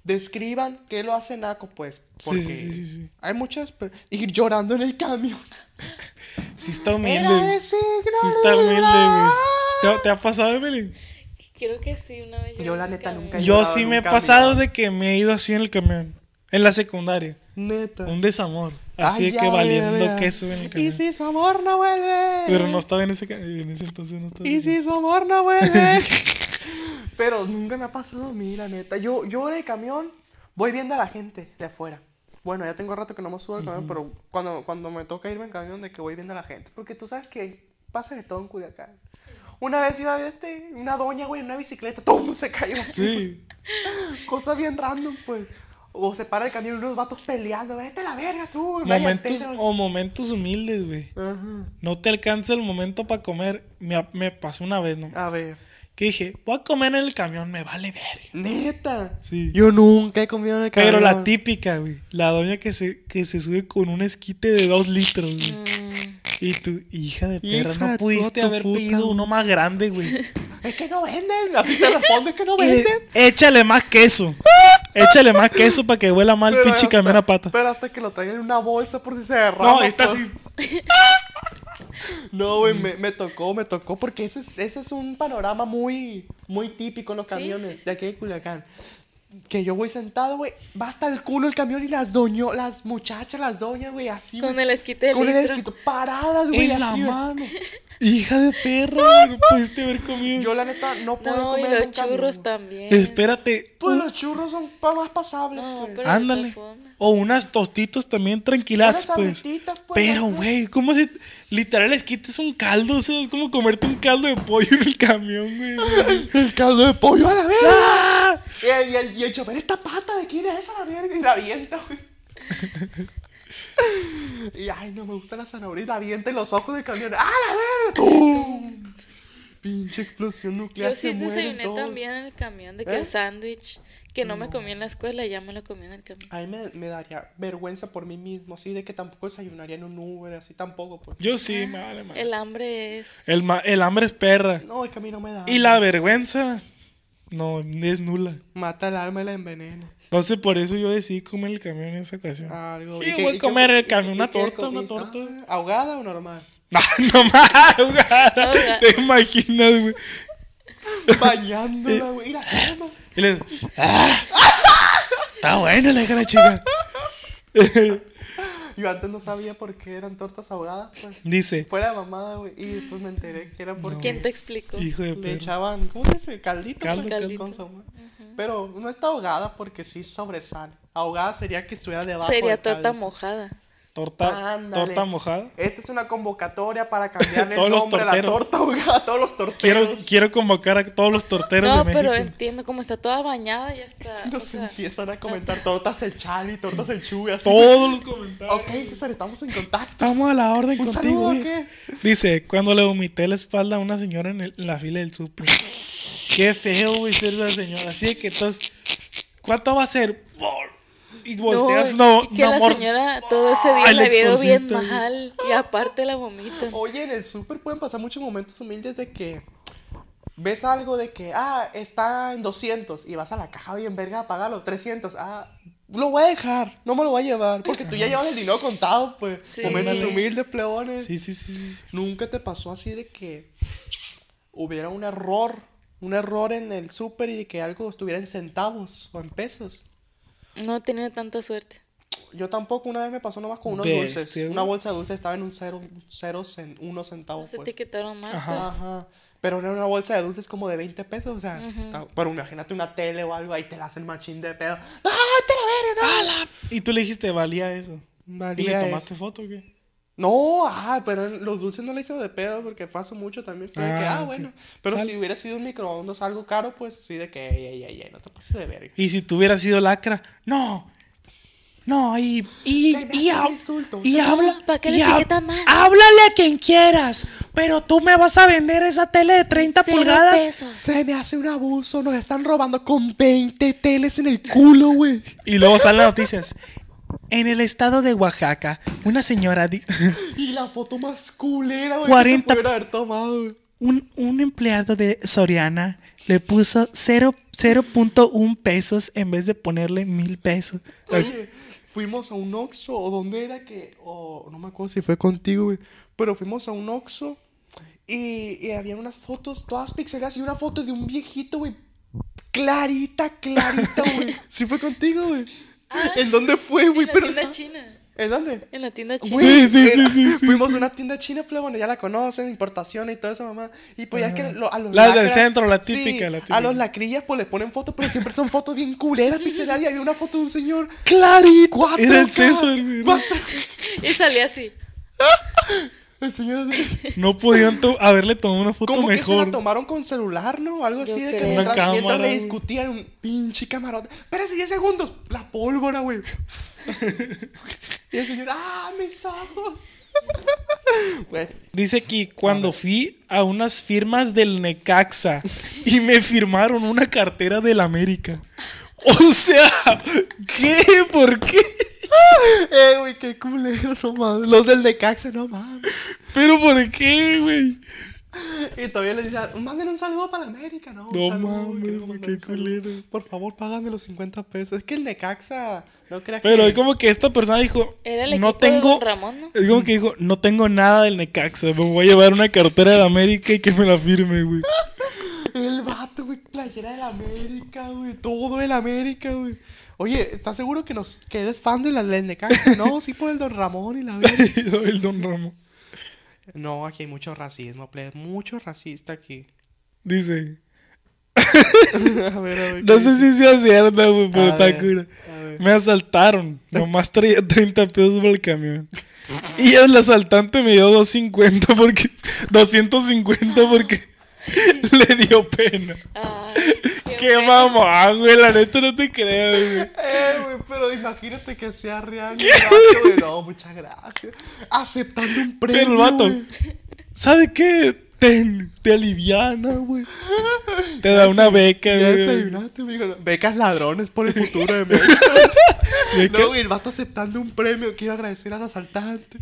A: describan qué lo hace naco, pues.
B: Sí,
A: Porque
B: sí, sí, sí, sí.
A: hay muchas. per- Ir llorando en el camión.
B: Sí está humilde.
A: Era de
B: güey.
A: signo
B: Sí está humilde,
A: liberal.
B: güey. ¿Te, te ha pasado, Evelyn?
C: Creo que sí, una vez
A: Yo, la
C: en el
A: neta,
C: camión.
A: nunca he
B: Yo
A: llorado
B: sí
A: en
B: me
A: un
B: he
A: camión.
B: pasado de que me he ido así en el camión. En la secundaria.
A: Neta.
B: Un desamor. Así
A: Ay,
B: de
A: Ah. ya,
B: que valiendo
A: verga.
B: queso en el camión.
A: Y si su amor no vuelve.
B: Pero no estaba en ese, ca- en ese entonces. No estaba
A: Y
B: en-
A: si su amor no vuelve. Pero nunca me ha pasado a mí, la neta. Yo, yo en el camión voy viendo a la gente de afuera. Bueno, ya tengo rato que no me subo al camión, pero cuando, cuando me toca irme en camión, de que voy viendo a la gente. Porque tú sabes que pasa de todo en Culiacán. Una vez iba a este, una doña, güey, en una bicicleta, ¡tum! Se cayó así.
B: Sí.
A: Cosa bien random, pues. O se para el camión unos vatos peleando. Vete a la verga, tú. y
B: Momentos
A: váyate.
B: o momentos humildes, güey.
A: Ajá.
B: No te alcanza el momento para comer. Me, ha- me pasó una vez nomás.
A: A ver.
B: Que dije, voy a comer en el camión, me vale ver.
A: Neta.
B: Sí.
A: Yo nunca he comido en el camión.
B: Pero la típica, güey. La doña que se, que se sube con un esquite de dos litros, güey. Y tu hija de perra,
A: Mm. Hija de
B: no pudiste
A: toda tu
B: haber
A: puta
B: pedido
A: madre.
B: uno más grande, güey.
A: Es que no venden. Así te responde, es que no
B: Y
A: venden.
B: de- Échale más queso. Échale más queso para que huela mal el pinche
A: hasta-
B: camión a pata.
A: Pero hasta que lo traigan en una bolsa por si se derrama.
B: No, está
A: pues.
B: así.
A: No, güey, me, me tocó, me tocó. Porque ese es, ese es un panorama muy, muy típico en los
C: Sí,
A: camiones
C: sí, sí.
A: de aquí de Culiacán. Que yo voy sentado, güey, va hasta el culo el camión y las doño, las muchachas, las doñas, güey, así.
C: Con
A: güey,
C: el esquite de
A: Con el
C: litro.
A: esquite, paradas, güey,
B: En la
A: así, güey.
B: mano. Hija de perra, güey. No pudiste haber comido.
A: Yo, la neta, no puedo
C: No, y
A: comer en
C: los
A: un camión,
C: churros
A: güey.
C: también.
B: Espérate.
A: Pues los churros son pa- más pasables,
C: No,
A: pues.
C: pero de
B: Ándale.
C: todas formas.
B: O unas tostitos también tranquilas,
A: Unas
B: pues.
A: sabritas, pues,
B: Pero,
A: ¿no?
B: güey, ¿cómo se. Literal, les quites un caldo. O sea, es como comerte un caldo de pollo en el camión, güey. o sea.
A: El caldo de pollo a la verga. Ah. Y el, y el- y el chofer, ¿esta pata de quién es a la verga? Y la avienta, güey. Y ay, no me gusta la zanahoria. Y la avienta en los ojos del camión. ¡Ah, la verga! ¡Tum! Pinche explosión nuclear.
C: Yo sí
A: se mueren
C: desayuné
A: todos.
C: también en el camión, de que
A: ¿Eh?
C: el sándwich que no, me comí en la escuela, ya me lo comí en el camión.
A: A mí me, me daría vergüenza por mí mismo, sí, de que tampoco desayunaría en un Uber, así tampoco, pues.
B: Yo sí, me vale madre.
C: El hambre es...
B: El, ma- el hambre es perra.
A: No, es que a mí no me da.
B: Y la vergüenza. No, es nula.
A: Mata el alma y la envenena.
B: Entonces, por eso yo decidí comer el camión en esa ocasión.
A: Algo.
B: Sí,
A: ¿Y qué-
B: voy a
A: y qué-
B: comer el
A: y- y-
B: camión, una
A: y qué
B: torta, una
A: comiste?
B: torta.
A: Ah, ¿Ahogada o normal?
B: No, no más, güey. Te imaginas, güey.
A: Bañándola, güey. y la cama.
B: Y le digo, "Ah, Está buena la cara chica.
A: Yo antes no sabía por qué eran tortas ahogadas, pues.
B: Dice,
A: Fuera de mamada, güey. Y después me enteré que era porque
C: ¿Quién te explicó?
B: hijo de
A: le
B: perra.
A: echaban, ¿cómo se dice? Caldito, pues,
B: Caldo,
C: Caldito.
A: con sabor. Pero no está ahogada porque sí sobresale. Ahogada sería que estuviera debajo.
C: Sería
A: del caldo.
C: torta mojada.
B: Torta,
A: Ándale.
B: torta mojada.
A: Esta es una convocatoria para cambiarle
B: Todos
A: el
B: los
A: nombre a la
B: torteros.
A: torta ahogada a todos los torteros.
B: Quiero, quiero convocar a todos los torteros
C: No,
B: de México.
C: pero entiendo, como está toda bañada, ya está. o
A: Nos
C: sea,
A: empiezan a comentar tortas el chali, tortas el chuy, así.
B: Todos los comentarios.
A: Ok, César, estamos en contacto.
B: Estamos a la orden
A: ¿Un
B: contigo.
A: saludo o
B: güey.
A: qué?
B: Dice, cuando le vomité la espalda a una señora en, el- en la fila del súper. Qué feo, güey, ser la señora. Así de que entonces, ¿cuánto va a ser? Por- Y volteas, no,
C: y
B: no,
C: que la
B: amor.
C: señora todo ese día
B: Ay, el
C: la vieron bien
B: exorcista, güey.
C: mal y aparte la vomitan.
A: Oye, en el súper pueden pasar muchos momentos humildes de que ves algo de que, ah, está en 200 y vas a la caja bien verga a pagarlo, 300, ah, lo voy a dejar, no me lo voy a llevar, porque tú ya llevas el dinero contado, pues.
C: Sí.
A: Momentos
C: Ándale.
A: humildes, pleones.
B: Sí, sí, sí, sí.
A: Nunca te pasó así de que hubiera un error, un error en el súper y de que algo estuviera en centavos o en pesos.
C: No he tenido tanta suerte.
A: Yo tampoco una vez me pasó nomás con unos
B: Bestia,
A: dulces.
B: güey.
A: Una bolsa de dulces estaba en un cero, cero cen- unos centavos.
C: No se
A: pues.
C: etiquetaron mal,
B: Ajá.
C: pues.
A: Ajá. Pero en una bolsa de dulces como de 20 pesos, o sea, ta- pero imagínate una tele o algo, ahí te la hacen machín de pedo. ¡Ah, te la verga! no!
B: Y tú le dijiste, valía eso. ¿Y
A: Valía
B: le
A: eso.
B: tomaste foto o qué?
A: No, ah, pero en- los dulces no le hizo de pedo porque fue hace mucho también. Fue de que,
B: Ah,
A: ah,
B: ok.
A: bueno. Pero
B: Sal.
A: si hubiera sido un microondas algo caro, pues sí, de que, ey, ey, ey, ey, no te pases de verga.
B: Y si tú hubieras sido lacra, no. No, y. Y,
A: Se me
B: y,
A: hace
B: hab-
A: un insulto,
B: y
A: se me hace-
B: habla.
C: ¿Para qué le
B: y hab-
C: etiquetas mal?
B: Háblale a quien quieras, pero tú me vas a vender esa tele de 30
C: Cero
B: pulgadas.
C: pesos.
A: Se me hace un abuso, nos están robando con 20 teles en el culo, güey.
B: Y luego salen las noticias. En el estado de Oaxaca, una señora, di-
A: Y la foto más culera, güey. 40.
B: 40.
A: Que te pudieron haber tomado, güey.
B: un, un empleado de Soriana le puso cero- 0.1 pesos en vez de ponerle mil pesos.
A: Oye, fuimos a un Oxxo o dónde era que o no me acuerdo si fue contigo, güey, pero fuimos a un Oxxo y, y había unas fotos todas pixeladas y una foto de un viejito, güey, clarita, clarita, güey. Sí fue contigo, güey. ¿En dónde fue, güey?
C: En la
A: Pero
C: tienda
A: está-
C: china.
A: ¿En dónde?
C: En la tienda china.
A: Güey,
B: sí, sí,
A: era-
B: sí, sí,
A: Fuimos a una tienda china, pero bueno, ya la conocen, importación y toda esa mamá. Y pues ya que lo- a los
B: La del
A: lacras-
B: centro, la
A: sí,
B: típica, la
A: A
B: típica.
A: los lacrillas, pues le ponen fotos, pero siempre son fotos bien culeras, pixeladas. Y había una foto de un señor clarito. Cuatro,
B: Era el
A: K,
B: César, güey.
A: cuatro.
C: Y salía así.
A: El señor así.
B: No podían to- haberle tomado una foto
A: Como que se la
B: mejor.
A: tomaron con celular, ¿no? Algo
C: Yo
A: así de que
C: creo.
B: Una
A: mientras, mientras
B: cámara,
A: le
B: güey.
A: discutían un pinche camarote. Espérese 10 segundos. La pólvora, güey. y el señor, ¡ah, mis ojos! Güey,
B: Dice aquí, cuando fui a unas firmas del Necaxa y me firmaron una cartera del América. O sea, ¿qué? ¿Por qué?
A: Eh, güey, qué culero, no mames. Los del Necaxa, no mames.
B: ¿Pero por qué, güey?
A: Y todavía les dicen, manden un saludo para América, ¿no? un
B: No
A: saludo,
B: mames,
A: queremos
B: güey,
A: mandar un
B: qué
A: saludo.
B: culero.
A: Por favor, págame los 50 pesos. Es que el Necaxa, no creas
B: Pero es
A: que...
B: como que esta persona dijo,
C: Era el
B: no
C: equipo de
B: tengo...
C: Don Ramón, ¿no?
B: Es como que dijo, no tengo nada del Necaxa, me voy a llevar una cartera de América y que me la firme, güey.
A: El vato, güey, playera del América, güey. Todo el América, güey. Oye, ¿estás seguro que, nos, que eres fan de la- del Necaxa? No, sí por el Don Ramón y la verga.
B: el Don Ramón.
A: No, aquí hay mucho racismo, plebe. Mucho racista aquí.
B: Dice,
A: A ver, a ver.
B: no
A: ¿qué
B: sé
A: dice?
B: si sea cierto, güey, pero
A: A
B: está
A: ver,
B: cura.
A: a ver.
B: Me asaltaron, nomás traía 30 pesos por el camión. Y el asaltante me dio 250 porque... 250 porque... Le dio pena.
C: Ay,
B: Qué
C: feo.
B: mamá, güey. La neta no te creo, güey.
A: Eh, güey, pero imagínate que sea real. y el vato, güey, No, muchas gracias. Aceptando un premio.
B: Pero el vato,
A: güey.
B: ¿sabe qué? Te, te aliviana, güey. Te da una beca,
A: Ya
B: güey.
A: desayunaste, me dijo, Becas ladrones por el futuro de México.
B: Beca-
A: No, güey, el vato aceptando un premio. Quiero agradecer al asaltante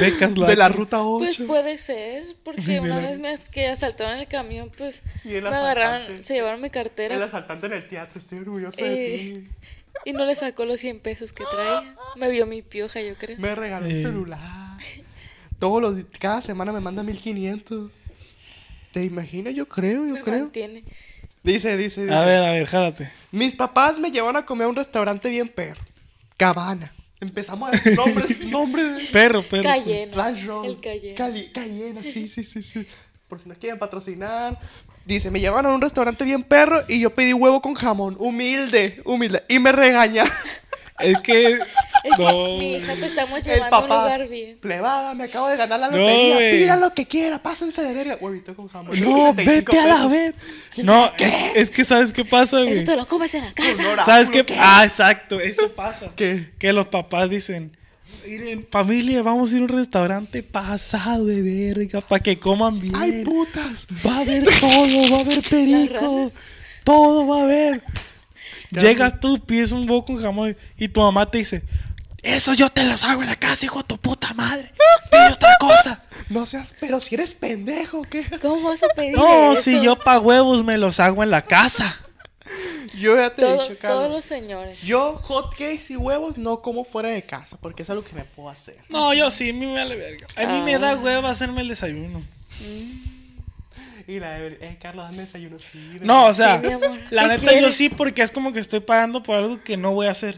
B: becas la.
A: de la ruta
C: Pues
A: 8.
C: puede ser, porque una vez me as- que asaltaron el camión, pues
A: Y el
C: me agarraron,
A: asaltante.
C: se llevaron mi cartera
A: el asaltante en el teatro, estoy orgulloso de
C: pues, Eh.
A: ti.
C: y no le sacó los 100 pesos que traía. Me vio mi pioja, yo creo.
A: Me regaló
B: eh.
A: un celular. Todos los, cada semana me manda 1500. ¿Te imaginas? Yo creo, yo
C: Me
A: creo.
C: mantiene.
A: Dice, dice, dice.
B: A ver, a ver, jálate.
A: Mis papás me llevaron a comer a un restaurante bien perro. Cabana. Empezamos a decir nombres, nombres.
B: Perro, perro.
C: Calle. Cayena.
A: Ranch Roll.
C: El Cayena.
A: Cali- Cayena, sí, sí, sí, sí. Por si nos quieren patrocinar. Dice, me llevaron a un restaurante bien perro y yo pedí huevo con jamón. Humilde, humilde. Y me regaña
B: Es que.
C: Es que,
B: No.
C: mi hija, te estamos
A: el
C: llevando a un
A: papá.
C: lugar bien.
A: Plebada, me acabo de ganar la
B: No,
A: lotería.
B: güey.
A: Pida lo que quiera, pásense de verga. Huevito con jamón. 75
B: No, vete a la
A: pesos.
B: vez. No, es- es que sabes qué pasa, güey.
C: Eso te lo comes en la casa.
A: Olor a
B: ¿Sabes
A: culo,
B: qué? Ah, exacto, eso pasa.
A: ¿Qué?
B: Que los papás dicen, miren, familia, vamos a ir a un restaurante pasado de verga para que coman bien.
A: Ay, putas.
B: Va a haber todo, va a haber perico, todo va a haber. Llegas tú, pides un boco con jamón y tu mamá te dice, eso yo te los hago en la casa, hijo de tu puta madre. Pide otra cosa.
A: No seas, pero si eres pendejo, ¿qué?
C: ¿Cómo vas a pedir
B: No,
C: eso?
B: si yo pa' huevos me los hago en la casa.
A: Yo ya te he
C: Todos,
A: dicho, Carlos.
C: todos los señores.
A: Yo hot cakes y huevos no como fuera de casa, porque es algo que me puedo hacer.
B: No, yo sí, a mí me vale verga. A mí
C: Ah.
B: me da hueva hacerme el desayuno.
A: Y la Evelyn, eh, Carlos, dame desayuno. Sí, de-
B: No, o sea,
C: Sí, mi amor.
B: la
C: ¿Qué
B: neta yo
C: quieres?
B: sí porque es como que estoy pagando por algo que no voy a hacer.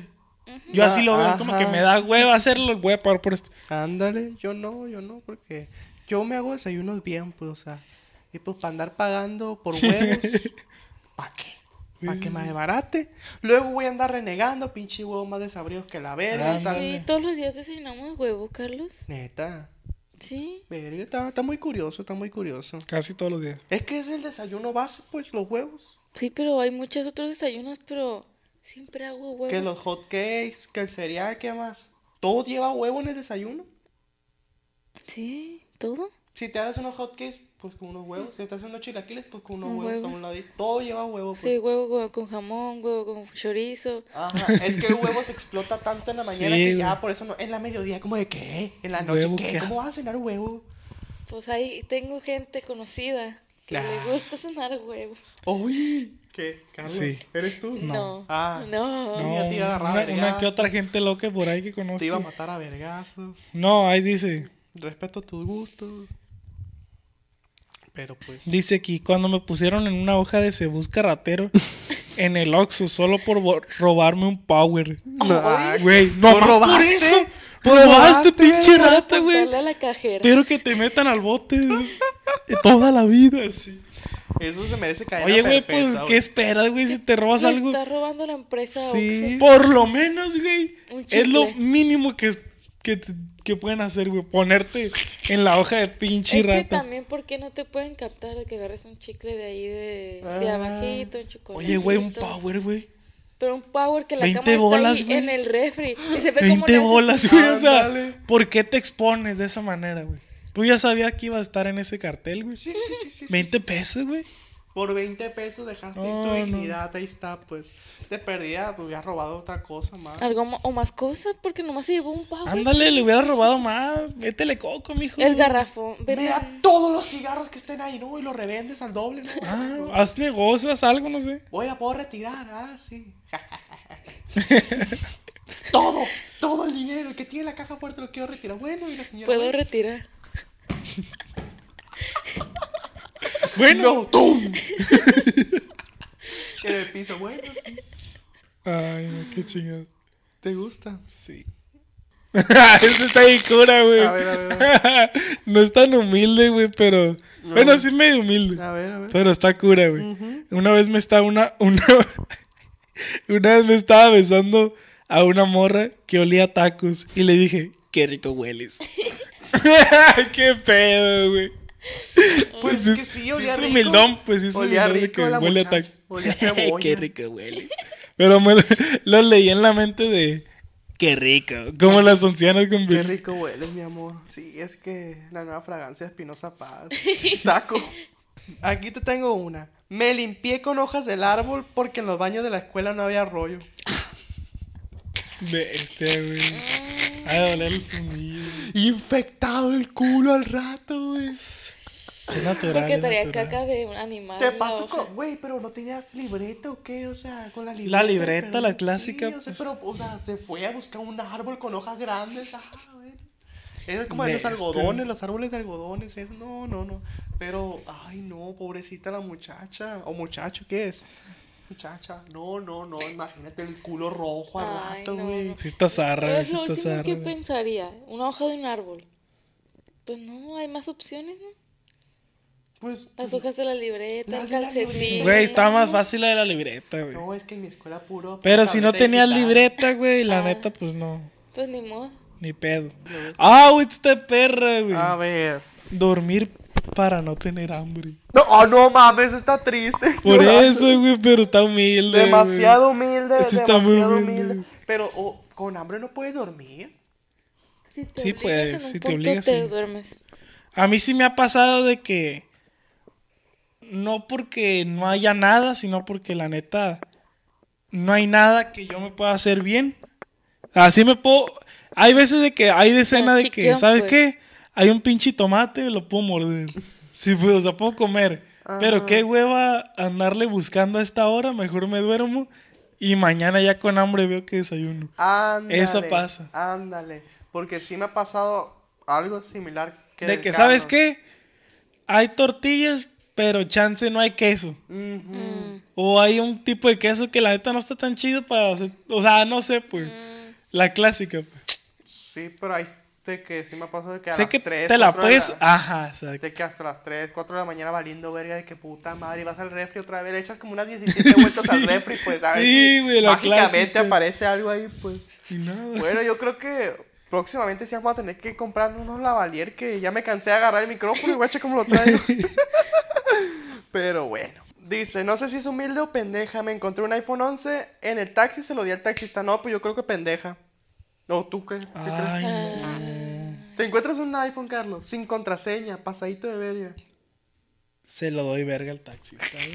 B: Yo
A: Ah,
B: así lo veo, como que
A: ajá.
B: me da hueva hacerlo, voy a pagar por esto.
A: Ándale, yo no, yo no, porque yo me hago desayunos bien, pues, o sea. Y pues para andar pagando por huevos, ¿para qué? ¿Para que me desbarate? Luego voy a andar renegando, pinche huevos más desabridos que la verga.
B: Ah,
A: tal-
B: Ándale.
C: Sí, todos los días desayunamos huevo, Carlos.
A: Neta,
C: Sí.
A: verga, está, está muy curioso, está muy curioso.
B: Casi todos los días.
A: Es que es el desayuno base, pues, los huevos.
C: Sí, pero hay muchos otros desayunos, pero siempre hago huevo.
A: Que los hot cakes, que el cereal, ¿qué más? Todo lleva huevo en el desayuno.
C: Sí, todo.
A: Si te haces unos hot cakes, pues con unos huevos. Si te haces unos chilaquiles, pues con unos
C: Con
A: huevos, a
C: huevos.
A: un ladito. Todo lleva huevo, pues.
C: Sí, huevo con, con jamón, huevo con chorizo.
A: Ajá, es que el huevo se explota tanto en la mañana
B: Sí,
A: que ya
B: güey.
A: por eso no, en la mediodía como de qué, en la noche
B: Huevo,
A: qué,
B: ¿qué
A: ¿cómo
B: haces?
A: vas a cenar huevo?
C: Pues ahí tengo gente conocida que
A: Ah.
C: le gusta cenar huevo.
A: Uy, ¿qué? Carlos,
B: Sí.
A: ¿eres tú?
C: No.
A: Ah.
C: No.
A: No. ya te iba a agarrar
B: una, una que
A: vergazos.
B: otra gente loca por ahí que
A: Te iba a
B: conozco.
A: matar a vergazos.
B: No, ahí dice.
A: Respeto tus gustos. Pero pues
B: Dice aquí, cuando me pusieron en una hoja de se busca ratero en el Oxxo solo por bo- robarme un power.
A: Ay,
B: Güey, no
A: ¿lo
B: más por
A: robaste?
B: eso.
A: ¿Lo
B: Robaste,
A: robaste?
B: pinche
C: Para
B: rata, güey.
C: apuntarle a la cajera.
B: Espero que te metan al bote güey, toda la vida. sí.
A: eso se merece caer
B: Oye, güey, pues, ¿qué esperas, güey? Si te robas
C: Le
B: algo.
C: está robando la empresa
B: Sí.
C: Oxxo.
B: Por lo menos, güey.
C: Un chicle.
B: Es lo mínimo que, que, te- que pueden hacer, güey. Ponerte en la hoja de pinche
C: Es que
B: rata.
C: también, ¿por qué no te pueden captar de que agarres un chicle de ahí de, de
A: Ah.
C: abajito, un chocolate?
B: Oye, güey, un power, güey.
C: Pero un power que la
B: 20
C: cama está
B: bolas,
C: ahí
B: güey.
C: en el refri. Y se ve cómo le
B: 20
C: haces-
B: bolas, güey. O sea,
A: Ándale.
B: ¿por qué te expones de esa manera, güey? Tú ya sabías que iba a estar en ese cartel, güey.
A: Sí, sí, sí, sí, sí.
B: 20 pesos, güey.
A: Por 20 pesos dejaste ir tu
B: Ah, No, no.
A: dignidad, ahí está, pues. Te perdida, pues hubieras robado otra cosa más.
B: Ah,
C: Algo mo- o más cosas, porque nomás se llevó un power.
B: Ándale, le hubiera robado más. Métele coco, mijo.
C: El garrafón.
A: Me
C: ¿verdad?
A: da todos los cigarros que estén ahí, ¿no? Y los revendes al doble, ¿no?
B: Ah, haz negocio, haz algo, no sé.
A: Oiga, ¿puedo retirar? Ah, sí. todo, todo el dinero. El que tiene la caja fuerte lo quiero retirar. Bueno, y la señora.
C: Puedo retirar.
B: Bueno.
A: No, ¡tum! en el piso. Bueno, sí.
B: Ay, no, qué chingado.
A: ¿Te gusta?
B: Sí. Eso está bien cura, güey.
A: A ver, a ver,
B: no es tan humilde, güey, pero. Bueno, sí es medio humilde.
A: A ver, a ver.
B: Pero está cura, güey. Una vez me estaba una, una. una vez me estaba besando a una morra que olía a tacos. Y le dije, qué rico hueles. qué pedo, güey.
A: Pues es que sí, olía
B: es
A: rico.
B: humildón, pues sí es
A: Olía
B: humildón de
A: rico
B: que
A: la
B: huele a
A: muchacha,
B: taco.
A: olía a cebolla.
B: qué rico hueles. Pero me lo, lo leí en la mente de. Qué rico. Como las ancianas con
A: Qué rico hueles, mi amor. Sí, es que la nueva fragancia de Espinosa Paz. Taco. Aquí te tengo una. Me limpié con hojas del árbol porque en los baños de la escuela no había rollo.
B: De este, güey. Ay, doler el fundillo.
A: Infectado el culo al rato, güey.
B: Es natural.
C: Porque
B: es
C: traía
B: natural.
C: caca de un animal.
A: Te
C: en la
A: paso
C: hoja.
A: con. Güey, pero no tenías libreta o qué, o sea, con la libreta.
B: La libreta,
A: pero-
B: la clásica,
A: Sí, o sea,
B: pues.
A: pero, o sea, se fue a buscar un árbol con hojas grandes. Ah, güey. Eso es como de los
B: Bestia.
A: algodones, los árboles de algodones. Eso, no, no, no. Pero, ay, no, pobrecita la muchacha. O muchacho, ¿qué es? Muchacha. No, no, no. Imagínate el culo rojo al
C: Ay,
A: rato,
C: no,
A: güey.
C: no.
B: Sí está zarra,
C: Pero
B: güey,
C: es
B: sí
C: lo
B: está
C: último
B: zarra.
C: que
B: güey.
C: pensaría. Una hoja de un árbol. Pues no, hay más opciones, ¿no?
A: Pues.
C: Las hojas de la libreta,
A: Las
C: el
A: de la libreta.
C: calcetín.
B: Güey, estaba más fácil la de la libreta, güey.
A: No, es que en mi escuela puro.
B: Pero si no
A: tableta
B: tenías
A: digital.
B: libreta, güey,
C: Ah.
B: la neta, pues no.
C: Pues ni modo.
B: Ni pedo. Ah, güey, esta perra, güey.
A: A ver.
B: Dormir para no tener hambre.
A: No, oh, no mames, está triste.
B: Por eso, güey, pero está humilde. güey.
A: Demasiado humilde,
B: Ese está muy
A: demasiado humilde.
B: humilde.
A: Pero oh, con hambre no puedes dormir.
C: Si te
B: Sí,
C: obligas
B: pues,
C: en un
B: si te
C: punto,
B: obligas,
C: te
B: sí.
C: duermes.
B: A mí sí me ha pasado de que. No porque no haya nada, sino porque la neta. No hay nada que yo me pueda hacer bien. Así me puedo. Hay veces de que hay decena de que,
C: chiqueón,
B: ¿sabes
C: pues.
B: qué? Hay un pinche tomate, lo puedo morder. Sí, pues, o sea, puedo comer. Pero qué hueva andarle buscando a esta hora, mejor me duermo. Y mañana ya con hambre veo que desayuno.
A: Ándale.
B: Eso pasa.
A: Ándale. Porque sí me ha pasado algo similar que.
B: de
A: el
B: que,
A: Carlos.
B: ¿sabes qué? Hay tortillas, pero chance no hay queso. O hay un tipo de queso que la neta no está tan chido para hacer. O sea, no sé, pues. La clásica, pues.
A: Sí, pero ahí de que sí me pasó de que a
B: sé
A: las
B: que
A: 3,
B: te la
A: 4 de
B: puedes. Ajá, exacto.
A: De que hasta las 3, 4 de la mañana valiendo verga de que puta madre, y vas al refri otra vez, le echas como unas 17 vueltas al
B: Sí.
A: refri, pues a ver
B: Sí,
A: si
B: güey, la
A: mágicamente
B: clásica.
A: aparece algo ahí, pues.
B: Y nada.
A: Bueno, yo creo que próximamente sí vamos a tener que comprar unos lavalier que ya me cansé de agarrar el micrófono y guacha cómo lo traigo. Pero bueno. Dice, no sé si es humilde o pendeja, me encontré un iPhone 11 en el taxi, se lo di al taxista. No, pues yo creo que pendeja. ¿O tú qué? ¿Qué crees?
B: Ay, no.
A: Te encuentras un iPhone, Carlos, sin contraseña, pasadito de verga.
B: Se lo doy verga al taxista. güey.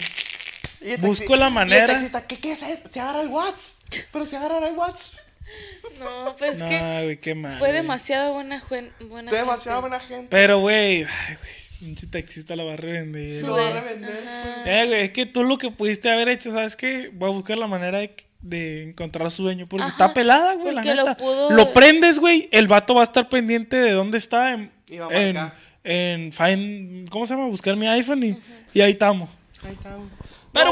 A: Y el
B: Busco
A: taxi-
B: la
A: y el
B: manera.
A: taxista, ¿qué, qué es eso? Se agarra el WhatsApp. Pero se agarra el WhatsApp.
C: No, pues es
B: No,
C: que
B: güey, qué mal.
C: fue
B: güey.
C: demasiado buena, juen- buena
A: Demasiada
C: gente.
A: buena gente.
B: Pero, güey, ay, güey, pinche taxista la va a revender.
A: Lo va a revender.
B: Eh, güey, es que tú lo que pudiste haber hecho, ¿sabes qué? Voy a buscar la manera de, de encontrar su dueño. Porque
C: Ajá,
B: está pelada, güey, la
C: porque lo
B: neta. Lo,
C: pudo-
B: prendes, güey, el vato va a estar pendiente de dónde está en...
A: Y va a
B: en,
A: marcar.
B: en Find- ¿Cómo se llama? Buscar mi iPhone y, y ahí estamos.
A: Ahí está.
B: Pero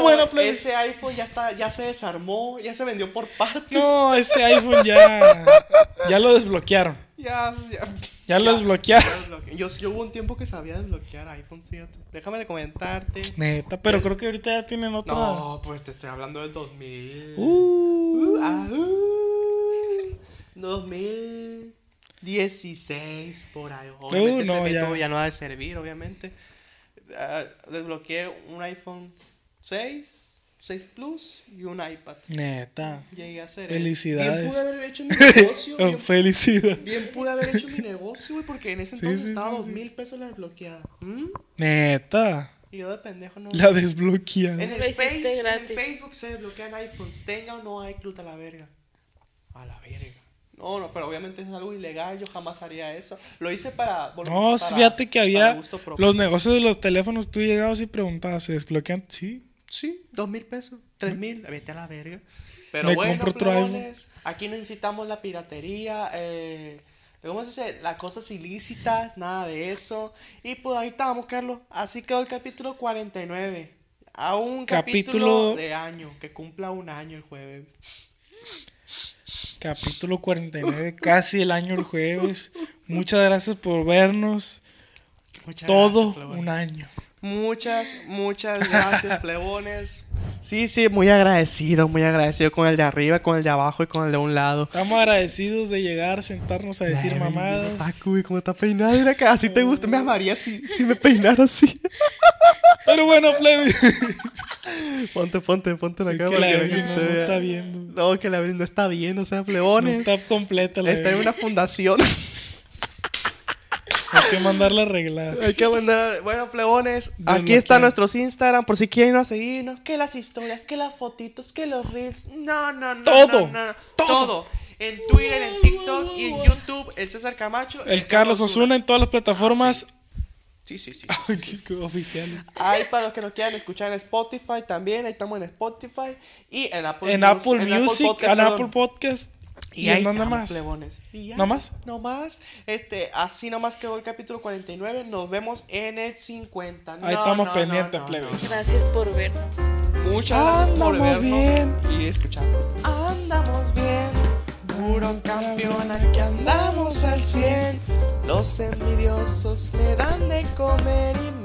A: No, eh,
B: bueno, pues. plebes.
A: Ese iPhone ya, está, ya se desarmó, ya se vendió por partes.
B: No, ese iPhone ya... Ya lo desbloquearon.
A: Ya, ya.
B: Ya lo desbloquearon.
A: Yo, yo hubo un tiempo que sabía desbloquear iPhone 7. Déjame de comentarte.
B: Neta, pero creo que ahorita ya tienen otra...
A: No, pues te estoy hablando del 2000.
B: Uh,
A: Uh, ah, uh, 2016 por ahí. Obviamente
B: Uh, no,
A: ese
B: ya.
A: método ya no va a servir, obviamente. Ah, desbloqueé un iPhone 6, 6 Plus y un iPad.
B: neta.
A: Llegué a hacer
B: Felicidades.
A: eso. Bien pude haber hecho mi negocio.
B: Oh,
A: bien,
B: Felicidad.
A: bien pude haber hecho mi negocio, güey, porque en ese
B: Sí,
A: entonces
B: sí,
A: estaba
B: sí,
A: dos mil pesos la desbloqueada. ¿Mm?
B: Neta.
A: Y yo de pendejo no.
B: La desbloquearon.
A: En el,
C: Lo hiciste
A: Face- en
C: gratis.
A: Facebook se desbloquean iPhones, tenga o no iCloud a la verga. A la verga. No, no, pero obviamente es algo ilegal, yo jamás haría eso. Lo hice para... vol-
B: No,
A: para-
B: fíjate que
A: para
B: había
A: gusto propio.
B: los negocios de los teléfonos, tú llegabas y preguntabas, ¿se desbloquean? Sí.
A: Sí, dos mil pesos, tres mil, vete a la verga. Pero
B: Me
A: bueno,
B: compro otro iPhone.
A: plebones, aquí no incitamos la piratería, eh, ¿cómo se dice? Las cosas ilícitas, nada de eso. Y pues ahí estamos, Carlos. Así quedó el capítulo 49. A un capítulo,
B: Capítulo-
A: de año, que cumpla un año el jueves.
B: Capítulo 49, casi el año el jueves. Muchas gracias por vernos.
A: Muchas
B: Todo
A: gracias, plebones.
B: un año.
A: Muchas, muchas gracias, plebones. Sí, sí, muy agradecido, muy agradecido con el de arriba, con el de abajo y con el de un lado.
B: Estamos agradecidos de llegar, sentarnos a decir
A: Ay,
B: mamadas.
A: bendito Taco, güey, cómo está peinado. Mira que así te gusta. Me amaría si, si me peinara así.
B: Pero bueno, plebe.
A: Ponte, ponte, ponte la
B: Que
A: cámara.
B: la
A: que la
B: Evelyn
A: gente
B: no
A: vea.
B: está viendo.
A: No, que la Evelyn no está bien, o sea,
B: No
A: pleones.
B: está completa la
A: está en
B: bebé.
A: una fundación.
B: Hay que mandarla a arreglar.
A: Hay que mandar. Bueno, plebones,
B: Del
A: aquí están
B: maquillaje.
A: nuestros Instagram por si quieren ir a seguirnos. Que las historias, que las fotitos, que los reels. No, no, no.
B: Todo,
A: no, no, no.
B: todo.
A: Todo. En Twitter, en TikTok y en YouTube, el César Camacho. y
B: El Carlos Osuna en todas las plataformas
A: Sí, sí, Ah, sí.
B: oficiales.
A: Ahí para los que nos quieran escuchar en Spotify también, ahí estamos en Spotify y en Apple
B: En
A: Mus-
B: Apple
A: en
B: Music,
A: Podcast,
B: en
A: perdón.
B: Apple Podcast. ¿Y,
A: ahí
B: en dónde
A: estamos,
B: más?
A: plebones. Y ya,
B: ¿No más?
A: No más. Este, así nomás quedó el capítulo 49. Nos vemos en el 50.
B: Ahí
A: No,
B: estamos
A: no,
B: pendientes,
A: no, no,
B: plebes.
C: Gracias por vernos.
A: no. Muchas gracias por
B: Andamos
A: vernos
B: bien.
A: y escucharnos. Andamos bien, puro campeón, aquí andamos al 100. Los envidiosos me dan de comer y me